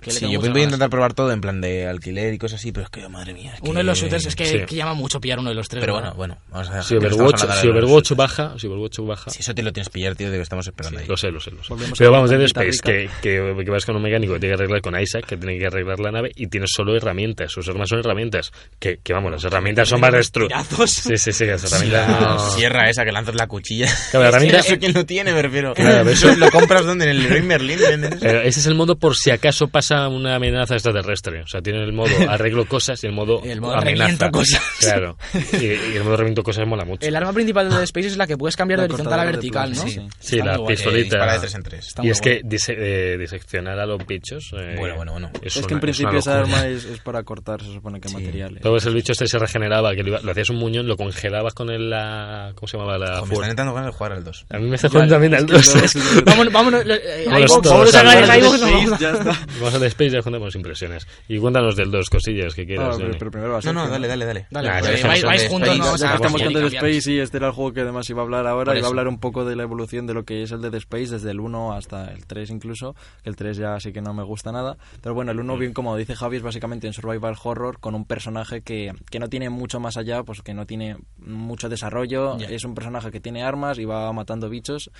que le Sí, tengo yo muchas voy a ganas. intentar probar todo en plan de alquiler y cosas así, pero es que, madre mía. es que- Uno de los shooters es que, Sí. que llama mucho pillar uno de los tres. Pero ¿verdad? bueno, bueno, vamos a dejar Si que estamos Overwatch, hablando de si los Overwatch shooters. baja, si Overwatch baja. Si eso te lo tienes que pillar, tío, de que estamos esperando ahí. Lo sé, lo sé, lo sé. Volvemos Pero a la vamos, Dead plantita Space, que, rica. que, que vas con un mecánico que tiene que arreglar con Isaac, que tiene que arreglar la nave, y tienes solo herramientas. Sus armas son herramientas. Que, que vamos, las herramientas son más destructivas. [LAUGHS] Tirazos. Sí, sí, sí, las [LAUGHS] herramientas. Sierra esa que lanzas la cuchilla. Claro, la herramienta- No sé quién lo tiene, me refiero. Claro, eso [LAUGHS] lo compras donde en el Leroy Merlin venden eso. Pero ese es el modo por si acaso pasa una amenaza extraterrestre. O sea, tienen el [LAUGHS] modo arreglo cosas y el modo, El modo amenaza. reviento cosas. Claro. Y, y el modo reviento cosas mola mucho. El arma principal de The Space es la que puedes cambiar La de horizontal a cortadora de vertical, ¿no? platos, Sí. sí. sí, está la muy guay. eh, pistolita. Para eh, de tres en tres. y Está muy es que dise- eh, diseccionar a los bichos. eh, Bueno, bueno, bueno. Es, que una- en principio una esa locura. arma es, es para cortar, se supone que materiales. Todo ese bicho este se regeneraba, que lo, iba- lo hacías un muñón, lo congelabas con el, la... ¿Cómo se llamaba? La Ojo, Me están fuerza. entrando ganas de jugar al 2. A mí me está jugando también al dos. [LAUGHS] Luego- Vámonos, vámonos. eh, Vámonos iVoox, todos vámonos a al la- baño. a iVoox, nos Dead vamos Space, a- ya está. Vamos al Space y ya contamos impresiones. Y cuéntanos del dos cosillas que No, quieras, Ah, pero, Johnny. pero primero va a No, ser. no, dale, dale, dale. Dale, Nah, pues, ya eh, dejamos vais, el vais de juntos, Space, ya no vamos a Ya que estamos cambiar con y Dead cambiar. Space y este era el juego que además iba a hablar ahora Por y va a eso. hablar un poco de la evolución de lo que es el Dead Space desde el 1 hasta el 3 incluso, que el 3 ya sí que no me gusta nada. Pero bueno, el 1 bien como dice Javi es básicamente un survival horror con un personaje que, que no tiene mucho más allá, pues que no tiene mucho desarrollo, es un personaje que tiene armas y va matando bichos.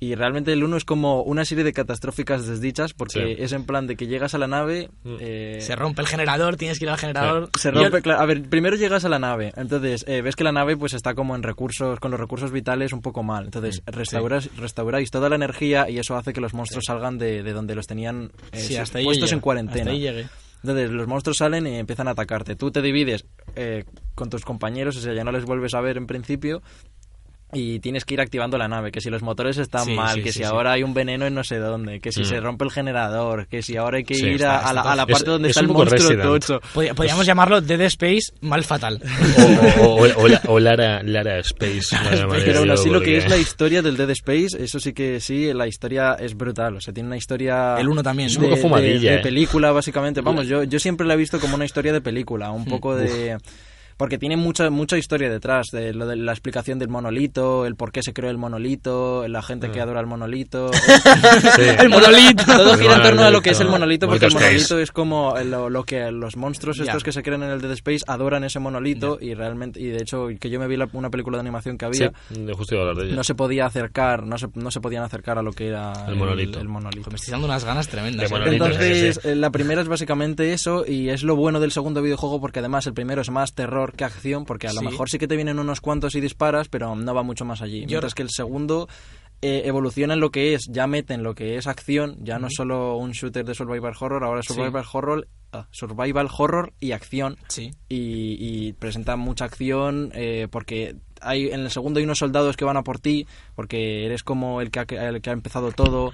Y realmente el 1 es como una serie de catastróficas desdichas porque Sí. es en plan de que llegas a la nave... Mm. eh, Se rompe el generador, tienes que ir al generador. se rompe, claro. A ver, primero llegas a la nave, entonces eh, ves que la nave pues está como en recursos, con los recursos vitales un poco mal. Mm, Entonces restauras, restauráis toda la energía y eso hace que los monstruos salgan de, de donde los tenían eh, Sí, hasta ahí puestos llegué, en cuarentena. hasta ahí llegué. Entonces los monstruos salen y empiezan a atacarte. Tú te divides eh, con tus compañeros, o sea, ya no les vuelves a ver en principio. Y tienes que ir activando la nave, que si los motores están Sí, mal, sí, que sí, Mm. si sí. ahora hay un veneno en no sé dónde, que si se rompe el generador, que si ahora hay que Sí, ir está- a, a la, a la está- parte es- donde es está el un poco monstruo Resident. tocho. Pod- Pues- Podríamos llamarlo Dead Space mal fatal. [LAUGHS] O, Oh. o- o- o la- o Lara, Lara Space. madre mía, Pero aún yo, así lo que porque- [LAUGHS] es la historia del Dead Space, eso sí que sí, la historia es brutal. O sea, tiene una historia... El uno también, de, Es un poco de- fumadilla, de eh. película, básicamente. Vamos, yo, yo siempre la he visto como una historia de película, un poco de... Porque tiene mucha, mucha historia detrás, de, lo de la explicación del monolito, el por qué se creó el monolito, la gente que adora el monolito. Sí. [LAUGHS] el monolito. Todo El gira en torno a lo monolito. que es el monolito, porque el Monolito Space. monolito es como lo, lo que los monstruos Ya. estos que se crean en el Dead Space adoran ese monolito y realmente, y de hecho, que yo me vi la- una película de animación que Sí, había, justo iba a hablar de ella. no se podía acercar, no se, no se podían acercar a lo que era El monolito. el monolito. Me estoy dando unas ganas tremendas. De ¿eh? monolito, Entonces, sí, sí. eh, la primera es básicamente eso, y es lo bueno del segundo videojuego, porque además el primero es más terror que acción, porque a lo Sí. mejor sí que te vienen unos cuantos y disparas, pero no va mucho más allí. Mientras que el segundo eh, evoluciona en lo que es, ya meten lo que es acción, ya no es solo un shooter de survival horror, ahora es survival horror, ah, survival horror y acción Sí. y, y presenta mucha acción eh, porque hay en el segundo hay unos soldados que van a por ti porque eres como el que ha, el que ha empezado todo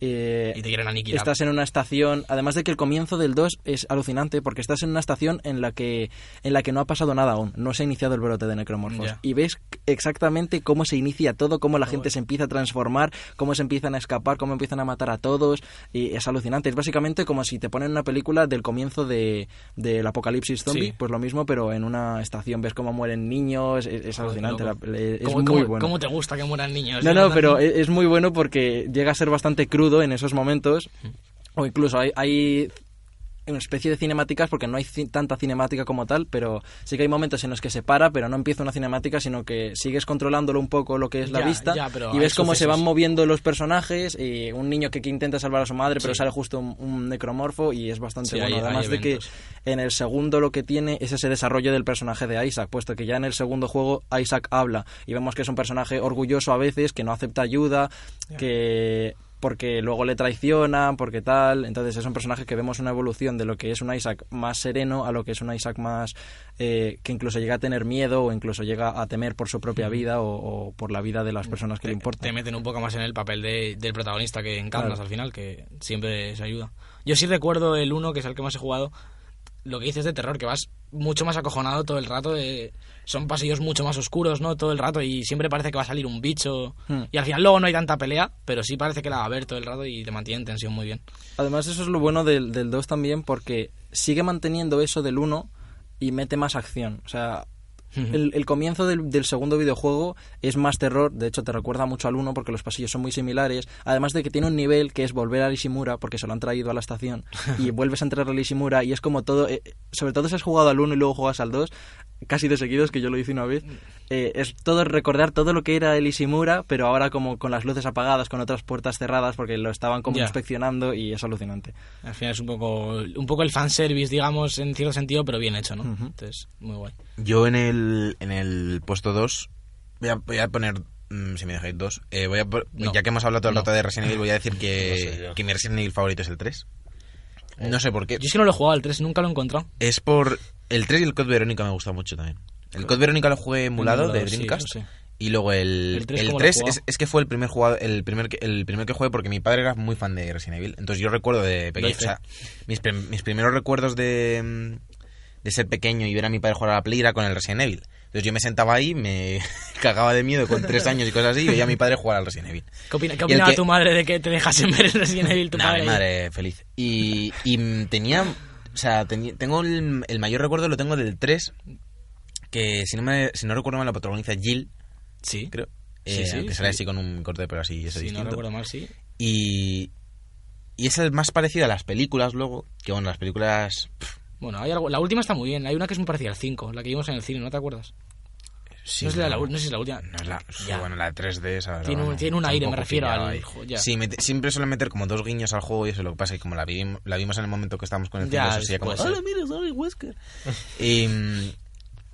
eh, Y te quieren aniquilar. estás en una estación además de que el comienzo del 2 es alucinante porque estás en una estación en la que en la que no ha pasado nada aún no se ha iniciado el brote de necromorfos Ya. y ves exactamente cómo se inicia todo cómo la gente se empieza a transformar cómo se empiezan a escapar cómo empiezan a matar a todos y es alucinante es básicamente como si te ponen una película del comienzo de del apocalipsis zombie Sí. pues lo mismo, pero en una estación ves cómo mueren niños, es, es alucinante, loco. la- es ¿Cómo, muy cómo- bueno. cómo te gusta que mueran niños? No, ¿eh? no, pero e- es muy bueno porque llega a ser bastante crudo en esos momentos. Mm. O incluso hay, hay una especie de cinemáticas, porque no hay ci- tanta cinemática como tal, pero sí que hay momentos en los que se para, pero no empieza una cinemática, sino que sigues controlándolo un poco lo que es la Ya, vista. ya, pero y hay ves cómo se sucesos. van moviendo los personajes. Y un niño que, que intenta salvar a su madre, pero sale justo un, un necromorfo y es bastante Sí, bueno. hay- hay Además de que eventos. en el segundo lo que tiene es ese desarrollo del personaje de Isaac, puesto que ya en el segundo juego Isaac habla y vemos que es un personaje orgulloso a veces, que no acepta ayuda, que porque luego le traicionan, porque tal, entonces es un personaje que vemos una evolución de lo que es un Isaac más sereno a lo que es un Isaac más eh, que incluso llega a tener miedo o incluso llega a temer por su propia vida o, o por la vida de las personas que le Te importan. meten un poco más en el papel de- del protagonista que encarnas Claro. al final, que siempre se ayuda. Yo sí recuerdo el uno, que es el que más he jugado, lo que dices de terror, que vas mucho más acojonado todo el rato. de- son pasillos mucho más oscuros, ¿no? Todo el rato y siempre parece que va a salir un bicho. Hmm. Y al final luego no hay tanta pelea, pero sí parece que la va a haber todo el rato y te mantiene en tensión muy bien. Además, eso es lo bueno del, del 2 también, porque sigue manteniendo eso del 1 y mete más acción. O sea, el, el comienzo del, del segundo videojuego es más terror, de hecho te recuerda mucho al 1 porque los pasillos son muy similares, además de que tiene un nivel que es volver a Ishimura porque se lo han traído a la estación y vuelves a entrar a Ishimura y es como todo, eh, sobre todo si has jugado al 1 y luego juegas al 2, casi de seguidos que yo lo hice una vez, eh, es todo recordar todo lo que era el Ishimura pero ahora como con las luces apagadas, con otras puertas cerradas porque lo estaban como Ya. inspeccionando y es alucinante. Al final es un poco, un poco el fanservice, digamos, en cierto sentido, pero bien hecho, ¿no? Entonces, muy guay. Yo en el, en el puesto 2 voy a, voy a poner, mm, si me dejáis dos, eh, voy a, po- No. ya que hemos hablado todo el No. rato de Resident Evil, voy a decir No sé que, yo. que mi Resident Evil favorito es el 3. No sé por qué. Yo es que no lo he jugado al 3, nunca lo he encontrado. Es por... El 3 y el Code Verónica me gusta mucho también. El Code Verónica lo jugué emulado de emulador, sí, Dreamcast. eso sí. Y luego el, ¿El tres el cómo lo 3 has jugado? es, es que fue el primer jugado, el primer que, el primer que jugué porque mi padre era muy fan de Resident Evil. Entonces yo recuerdo de pequeño, Doy o fe. sea, mis, prim- mis primeros recuerdos de mm, de ser pequeño y ver a mi padre jugar a la Play era con el Resident Evil. Entonces yo me sentaba ahí, me [LAUGHS] cagaba de miedo con tres años y cosas así, y veía a mi padre jugar al Resident Evil. ¿Qué, opina- Y qué el opinaba que- tu madre de que te dejasen [LAUGHS] ver el Resident Evil tu Nah, padre? mi madre feliz. Y, y mm, tenía, o sea, teni- tengo el, el mayor recuerdo, lo tengo del 3, que si no, me, si no recuerdo mal la protagoniza Jill, Sí, creo. Sí, eh, sí, aunque sale sí. así con un corte de pelo así, eso Si no distinto. recuerdo mal, sí. Y, y es el más parecido a las películas luego, que bueno, las películas... pff, Bueno, hay algo, la última está muy bien. Hay una que es muy parecida al 5, la que vimos en el cine, ¿no te acuerdas? sí, no, es la, la- no sé si es la última. No es la, Ya. bueno, la 3D esa, Tiene un- bueno, tiene un está aire, me poco refiero pillado al ahí. ju- ya. Sí, mete- siempre suelen meter como dos guiños al juego y eso lo que pasa es que como la, vivim- la vimos en el momento que estábamos con el Ya, cinco, eso sí, ya como... puede ser. "Hola, mira, soy [LAUGHS] Wesker". y, mm,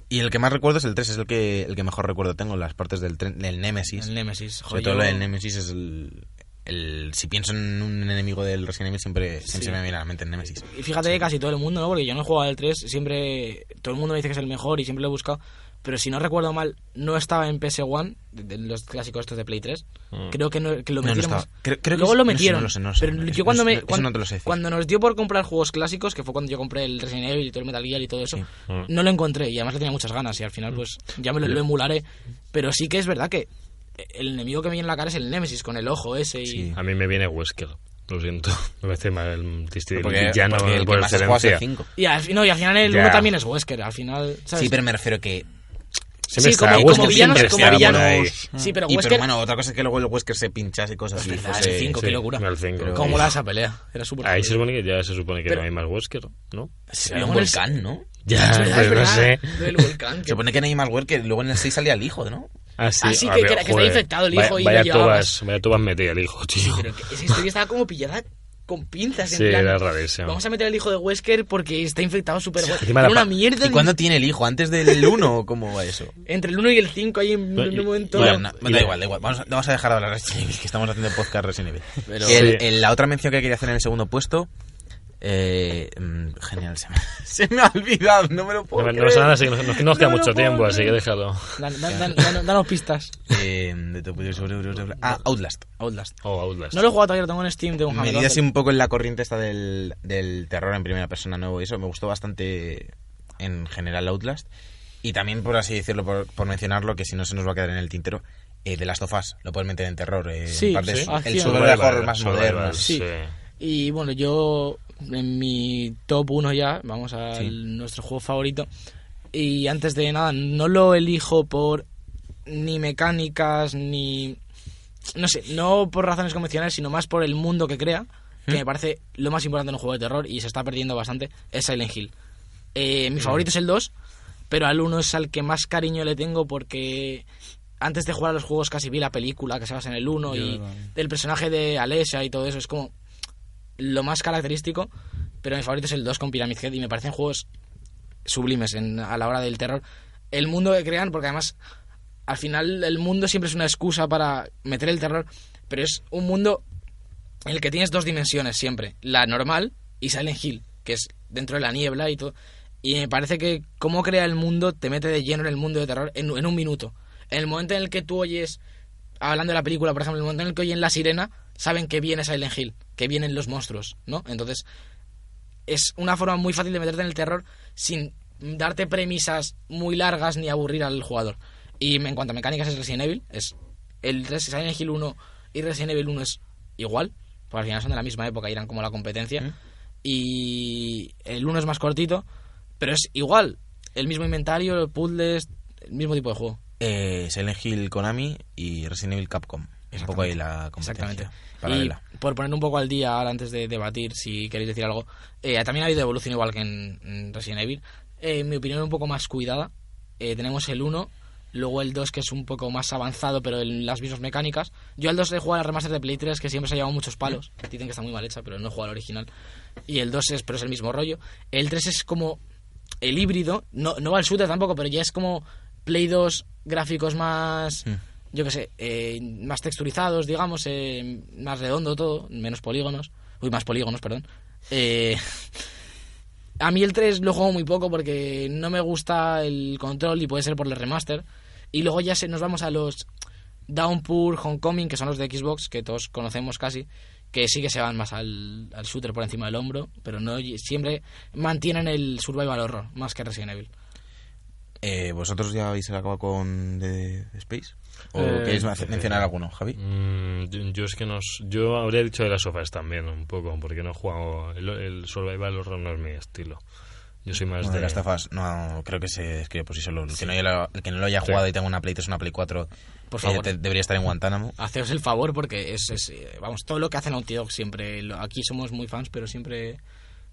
y el que más recuerdo es el 3, es el que, el que mejor recuerdo tengo, las partes del, tren- del Nemesis. El Nemesis. Sobre joder, todo yo- lo del Nemesis es el... el- si pienso en un enemigo del Resident Evil siempre, siempre Sí. me viene a la mente el Nemesis. Y fíjate que casi todo el mundo, ¿no? Porque yo no he jugado al 3, siempre todo el mundo me dice que es el mejor y siempre lo he buscado. Pero si no recuerdo mal, no estaba en PS1, de, de los clásicos estos de Play 3. Creo que, no- que lo Mm. No, no metieron. estaba. más. Creo- creo que Luego es- lo no sé, metieron. no lo sé, no lo sé. Pero No, yo cuando no, me. no, eso cuando, no te lo sé decir. cuando nos dio por comprar juegos clásicos, que fue cuando yo compré el Resident Evil y todo el Metal Gear y todo eso, Mm. no lo encontré y además le tenía muchas ganas y al final pues ya me lo, lo emularé. Pero sí que es verdad que el enemigo que me viene en la cara es el Nemesis con el ojo ese y. Sí. A mí me viene Wesker. Lo siento. [LAUGHS] Me parece mal mm, el, disti- el Porque, villano porque el que por más ha jugado es el excelencia. 5. Y al, no, y al final el Ya. uno también es Wesker, al final. ¿sabes? Sí, pero me refiero que Siempre Sí, está como- Wesker como siempre villanos- está como por villanos. ahí. Sí, pero y, Wesker. pero bueno, otra cosa es que luego el Wesker se pinchase y cosas así. verdad, pues, ese eh, cinco. Sí, qué locura. al cinco. Pero ¿Cómo la esa pelea? Era súper. Ahí se supone que ya se supone que Pero- no hay más Wesker, ¿no? Sí, Era un luego pues, en el- Ah, volcán, pues ¿no? Ya, Es verdad, es pero no sé. verdad, lo del volcán, Se [LAUGHS] que- supone que no hay más Wesker, luego en el 6 salía el hijo, ¿no? Así, Así que- que era- que está infectado el hijo Ah, vaya, y lo vaya llevaba tobas, vaya tobas metía el hijo, [LAUGHS] tío. Pero que esa historia estaba como pillada con pinzas en Sí, plan, era rarísimo. Vamos a meter al hijo de Wesker porque está infectado súper Encima la Era una pa- mierda. ¿Y cuándo tiene el hijo? ¿Antes del 1 o cómo va eso? Entre el 1 y el 5 ahí en Bueno, Pues, y- un momento. Bueno, Bueno, no, y da la- igual, da igual. Vamos, a- vamos a dejar de hablar de Resident Evil, que estamos haciendo podcast Resident Evil. Pero- El- Sí. el- la otra mención que quería hacer en el segundo puesto... Eh, mm, genial, se me, se me ha olvidado, no me lo No, puedo no creer. pasa nada, así que nos, nos- nos queda No me lo mucho puedo tiempo, así que creer. déjalo. Dan- dan- dan- dan- danos pistas. [LAUGHS] Eh, de tu- de tu- de tu- de tu- ah, Outlast. Outlast. Oh, Outlast. No lo he jugado todavía, lo tengo en Steam de un Me Hammer di así Battle. un poco en la corriente esta del, del terror en primera persona nuevo y eso. Me gustó bastante en general Outlast. Y también, por así decirlo, por, por mencionarlo, que si no se nos va a quedar en el tintero, eh, de las tofas. Lo puedes meter en terror. eh, en Sí, parte sí. es Acción. El survival Survival, horror más survival, moderno. Sí. Y bueno, yo en mi top 1 ya, vamos a Sí. nuestro juego favorito. Y antes de nada, no lo elijo por ni mecánicas, ni... No sé, no por razones convencionales, sino más por el mundo que crea, que me parece lo más importante en un juego de terror y se está perdiendo bastante, es Silent Hill. Eh, mi favorito es el 2, pero al 1 es al que más cariño le tengo porque antes de jugar a los juegos casi vi la película que se basa en el 1 y el personaje de Alessia y todo eso es como lo más característico, pero mi favorito es el 2 con Pyramid Head y me parecen juegos sublimes en- a la hora del terror. El mundo que crean, porque además al final el mundo siempre es una excusa para meter el terror, pero es un mundo en el que tienes dos dimensiones siempre, la normal y Silent Hill, que es dentro de la niebla y todo. Y me parece que cómo crea el mundo te mete de lleno en el mundo de terror en, en un minuto. En el momento en el que tú oyes, hablando de la película, por ejemplo, en el momento en el que oyen la sirena, saben que viene Silent Hill, que vienen los monstruos, ¿no? Entonces, es una forma muy fácil de meterte en el terror sin darte premisas muy largas ni aburrir al jugador. Y en cuanto a mecánicas es Resident Evil, es el Res- Silent Hill 1 y Resident Evil 1 es igual, porque al final son de la misma época y eran como la competencia. Y el 1 es más cortito, pero es igual, el mismo inventario, puzzles, el mismo tipo de juego. Eh, Silent Hill Konami y Resident Evil Capcom. Es un poco ahí la Exactamente. competencia paralela. Y por poner un poco al día ahora antes de debatir, si queréis decir algo, eh, también ha habido evolución igual que en, en Resident Evil. Eh, en mi opinión un poco más cuidada. Eh, tenemos el 1, luego el 2 que es un poco más avanzado pero en las mismas mecánicas. Yo al 2 he jugado a la remaster de Play 3 que siempre se ha llevado muchos palos. Dicen que está muy mal hecha, pero no he jugado al original. Y el 2 es, pero es el mismo rollo. El 3 es como el híbrido, no, no va al shooter tampoco, pero ya es como Play 2 gráficos más, yo qué sé, eh, más texturizados, digamos, eh, más redondo todo, menos polígonos, uy, más polígonos, perdón. Eh, [LAUGHS] a mí el 3 lo juego muy poco porque no me gusta el control y puede ser por el remaster. Y luego ya se, nos vamos a los Downpour, Homecoming, que son los de Xbox, que todos conocemos casi, que sí que se van más al, al shooter por encima del hombro, pero no siempre mantienen el survival horror más que Resident Evil. Eh, ¿Vosotros ya habéis acabado con The Space? ¿O Eh, queréis men- mencionar alguno, Javi? Mm, yo- yo es que nos, yo habría dicho de las sofás también un poco, porque no he jugado el, el survival horror no es mi estilo. Yo soy más Bueno, de de las tafas, no, creo que se escribe por sí solo. El, que, no haya- el que no lo haya Sí. jugado y tenga una Play 3 o una Play 4, Por eh, favor. te- debería estar en Guantánamo. Haceos el favor porque es, es, eh, vamos, todo lo que hacen Naughty Dog siempre, lo- aquí somos muy fans, pero siempre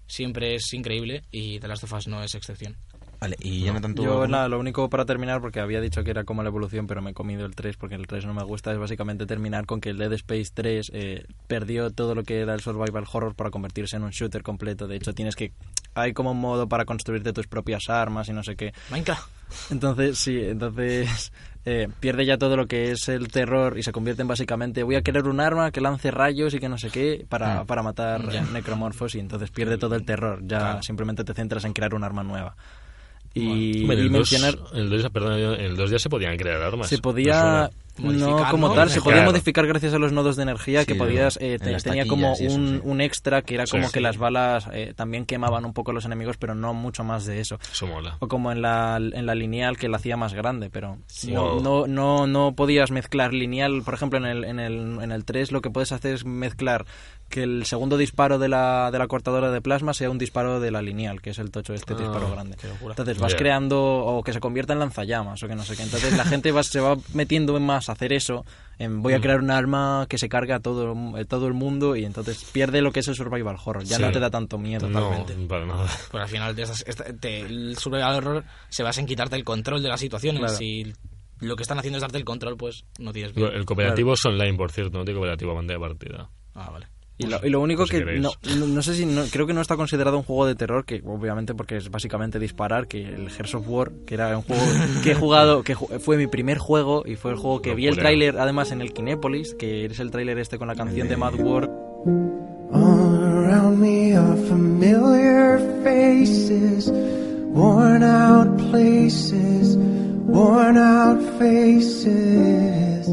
siempre es increíble y The Last of Us no es excepción. Vale, y Jonathan, tú. Yo alguno? nada, lo único para terminar, porque había dicho que era como la evolución, pero me he comido el 3 porque el 3 no me gusta, es básicamente terminar con que el Dead Space 3 eh, perdió todo lo que era el survival horror para convertirse en un shooter completo. De hecho, tienes que... Hay como un modo para construirte tus propias armas y no sé qué. Minecraft. Entonces, sí, entonces eh, pierde ya todo lo que es el terror y se convierte en básicamente voy a querer un arma que lance rayos y que no sé qué Ah. para, para matar Ya. necromorfos y entonces pierde todo el terror. Ya simplemente te centras en crear un arma nueva. Y, Hombre, y el mencionar... 2 el dos- perdón, el dos ya se podían crear armas. Se No podía... es una- No, Modificar, como ¿no? tal, se podía Claro. modificar gracias a los nodos de energía Sí, que podías... eh, en te- las tenía como taquillas y eso, un, sí. un extra que era Sí, como sí. que las balas eh, también quemaban un poco a los enemigos, pero no mucho más de eso. Eso mola. O como en la, en la lineal que la hacía más grande, pero no, Wow. no, no, no podías mezclar lineal. Por ejemplo, en el, en, el, en el 3 lo que puedes hacer es mezclar que el segundo disparo de la, de la cortadora de plasma sea un disparo de la lineal, que es el tocho Ah, este disparo grande. Entonces vas Ya. creando o que se convierta en lanzallamas o que no sé qué. Entonces la gente va, se va metiendo en más a hacer eso. En, voy a Mm. crear un arma que se carga a todo, eh, todo el mundo y entonces pierde lo que es el survival horror. Ya Sí. no te da tanto miedo. No, para nada. Pues al final de esas- esta- te- el survival horror se basa en quitarte el control de las situaciones Claro. y lo que están haciendo es darte el control, pues no tienes vida. El cooperativo es online, por cierto, no tiene cooperativo a banda de partida. Ah, vale. Y lo, y lo único Pues si que queréis. no, no, no sé si no- creo que no está considerado un juego de terror, que obviamente porque es básicamente disparar, que el Gears of War, que era un juego que he jugado, que ju- fue mi primer juego y fue el juego que vi el Locura. tráiler además en el Kinépolis, que es el tráiler este con la canción Eh. de Mad World. All around me are familiar faces, worn out places, worn out faces.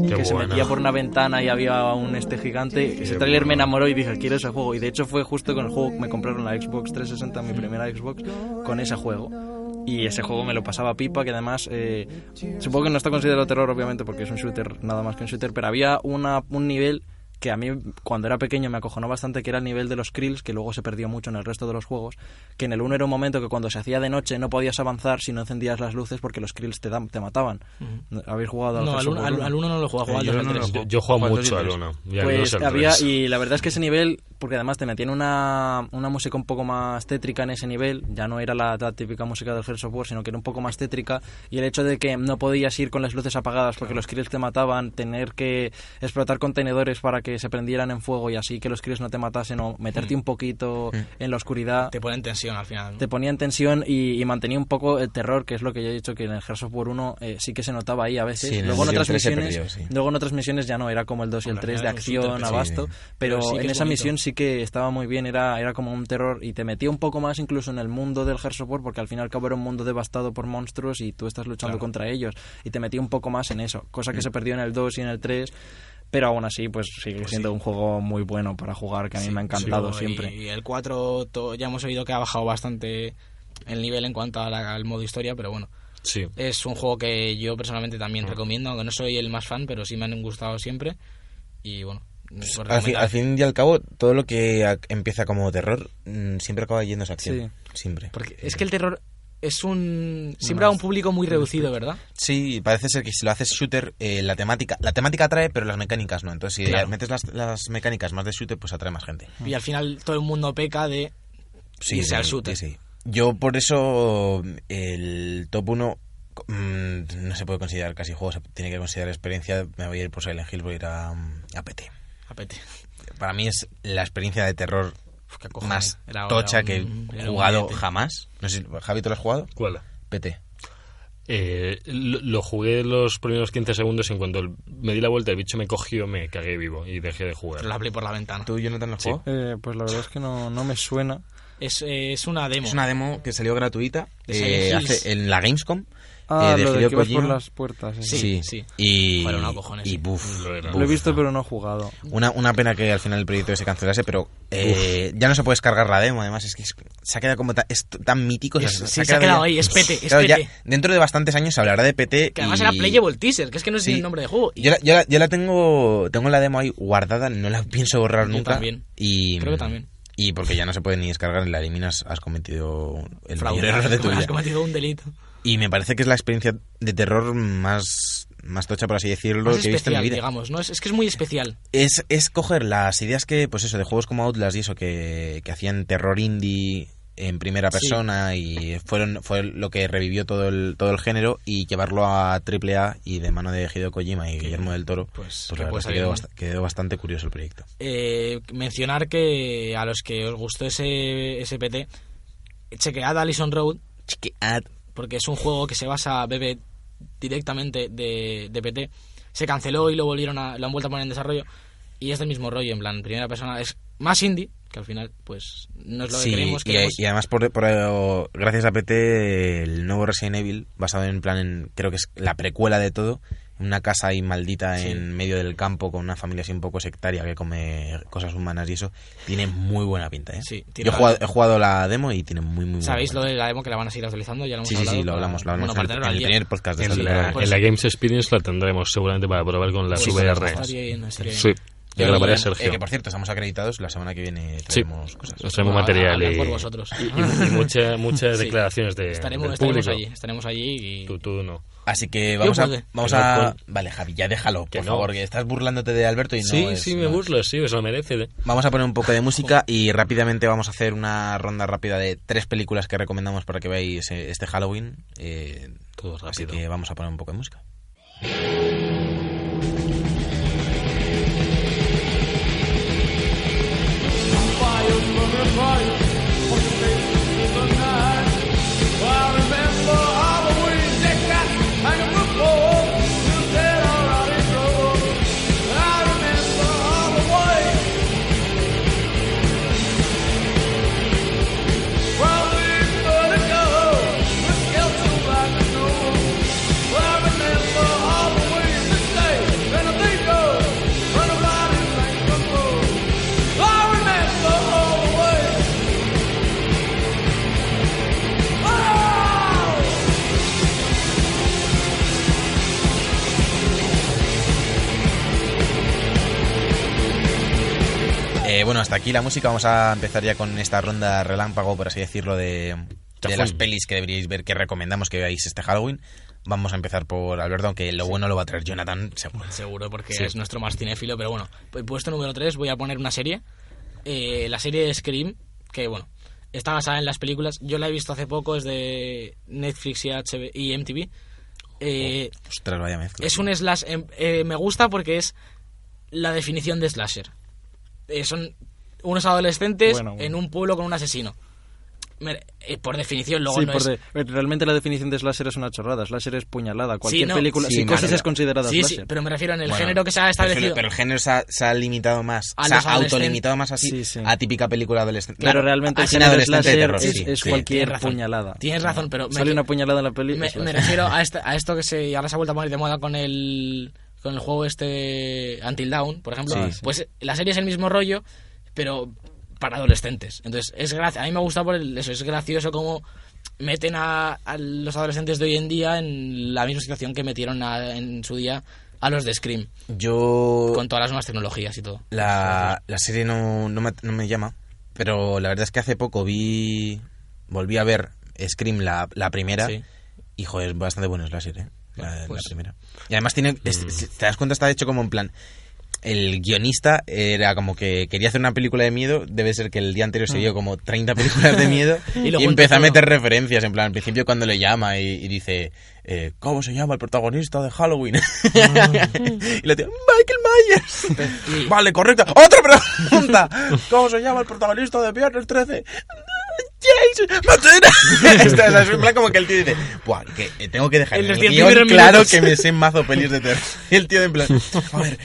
Qué que se buena. metía por una ventana y había un este gigante. Ese tráiler me bueno. enamoró y dije, quiero ese juego. Y de hecho fue justo con el juego que me compraron la Xbox 360, mi primera Xbox, con ese juego. Y ese juego me lo pasaba pipa, que además, eh, supongo que no está considerado terror, obviamente, porque es un shooter, nada más que un shooter, pero había una, un nivel que a mí cuando era pequeño me acojonó bastante, que era el nivel de los krills, que luego se perdió mucho en el resto de los juegos, que en el 1 era un momento que cuando se hacía de noche no podías avanzar si no encendías las luces porque los krills te, dan- te mataban. ¿Habéis jugado al No, Gears al of uno, War al, uno? al uno no lo Eh, juega, juega al yo, dos y al no lo tres. juego. Yo juego Juan, dos y mucho al tres. uno. Ya no Pues sé el había, tres. y la verdad es que ese nivel, porque además te metían una, una música un poco más tétrica en ese nivel, ya no era la, la típica música del Gears of War, sino que era un poco más tétrica, y el hecho de que no podías ir con las luces apagadas porque los Krills te mataban, tener que explotar contenedores para que se prendieran en fuego y así que los Krills no te matasen, o meterte un poquito en la oscuridad, Te pone en tensión al final. ¿no? te ponía en tensión y, y mantenía un poco el terror, que es lo que yo he dicho que en el Gears of War 1 eh, sí que se notaba ahí a veces. Sí, en el luego, en Resident otras Evil 3 se misiones, perdió, sí. luego en otras misiones ya no, era como el 2 y el Hombre, 3 de era un shooter, acción, pero sí, abasto, sí. pero, Pero sí que en es esa bonito. misión sí que estaba muy bien, era, era como un terror y te metía un poco más incluso en el mundo del Gears of War, porque al fin y al cabo era un mundo devastado por monstruos y tú estás luchando contra ellos, y te metía un poco más en eso, cosa Mm. que se perdió en el 2 y en el 3. Pero aún así, pues sigue siendo un juego muy bueno para jugar, que a mí me ha encantado Sí, siempre. Y el 4 to- ya hemos oído que ha bajado bastante el nivel en cuanto a la- al modo historia, pero bueno. Sí. Es un juego que yo personalmente también Mm. recomiendo, aunque no soy el más fan, pero sí me han gustado siempre. Y bueno, por Pues, Al, fin, recomendar. al fin y al cabo, todo lo que ac- empieza como terror mm, siempre acaba yéndose a acción. Siempre. Porque es que el terror es un... Siempre a un público muy reducido, ¿verdad? Sí, parece ser que si lo haces shooter, eh, la temática la temática atrae, pero las mecánicas no. Entonces, si Claro. metes las, las mecánicas más de shooter, pues atrae más gente. Y al final todo el mundo peca de... Sí, Y sea el shooter. sí, sí. Yo por eso el top 1 no se puede considerar casi juego, se tiene que considerar experiencia. Me voy a ir por Silent Hill, voy a ir a, mm, a PT. Apete. Para mí es la experiencia de terror Uf, qué cojones. más Era- era tocha un- que he era un jugado billete. jamás. No sé, Javi, ¿tú lo has jugado? ¿Cuál? PT. Eh, lo, lo jugué los primeros 15 segundos y en cuanto el- me di la vuelta el bicho me cogió, me cagué vivo y dejé de jugar. Pero la play por la ventana. ¿Tú, Jonathan, lo has jugado? Eh, pues la verdad es que no, no me suena. Es, eh, es una demo. Es una demo que salió gratuita De Silent eh, Hills. hace- en la Gamescom. Ah, eh, de lo de Hideo que vas por Kojima. las puertas. eh. Sí, Y, Joder, una cojones, y sí. buf, Lo era. Lo he visto, pero no he jugado. Una, una pena que al final el proyecto se cancelase, pero eh, ya no se puede descargar la demo, además es que es- se ha quedado como ta- es t- tan mítico. o sea, Es- sí, se ha quedado ahí, es PT, es Claro, ya PT. dentro de bastantes años se hablará de PT. Que además y- era Playable Teaser, que es que no sé Sí. si el nombre de juego. Y Yo la, yo la- yo la tengo tengo la demo ahí guardada, no la pienso borrar Yo nunca. también. Y, Creo que también. Y porque ya no se puede ni descargar, la eliminas, has cometido el fraude, mayor error de tu [LAUGHS] has vida. cometido un delito. Y me parece que es la experiencia de terror más, más tocha, por así decirlo, Más que he visto en mi especial, vida. digamos, ¿no? Es, es que es muy especial. es, es coger las ideas que, pues eso, de juegos como Outlast y eso, que, que hacían terror indie en primera persona y fueron fue lo que revivió todo el, todo el género y llevarlo a AAA y de mano de Hideo Kojima y Guillermo del Toro. pues, la que verdad puede es que salir quedó, bien. bast- quedó bastante curioso el proyecto. Eh, mencionar que a los que os gustó ese, ese PT, chequead Allison Road, porque es un juego que se basa, bebe directamente de, de PT. Se canceló y lo volvieron a, lo han vuelto a poner en desarrollo. Y es del mismo rollo, en plan, primera persona. Es más indie, que al final, pues, no es lo que Sí, queremos. y, queremos- y además por, por- eh, gracias a PT el nuevo Resident Evil basado en plan en, creo que es la precuela de todo una casa ahí maldita en medio del campo con una familia así un poco sectaria que come cosas humanas y eso tiene muy buena pinta ¿eh? Sí, tiene yo he jugado, he jugado la demo y tiene muy muy buena ¿Sabéis lo pinta. de la demo que la van a seguir actualizando? Ya lo hemos sí sí hablado sí lo para- hablamos lo hablamos bueno, en, para el, tenerlo en al el día. primer podcast de En esta la, pues, temporada. en la Games Experience la tendremos seguramente para probar con la Sí, VR. con las VR, sí. Sí, ya Yo lo lo- eh, haré Eh, Sergio. que por cierto estamos acreditados la semana que viene Sí, traemos cosas os traemos Bueno, material habla y, por vosotros. y- y- y mucha- muchas Sí. declaraciones de, [LAUGHS] Estaremos, del estaremos público. allí, estaremos allí y... Tú, tú no. Así que vamos a, puede. vamos Que no a... puede. Vale, Javi, ya déjalo, Que por no. favor, que estás burlándote de Alberto y no sí, es- sí, me no es- burlo, sí, eso lo merece. ¿eh? Vamos a poner un poco de música y rápidamente vamos a hacer una ronda rápida de tres películas que recomendamos para que veáis eh, este Halloween. eh, Todo así rápido. que vamos a poner un poco de música. Eh, bueno, hasta aquí la música. Vamos a empezar ya con esta ronda relámpago, por así decirlo, de, de Chafón. las pelis que deberíais ver, que recomendamos que veáis este Halloween. Vamos a empezar por Alberto, aunque lo bueno lo va a traer Jonathan, seguro. Seguro, porque es nuestro más cinéfilo, pero bueno. Pues Puesto número 3 voy a poner una serie. Eh, la serie de Scream, que bueno, está basada en las películas. Yo la he visto hace poco, es de Netflix y, HB y MTV. Eh, Oh, Ostras, vaya mezcla. es un slash... em- eh, me gusta porque es la definición de slasher. Eh, son unos adolescentes Bueno, bueno. en un pueblo con un asesino. Mer- eh, por definición, luego Sí, no por es... de- pero realmente la definición de slasher es una chorrada. Slasher es puñalada. Cualquier no. película, Sí, Psicosis claro. es considerada Sí, sí, slasher. pero me refiero en el Bueno, género que se ha pero sí, establecido. Pero el género se ha, se ha limitado más. A se los ha adolescentes. autolimitado más así Sí, sí. a típica película adolescente. Pero realmente el Así en género adolescente de slasher terror, es, sí, es sí. cualquier Tienes razón. puñalada. Tienes razón, pero me- Sale una puñalada en la peli. Me, es me slasher. refiero a, esta- a esto que se ahora se ha vuelto a poner de moda con el con el juego este Until Dawn, por ejemplo. Sí, sí. Pues la serie es el mismo rollo, pero para adolescentes. Entonces es gracia. A mí me gusta por el- eso. Es gracioso cómo meten a, a los adolescentes de hoy en día en la misma situación que metieron a- en su día a los de Scream, Yo. con todas las nuevas tecnologías y todo. La, la serie no, no, me, no me llama, pero la verdad es que hace poco vi. Volví a ver Scream, la, la primera. Sí. Y joder, es bastante bueno slasher, ¿eh? La, Pues- Mm. la primera. Y además tiene. es- es- te das cuenta, está hecho como en plan. El guionista era como que quería hacer una película de miedo. Debe ser que el día anterior se vio como 30 películas de miedo. Y y lo junta empezó a todo. meter referencias. En plan, al principio, cuando le llama y, y dice: eh, ¿Cómo se llama el protagonista de Halloween? [LAUGHS] y le dice: Michael Myers. Y- Vale, correcto. ¡Otra pregunta! ¿Cómo se llama el protagonista de Viernes 13? ¡Jason! [LAUGHS] ¡Mentira! Esto, o sea, es en plan como que el tío dice: Buah, que eh, tengo que dejar En en los el diez guión primeros claro minutos. que me sé mazo pelis de terror. Y el tío en plan: A ver,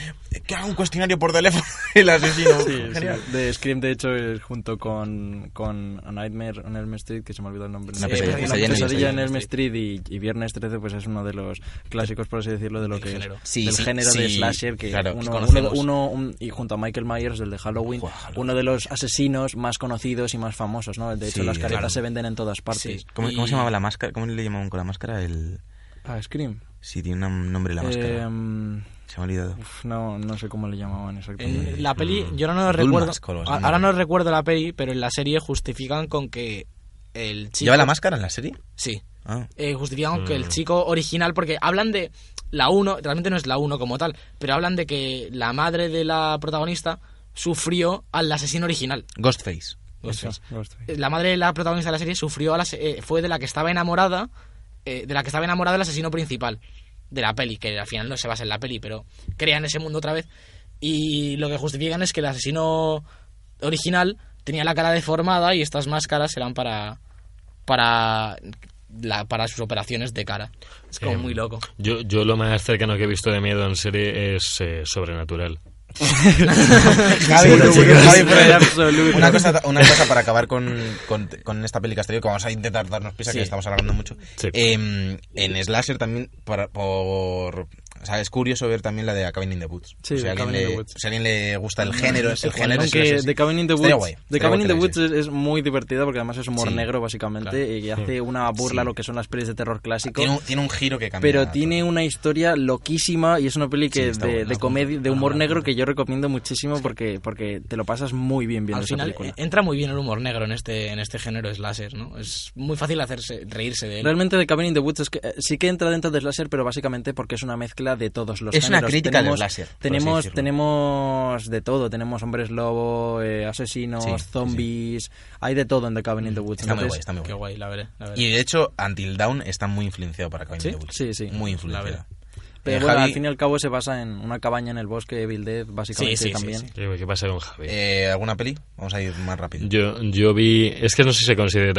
que haga un cuestionario por teléfono [LAUGHS] el asesino. Sí, [LAUGHS] Genial. sí. De Scream, de hecho, es junto con, con A Nightmare on Elm Street, que se me olvidó el nombre. Una Sí, pesadilla- una pesadilla en pesadilla en Elm Elm Street y, y Viernes 13, pues es uno de los clásicos, por así decirlo, de lo que género. es Sí, del sí, género de sí, slasher. Que claro, que uno, uno, conocemos. uno- un- y junto a Michael Myers, el de Halloween, Ojo, Halloween. uno de los asesinos más conocidos y más famosos, ¿no? De hecho, Sí, las caretas claro. se venden en todas partes. ¿Cómo, cómo se llamaba la máscara? ¿Cómo le llamaban con la máscara? El... Ah, Scream. Sí, tiene un nombre la máscara. Em, se me ha olvidado. uf, no, no sé cómo le llamaban exactamente. Eh, Mm. En Eh, la peli, yo no lo Dulmas, recuerdo. colos, a- ahora no recuerdo la peli, pero en la serie justifican con que el chico. ¿Lleva la máscara en la serie? Sí. Ah. Eh, justifican que el chico original, porque hablan de la 1, realmente no es la 1 como tal, pero hablan de que la madre de la protagonista sufrió al asesino original. Ghostface. Eso, Ghostface. Ghostface. la madre de la protagonista de la serie sufrió a la se- eh, fue de la que estaba enamorada eh, de la que estaba enamorada del asesino principal de la peli que al final no se basa en la peli pero crean ese mundo otra vez y lo que justifican es que el asesino original tenía la cara deformada y estas máscaras eran para para la- para sus operaciones de cara es como Eh, muy loco Yo, yo lo más cercano que he visto de miedo en serie es eh, Sobrenatural. Javi, Seguro, chicos, seguro, Javi, seguro, pero- absoluto. una, cosa, una cosa para acabar con, con, con esta película que vamos a intentar darnos prisa, que estamos hablando mucho. Sí. Em, en Slasher también, para- por... O sea, es curioso ver también la de A Cabin in the Woods. Sí, si, A a alguien Cabin in le, the Woods. si a alguien le gusta el género, el género es Aunque slasher. The Cabin in the Estaría Woods, guay, The estaría Cabin in the guay que Woods la es, es muy divertida porque además es humor Sí. negro básicamente eh, y que hace una burla a lo que son las pelis de terror clásico. Tiene un, tiene un giro que cambia. pero tiene una historia loquísima y es una peli que está de, buena, de está comedia, buena. de humor Ahora la negro apunto. que yo recomiendo muchísimo porque, porque te lo pasas muy bien viendo al esa final película. eh, entra muy bien el humor negro en este en este género slasher no es muy fácil hacerse reírse eh, de él Realmente The Cabin in the Woods es que, eh, sí que entra dentro del slasher, pero básicamente porque es una mezcla de todos los Es una géneros. crítica del Tenemos- slasher, por así Tenemos, decirlo. tenemos de todo. Tenemos hombres lobo, eh, asesinos, Sí, sí, sí. zombies... Hay de todo en The Cabin in the Woods. Está muy Entonces, guay, está muy Ah, qué guay. guay la veré, la veré. Y de hecho, Until Dawn está muy influenciado para Cabin ¿Sí? in the Woods. Sí, sí. Muy La influenciado. verdad. Pero Eh, bueno, Javi, al fin y al cabo se basa en una cabaña en el bosque, Evil Dead, básicamente Sí, sí, sí, también. sí. ¿Qué qué pasa con Javi? eh, ¿Alguna peli? Vamos a ir más rápido. Yo, yo vi. Es que no sé si se considera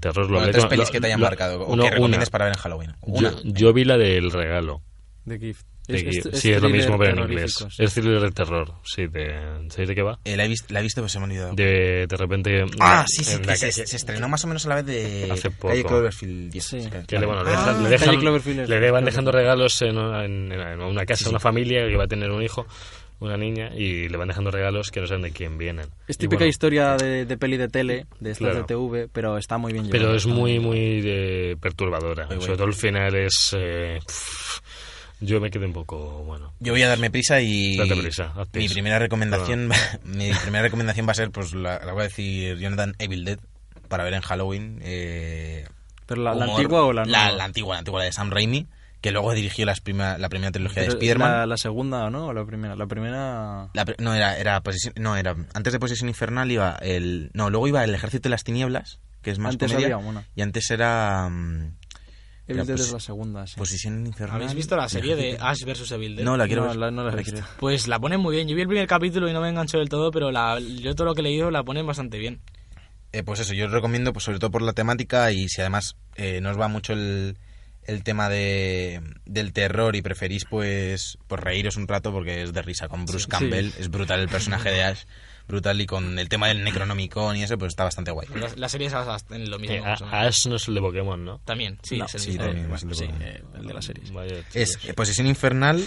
terror. Lo Bueno, hablé tres con- pelis lo- que te hayan lo- marcado o no, que recomiendes una. para ver en Halloween. Una. Yo, yo vi la del regalo. The Gift. de que- sí, es lo thriller mismo, pero en terrorífico, inglés. sí. Es thriller de terror. Sí, de, ¿sabéis de qué va? Eh, la, he visto, la he visto, pero se me ha olvidado. De, de repente. Ah, sí, sí, en que la se, calle- se estrenó más o menos a la vez de Hace poco. Calle Cloverfield 10. Sí. Que- Que le, bueno, le, Ah, dejan- le Calle dejan- Cloverfield es- le van dejando regalos en, en- en una casa, una familia que va a tener un hijo, una niña, y le van dejando regalos que no saben de quién vienen. Es Eh, Y típica bueno, historia de, de peli de tele, de esta Claro. de TV, pero está muy bien Pero llevada, es está muy, bien. muy eh, perturbadora. Muy Sobre bueno. todo el final es. eh, pff, yo me quedé un poco. Bueno. Yo voy a darme prisa y Date prisa, haz mi prisa. primera recomendación [LAUGHS] mi primera recomendación va a ser pues la, la voy a decir Jonathan Evil Dead para ver en Halloween eh, ¿Pero la, la humor- antigua o la, la nueva? la antigua, la antigua la de Sam Raimi que luego dirigió las prima- la primera trilogía de Pero Spider-Man. La, la segunda, ¿no? ¿O la primera? La primera... La pre- no, era, era posesión- no, era antes de Posesión Infernal iba el no, luego iba el Ejército de las Tinieblas, que es más Antes comedia, había una. y antes era mm, Evil Dead pues- es la segunda, sí. Posesión Infernal. habéis visto la el serie de Ejército- Ash vs Evil Dead? No, la quiero No, ver. la- no la he visto. Pues la ponen muy bien. Yo vi el primer capítulo y no me enganchó del todo, pero la, yo todo lo que he leído la ponen bastante bien. Eh, pues eso, yo os recomiendo, pues sobre todo por la temática y si además eh, no os va mucho el, el tema de, del terror y preferís pues, pues reíros un rato porque es de risa con Bruce Campbell, es brutal el personaje de Ash, brutal y con el tema del Necronomicon y eso, pues está bastante guay. La, la serie es hasta en lo mismo. Eh, más o menos. a- Ash no es el de Pokémon, ¿no? También, sí, No, es el sí, mismo. también, Bueno, es el de sí. eh, Pokémon. el de la serie. Vaya Es chicos. eh, Posesión Infernal,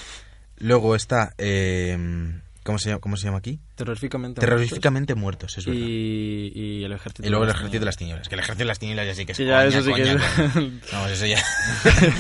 luego está, eh, ¿cómo, se llama, ¿cómo se llama aquí? Terroríficamente. Terroríficamente Muertos, es verdad. Y, y el ejército. Y luego el de las ejército de las tinieblas, que el ejército de las tinieblas ya sí que es Sí, ya, coña, eso sí que coña, es- [LAUGHS] coña. Vamos, eso ya... [LAUGHS]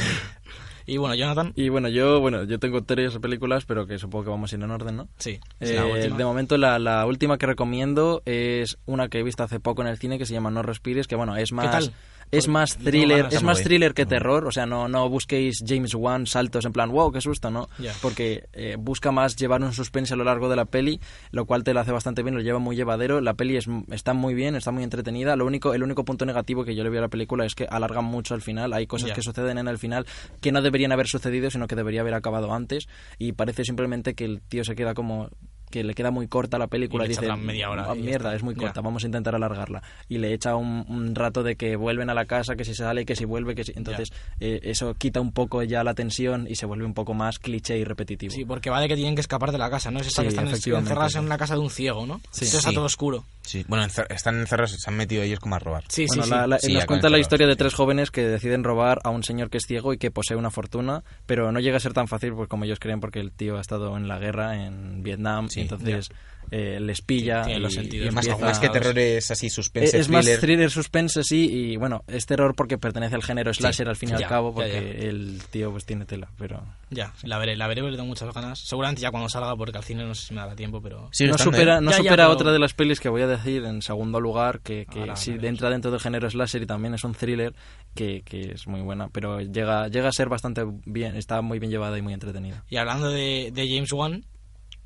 Y bueno, Jonathan, Y bueno, yo bueno yo tengo tres películas, pero que supongo que vamos a ir en orden, ¿no? sí. es la Eh, última. de momento la, la última que recomiendo es una que he visto hace poco en el cine que se llama No respires, que bueno, es más tal? es más yo tengo thriller, ganas. es Está más muy thriller que terror, o sea, no no busquéis James Wan saltos en plan wow, qué susto, ¿no? Ya. Porque eh, busca más llevar un suspense a lo largo de la peli, lo cual te lo hace bastante bien, lo lleva muy llevadero, la peli es, está muy bien, está muy entretenida. Lo único el único punto negativo que yo le veo a la película es que alargan mucho al final, hay cosas Ya. que suceden en el final que no deberían haber sucedido, sino que debería haber acabado antes y parece simplemente que el tío se queda como que le queda muy corta la película Y le echa dice, otra media hora "Ah, y ya mierda, está". es muy Ya. corta, vamos a intentar alargarla. Y le echa un, un rato de que vuelven a la casa, que si sale, que si vuelve, que si... Entonces eh, eso quita un poco ya la tensión y se vuelve un poco más cliché y repetitivo. Sí, porque va de que tienen que escapar de la casa, ¿no? Es esa Sí, que están efectivamente. encerradas en la casa de un ciego, ¿no? Sí. Entonces está Sí. todo oscuro. Sí. Bueno, encer- están encerrados, se han metido ellos como a robar. Sí, Bueno, sí, la- sí. la- Sí, nos ya cuenta la conectado, historia de sí. tres jóvenes que deciden robar a un señor que es ciego y que posee una fortuna, pero no llega a ser tan fácil pues como ellos creen porque el tío ha estado en la guerra en Vietnam Sí, y entonces eh, les pilla Tiene y, los sentidos. y Más, empieza- más que terror es así, es, suspense, es más thriller. thriller suspense sí y bueno es terror porque pertenece al género slasher al fin y ya, al cabo ya, porque ya. el tío pues tiene tela pero Ya, la veré, la veré, pero tengo muchas ganas. Seguramente ya cuando salga, porque al cine no sé si me dará tiempo, pero... Sigue no estando, supera ¿eh? no Ya, ya, supera pero- otra de las pelis que voy a decir en segundo lugar que, que Ahora sí, hablaremos. entra dentro del género slasher y también es un thriller que, que es muy buena pero llega llega a ser bastante bien está muy bien llevada y muy entretenida Y hablando de, de James Wan,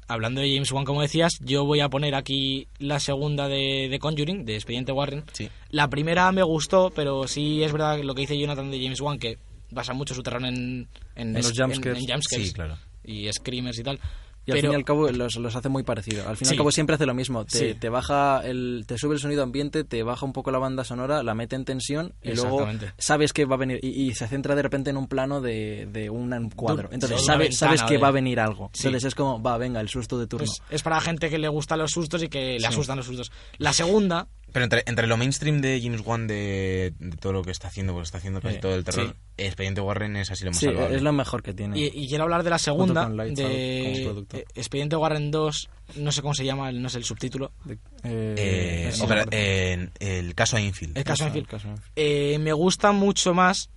hablando de James Wan, como decías, yo voy a poner aquí la segunda de, de Conjuring, de Expediente Warren. Sí. La primera me gustó, pero sí es verdad lo que dice Jonathan de James Wan, que basa mucho su terreno en, en, En los jumpscares. en jumpscares Sí, claro. y screamers y tal. y al fin y al cabo los, los hace muy parecido al fin y Sí. al cabo siempre hace lo mismo te, Sí. te baja el te sube el sonido ambiente te baja un poco la banda sonora la mete en tensión y luego Exactamente. sabes que va a venir y, y se centra de repente en un plano de, de un cuadro entonces una sabes ventana sabes que de- va a venir algo Sí. entonces es como va venga el susto de turno Pues es para gente que le gustan los sustos y que le Sí. asustan los sustos. La segunda, Pero entre, entre lo mainstream de James Wan de, de todo lo que está haciendo, porque está haciendo casi Eh, todo el terror, sí. Expediente Warren es así lo más sí salvable. es lo mejor que tiene y, y quiero hablar de la segunda, con Eh. Lights Out de como producto. eh, Expediente Warren 2, no sé cómo se llama, no sé el subtítulo. De- Eh, sí, opera- sí. eh, el caso Enfield. El caso Ah, Enfield. Caso Enfield. Eh, me gusta mucho más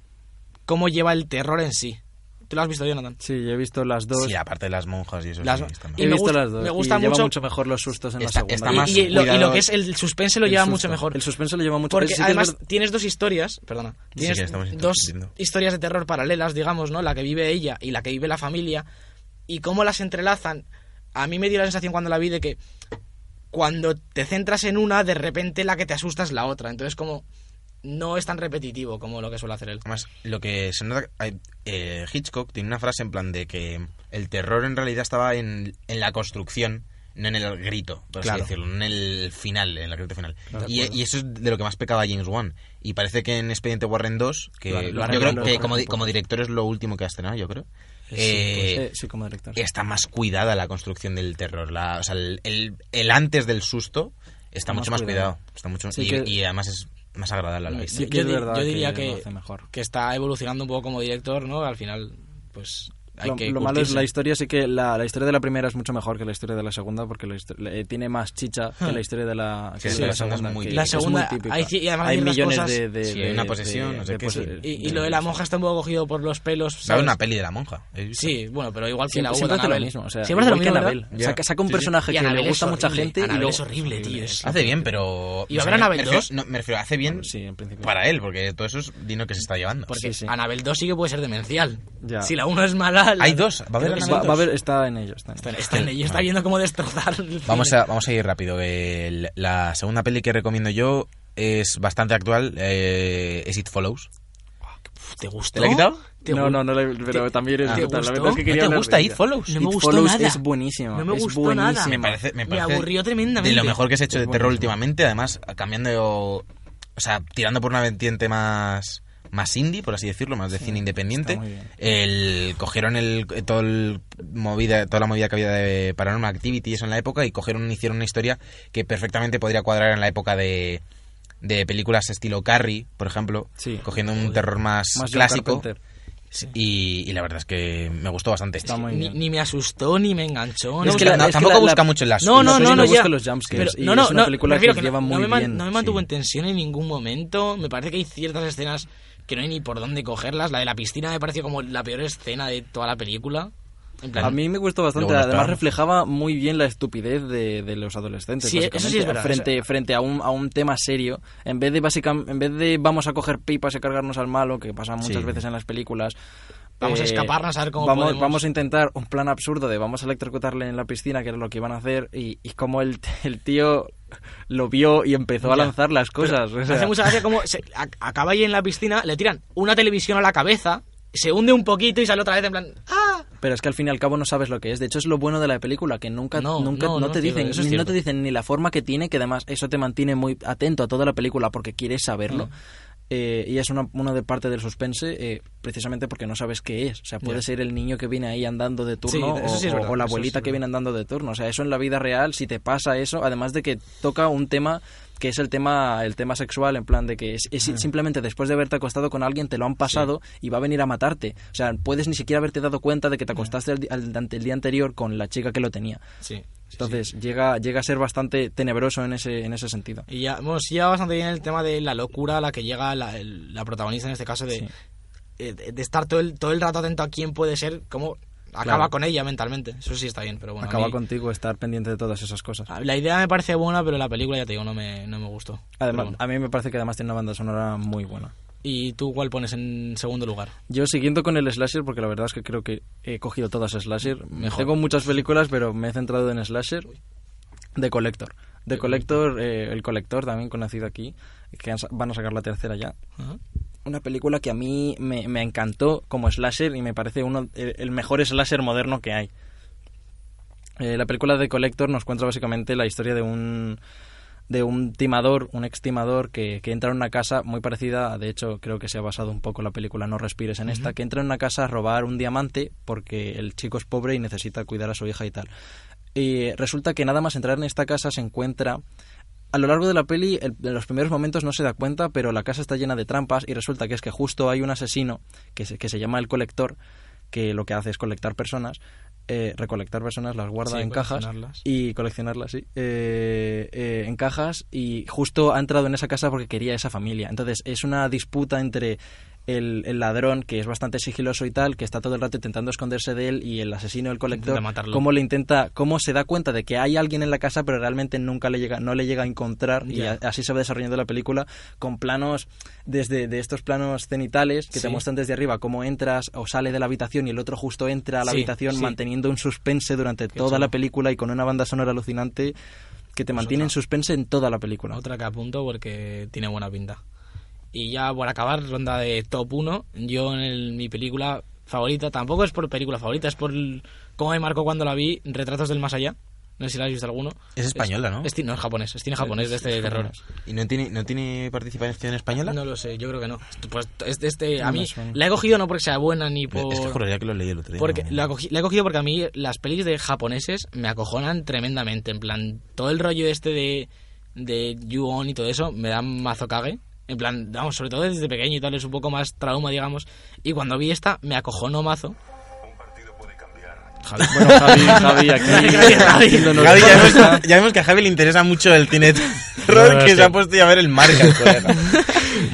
cómo lleva el terror en sí. ¿Tú lo has visto, Jonathan? Sí, yo he visto las dos. Sí, aparte de las monjas y eso. Las- sí, está y he me visto gusta- las dos. me gusta y lleva mucho- mucho mejor los sustos en Está- la segunda. está Y- más y, lo, y lo cuidado. que es el suspense lo lleva El mucho susto. mejor. El suspenso lo lleva mucho Porque Sí que es además verdad- tienes dos historias, perdona, Sí, tienes que estamos dos entendiendo. historias de terror paralelas, digamos, ¿no? La que vive ella y la que vive la familia y cómo las entrelazan. A mí me dio la sensación cuando la vi de que cuando te centras en una, de repente la que te asusta es la otra. Entonces como no es tan repetitivo como lo que suele hacer él. Además, lo que se nota. hay- eh, Hitchcock tiene una frase en plan de que el terror en realidad estaba en, en la construcción, no en el grito, por así Claro. decirlo, en el final, en el grito final. y, y eso es de lo que más pecaba James Wan. Y parece que en Expediente Warren 2, que Lo- lo yo arreglan, creo lo que arreglan como, di- un poco. como director es lo último que ha estrenado, yo creo. Sí, eh, pues, eh, sí, como director. está más cuidada la construcción del terror. La, o sea, el, el- el antes del susto está Está mucho más más cuidado. cuidado. Está mucho, Sí y, que- y además es más agradable a la vista. Sí que yo es di- verdad yo diría que- lo hace mejor. Que está evolucionando un poco como director, ¿no? Al final, pues hay lo, que lo malo es la curtirse. historia, sí que la, la historia de la primera es mucho mejor que la historia de la segunda porque la histo- eh, tiene más chicha que la historia de la, Sí, que de sí, la la segunda es segunda. muy típica. que es muy La segunda, típica. hay ci- y además Hay hay unas millones cosas- de, de- Sí, de- una de- posesión, no sé de qué, pose- sí. Y, y lo de la monja está un poco cogido por los pelos. ¿Sabes ¿sabes? una peli de la monja? Eh, ¿Has visto? Sí, bueno, pero igual que Siempre, la siempre hubo de hace lo Anabel. mismo. O sea, siempre hace lo mismo. igual que ¿verdad? Anabel. Ya. Saca, saca un Sí, sí. personaje Y que Anabel le es gusta a mucha horrible. gente y Anabel luego... es horrible, tío. es- Hace bien, pero. ¿Y va o a sea, haber me- Anabel me refiero- 2? no, me refiero, hace bien Sí, en principio. para él, porque todo eso es dinero que se está llevando. Porque Sí, sí. Anabel 2 sí que puede ser demencial. Ya. Si la 1 es mala. la- Hay dos, va a haber Creo que Anabel Va, dos. va a haber, está en ello. Está en Está, ello. está en ello, está Vale. viendo cómo destrozar. el Vamos cine. a, vamos a ir rápido. El- la segunda peli que recomiendo yo es bastante actual: eh, es It Follows. Uf, ¿Te gustó? ¿Te la he quitado? ¿Te No, gu- no, no, la- pero te- también es ¿te brutal. La gustó? verdad es que ¿No quería ¿No te hablar gusta de It ella. Follows? No me It gustó Follows nada. es buenísima. No me es gustó nada. buenísima. Me parece, me Me parece aburrió tremendamente. De lo mejor que se ha hecho de Es terror buenísimo. últimamente, además cambiando, o sea, tirando por una vertiente más más indie, por así decirlo, más de cine independiente. está muy bien. El cogieron el todo el movida, toda la movida que había de Paranormal Activity y eso en la época y cogieron hicieron una historia que perfectamente podría cuadrar en la época de de películas estilo Carrie, por ejemplo, Sí. cogiendo un terror más, Más John clásico. Carpenter. Y, y la verdad es que me gustó bastante. Está muy Ni, bien. ni me asustó, ni me enganchó. Es ni- que No, la- es que tampoco la- busca la- mucho el asunto. No, no, no, no, busca ya. los jumpscares Pero- y no, no, es una no, película me refiero que no- lleva no muy me man- bien, No me mantuvo sí. en tensión en ningún momento. Me parece que hay ciertas escenas que no hay ni por dónde cogerlas. La de la piscina me pareció como la peor escena de toda la película. En plan, A mí me gustó bastante, Luego no además estaba. reflejaba muy bien la estupidez de, de los adolescentes. Sí, básicamente, eso sí es verdad, Frente, o sea- frente a, un, a un tema serio, en vez, de básicamente, en vez de vamos a coger pipas y cargarnos al malo, que pasa muchas Sí. veces en las películas. eh, Vamos a escaparnos a ver cómo vamos, podemos. vamos a intentar un plan absurdo de vamos a electrocutarle en la piscina, que era lo que iban a hacer, y, y como el, [LAUGHS] el tío lo vio y empezó a Ya. lanzar las cosas. o me sea, hace mucha gracia como se- a- acaba ahí en la piscina, le tiran una televisión a la cabeza, se hunde un poquito y sale otra vez en plan. ¡Ah! pero es que al fin y al cabo no sabes lo que es. De hecho, es lo bueno de la película, que nunca, No, nunca no, no, no, te tío, dicen, eso es no cierto. te dicen ni la forma que tiene, que además eso te mantiene muy atento a toda la película porque quieres saberlo. Mm. Eh, y es una, una de parte del suspense eh, precisamente porque no sabes qué es. O sea, puede Ya. ser el niño que viene ahí andando de turno Sí, o, eso sí es o- verdad, o la eso sí abuelita es que verdad. viene andando de turno. O sea, eso en la vida real, si te pasa eso, además de que toca un tema que es el tema el tema sexual en plan de que es, es simplemente después de haberte acostado con alguien te lo han pasado y va a venir a matarte o sea puedes ni siquiera haberte dado cuenta de que te acostaste el, di- al- ante- el día anterior con la chica que lo tenía Sí. sí, entonces llega llega a ser bastante tenebroso en ese en ese sentido Y ya, bueno, sí ya bastante bien el tema de la locura a la que llega la, el- la protagonista en este caso de, Sí. eh, de, de estar todo el, todo el rato atento a quién puede ser, cómo acaba Claro. con ella mentalmente. Eso sí está bien, pero bueno. a acaba mí- contigo estar pendiente de todas esas cosas a- La idea me parece buena, pero la película, ya te digo, no me, no me gustó. además Pero bueno. a mí me parece que además tiene una banda sonora muy buena ¿Y tú cuál pones en segundo lugar? Yo siguiendo con el slasher, porque la verdad es que creo que he cogido todas slasher. Mejor. Tengo muchas películas, pero me he centrado en slasher. The Collector. The Collector, eh, el colector también conocido aquí, que han sa- van a sacar la tercera ya. Ajá. Una película que a mí me, me encantó como slasher y me parece uno el, el mejor slasher moderno que hay. Eh, la película de Collector nos cuenta básicamente la historia de un de un timador, un ex timador que, que entra en una casa muy parecida, de hecho creo que se ha basado un poco la película No respires en esta, que entra en una casa a robar un diamante porque el chico es pobre y necesita cuidar a su hija y tal. Y resulta que nada más entrar en esta casa se encuentra a lo largo de la peli, el- en los primeros momentos no se da cuenta, pero la casa está llena de trampas y resulta que es que justo hay un asesino que se, que se llama el colector, que lo que hace es colectar personas, eh, recolectar personas, las guarda Sí, en cajas coleccionarlas. y coleccionarlas, sí, eh, eh, en cajas y justo ha entrado en esa casa porque quería esa familia. Entonces es una disputa entre el, el ladrón, que es bastante sigiloso y tal, que está todo el rato intentando esconderse de él, y el asesino, el colector, Intenta matarlo. cómo le intenta, cómo se da cuenta de que hay alguien en la casa, pero realmente nunca le llega, no le llega a encontrar, Ya. y a- así se va desarrollando la película con planos desde de estos planos cenitales que Sí. te muestran desde arriba cómo entras o sale de la habitación y el otro justo entra a la Sí, habitación sí. manteniendo un suspense durante toda la película y con una banda sonora alucinante que te mantiene en suspense en toda la película. Pues Otra que apunto porque tiene buena pinta. Y ya por acabar, ronda de top 1. Yo en el- mi película favorita, tampoco es por película favorita, es por el- cómo me marcó cuando la vi, Retratos del Más Allá. No sé si la has visto alguno. Es española, ¿no? Es, ti- no, es japonés, es cine japonés de este de eh, terror. ¿Y no tiene, no tiene participación española? No lo sé, yo creo que no. Pues este, este- a No me mí suena. la he cogido no porque sea buena ni por... Este Es que juraría que lo leí el otro día. Porque ¿eh? no. [LAUGHS] la, [LAUGHS] cogí- la he cogido porque a mí las pelis de japoneses me acojonan tremendamente. En plan, todo el rollo este de, de Yu-On y todo eso me da mazo cague. En plan, vamos, sobre todo desde pequeño y tal, es un poco más trauma, digamos. Y cuando vi esta, me acojonó mazo. [LAUGHS] Javi, bueno, Javi, [LAUGHS] Javi, aquí Gracias, Javi. haciéndonos- Javi, ya, vemos, ya vemos que a Javi le interesa mucho el cine terror No, que sí. se ha puesto ya a ver el marca. el colega.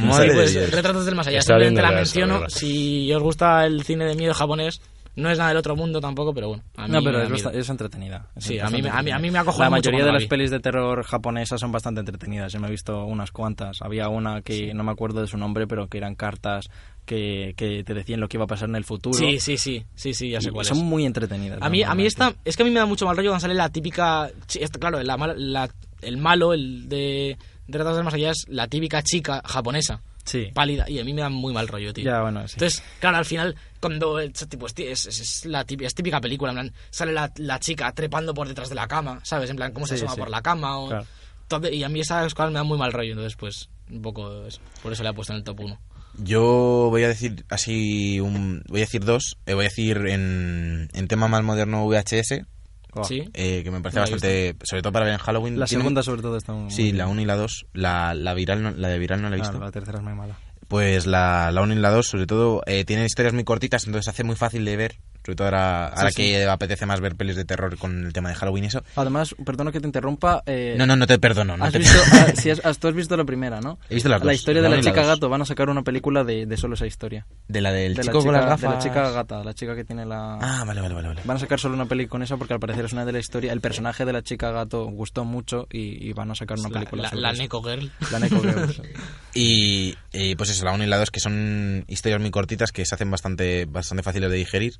Madre sí, pues, de Dios. Retratos del más allá, Está simplemente viendo la las menciono. novelas. Si os gusta el cine de miedo japonés, no es nada del otro mundo tampoco, pero bueno. A mí No, me pero da es, miedo. basta- es entretenida. es Sí, a bastante mí me- a mí- a mí me entretenida. acojona La mucho mayoría cuando la de las vi. pelis de terror japonesas son bastante entretenidas. Yo me he visto unas cuantas. Había una que no me acuerdo de su nombre, pero que eran cartas que, que te decían lo que iba a pasar en el futuro. Sí, sí, sí, sí, sí, ya sé Y cuál es. son muy entretenidas. A mí, a mí normalmente. esta, es que a mí me da mucho mal rollo cuando sale la típica. chi- esta- claro, la, mal- la- el malo, el de, de Retratos del Más Allá, es la típica chica japonesa, Sí. pálida, y a mí me da muy mal rollo, tío. Ya, bueno, sí. Entonces, claro, al final, cuando. el ch- tipo, es, tí- es- es- es la típica, es típica película, en plan, sale la, la chica trepando por detrás de la cama, ¿sabes? En plan, cómo se Sí, asoma sí. por la cama. o- Claro. todo- y a mí esas cosas me dan muy mal rollo, entonces, pues, un poco. es- por eso le he puesto en el top 1. Yo voy a decir así, un, voy a decir dos. Eh, voy a decir en, en tema más moderno VHS, Guau. ¿Sí? eh, que me parece No la he bastante, sobre todo para ver en Halloween. La Tiene- segunda, sobre todo, está muy. Sí, la 1 y la 2. La, la, viral no- la de viral no la he Ah, visto. la tercera es muy mala. Pues la, la 1 y la 2, sobre todo, eh, tienen historias muy cortitas, entonces se hace muy fácil de ver. Sobre todo ahora, ahora que apetece más ver pelis de terror con el tema de Halloween y eso. Además, perdona que te interrumpa. eh, No, no, no te perdono. No Has te visto, perdono. ah, sí, has- has- tú has visto la primera, ¿no? He visto las La dos, historia de la la, uno y la chica dos. gato. Van a sacar una película de, de solo esa historia. De la del de chico la con las chica, de gafas. la chica gata, la chica que tiene la... Ah, vale, vale, vale. vale. Van a sacar solo una peli con esa porque al parecer es una de la historia. El personaje de la chica gato gustó mucho y, y van a sacar una La, película la- sobre la eso. Neko Girl. La [LAUGHS] Neko Girls. Y, y, pues eso, la 1 y la 2, que son historias muy cortitas que se hacen bastante, bastante fáciles de digerir.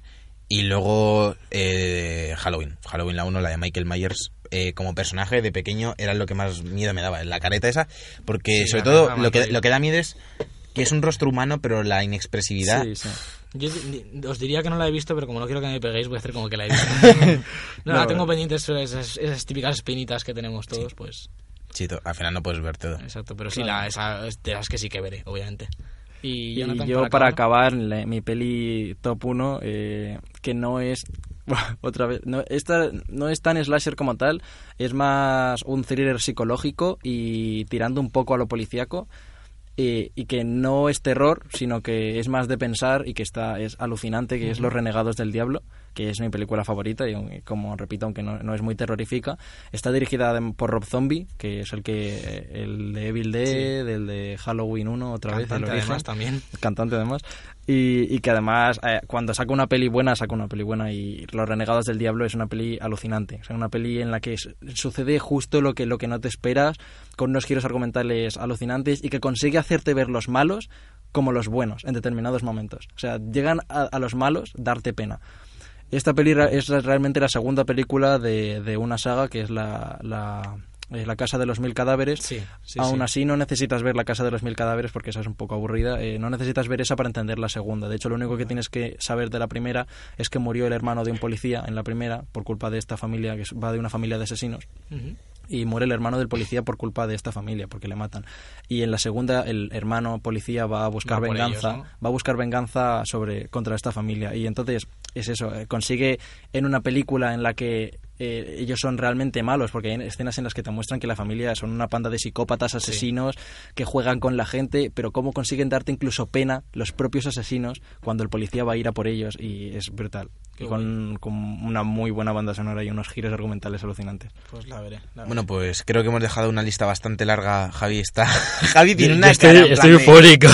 Y luego eh, Halloween. Halloween la 1, la de Michael Myers. eh, como personaje de pequeño era lo que más miedo me daba, la careta esa. Porque Sí, sobre la todo careta lo que, Michael. lo que da miedo es que es un rostro humano, pero la inexpresividad Sí, sí. Yo di- os diría que no la he visto, pero como no quiero que me peguéis, voy a hacer como que la he visto. no, la No. tengo pendiente eso, esas, esas típicas espinitas que tenemos todos, pues. Sí, to- al final no puedes ver todo. Exacto, pero sí, la, esa es de las que sí que veré, obviamente. Y, Y Jonathan, yo para acabar, la- mi peli top 1, que no es [LAUGHS] otra vez, no, esta no es tan slasher como tal, es más un thriller psicológico y tirando un poco a lo policíaco eh, y que no es terror, sino que es más de pensar y que está es alucinante, que es Los Renegados del Diablo, que es mi película favorita y aunque- como repito, aunque no, no es muy terrorífica, está dirigida de- por Rob Zombie, que es el que eh, el de Evil Dead, el de Halloween 1 otra vez, el Cantante, origen además, también. cantante además, y, y que además eh, cuando saca una peli buena, saca una peli buena y Los Renegados del Diablo es una peli alucinante, o sea, una peli en la que su- sucede justo lo que, lo que no te esperas, con unos giros argumentales alucinantes y que consigue hacerte ver los malos como los buenos en determinados momentos, o sea, llegan a, a los malos darte pena. Esta peli ra- es realmente la segunda película de, de una saga que es la, la, eh, la Casa de los Mil Cadáveres. Sí, sí, Aún sí. así no necesitas ver La Casa de los Mil Cadáveres porque esa es un poco aburrida. eh, no necesitas ver esa para entender la segunda. De hecho, lo único que tienes que saber de la primera es que murió el hermano de un policía en la primera por culpa de esta familia que es- va de una familia de asesinos Ujú. y muere el hermano del policía por culpa de esta familia, porque le matan. Y en la segunda, el hermano policía va a buscar Va por venganza, ellos, ¿no? va a buscar venganza sobre contra esta familia. Y entonces es eso, eh, consigue en una película en la que eh, ellos son realmente malos, porque hay escenas en las que te muestran que la familia son una panda de psicópatas, asesinos, que juegan con la gente, pero cómo consiguen darte incluso pena los propios asesinos cuando el policía va a ir a por ellos y es brutal. Qué Y con, con una muy buena banda sonora y unos giros argumentales alucinantes. Pues la veré. la veré. Bueno, pues creo que hemos dejado una lista bastante larga. Javi está. [LAUGHS] Javi tiene Yo- una yo cara. en estoy, estoy plan de- [LAUGHS] eufórico.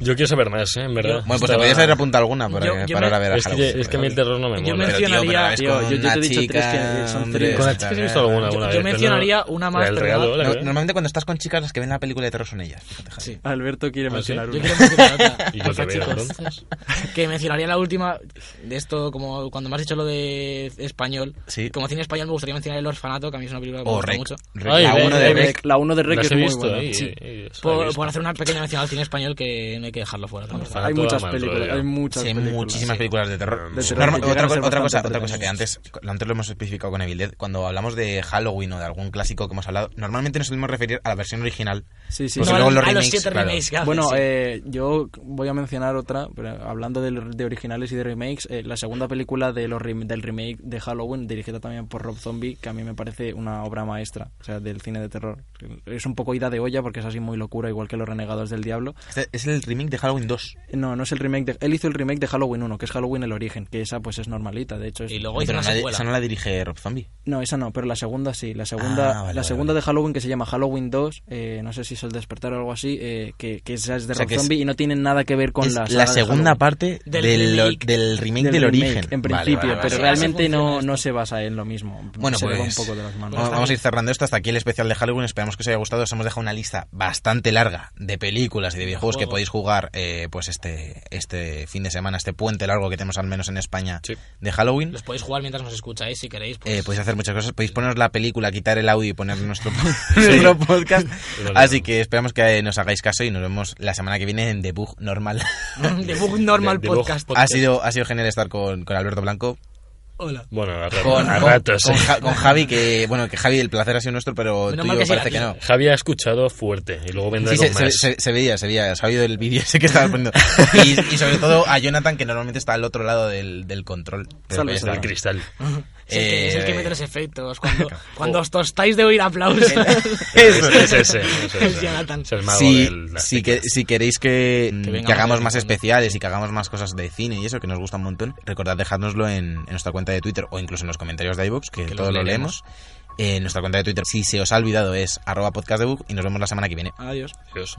yo quiero saber más, ¿eh? En verdad. Bueno, pues te Estaba- podías haber apuntado alguna para, Yo- yo para me- ahora ver a Es que, Halloween, es que a mí el pero- terror no me Yo mola. Pero, tío, mencionaría- pero la ves tío, con yo- yo te he una dicho tres que chica, son hombre, thrillers. Con las chicas he visto alguna, Yo- alguna yo vez, pero mencionaría no- una más, El pero regalo, no- la No- verdad. normalmente cuando estás con chicas, las que ven la película de terror son ellas. fíjate, Javi. Sí. Alberto quiere ¿Ah, mencionar sí? Yo una. quiero mencionar otra. Y yo Otra, te veo, chicos. entonces. [LAUGHS] que mencionaría la última de esto como cuando me has dicho lo de español Sí. como cine español me gustaría mencionar el orfanato que a mí es una película que me O gusta Rec. mucho Rec, Ay, la Rec, uno de Rec. Rec. La 1 de Rec Las es he muy visto, buena. eh, Sí. eh, las he por, visto. por hacer una pequeña mención al cine español que no hay que dejarlo fuera tampoco. Orfanato. Hay muchas Mal películas, rollo. hay muchas Sí, hay películas. muchísimas películas de terror. De terror Norma- que otra, llegan a co- ser otra cosa, bastante otra cosa que antes, antes lo hemos especificado con Evil Dead. Cuando hablamos de Halloween o de algún clásico que hemos hablado, normalmente nos solemos referir a la versión original. Sí, sí. Pues sí. No, luego a los a remakes, siete claro. remakes que hacen, Bueno, sí. eh, yo voy a mencionar otra, pero hablando de, de originales y de remakes, eh, la segunda película de los rem- del remake de Halloween, dirigida también por Rob Zombie, que a mí me parece una obra maestra, o sea, del cine de terror. Es un poco ida de olla porque es así muy locura, igual que Los Renegados del Diablo. Este es el remake de Halloween 2. No, no es el remake de... Él hizo el remake de Halloween 1, que es Halloween el origen, que esa pues es normalita, de hecho es... y luego hizo Pero una nadie- secuela esa no la dirige Rob Zombie. No, esa no, pero la segunda sí. La segunda, Ah, vale, la vale, segunda vale. de Halloween que se llama Halloween 2, eh, no sé si es el despertar o algo así, eh, que, que esa es de O sea, Rob que es- Zombie y no tiene nada que ver con es la, la, saga de segunda Halloween. parte Del del, del remake. remake del, remake, origen. En Vale, vale, principio, vale, pero vale. realmente Así funciona no, esto. no se basa en lo mismo. Bueno, se le va pues, un poco de las manos. vamos- [LAUGHS] Vamos a ir cerrando esto. Hasta aquí el especial de Halloween. Esperamos que os haya gustado. Os hemos dejado una lista bastante larga de películas y de videojuegos que juegos. podéis jugar eh, pues este, este fin de semana, este puente largo que tenemos al menos en España Sí. de Halloween. los podéis jugar mientras nos escucháis si queréis pues, Eh, podéis hacer muchas cosas. Podéis poneros la película, quitar el audio y poner nuestro, nuestro [LAUGHS] podcast. Lo Así leo. que esperamos que eh, nos hagáis caso y nos vemos la semana que viene en Debug Normal. [LAUGHS] [LAUGHS] The Book Normal The- The Book Podcast Eh, ha, sido, ha sido genial estar con, con Alberto Blanco. hola Bueno, a ratos. Con, a con- ratos, con sí. Ja- con Javi, que bueno, que Javi, el placer ha sido nuestro, pero Menos tú mal y que yo sí, parece que gracias. no. Javi ha escuchado fuerte y luego vendrá Sí, con se, se- más. se- se veía, se veía, se ha oído el vídeo ese que estabas [LAUGHS] poniendo. Y, y sobre todo a Jonathan, que normalmente está al otro lado del, del control. Pero Salve, que Está el está- cristal. es el que, es el que Eh, mete los [LAUGHS] efectos cuando, cuando os tostáis de oír aplausos [LAUGHS] Es, es ese. Es, ese. Es Jonathan. Es el mago si, del- las si, que- si queréis que, mm, que venga hagamos Mario más Kart. especiales y que hagamos más cosas de cine y eso, que nos gusta un montón, recordad dejárnoslo en, en nuestra cuenta de Twitter o incluso en los comentarios de iVoox, que, Que los todo lo leeremos. leemos. En nuestra cuenta de Twitter, si se os ha olvidado, es arroba podcastdebug y nos vemos la semana que viene. adiós Dios.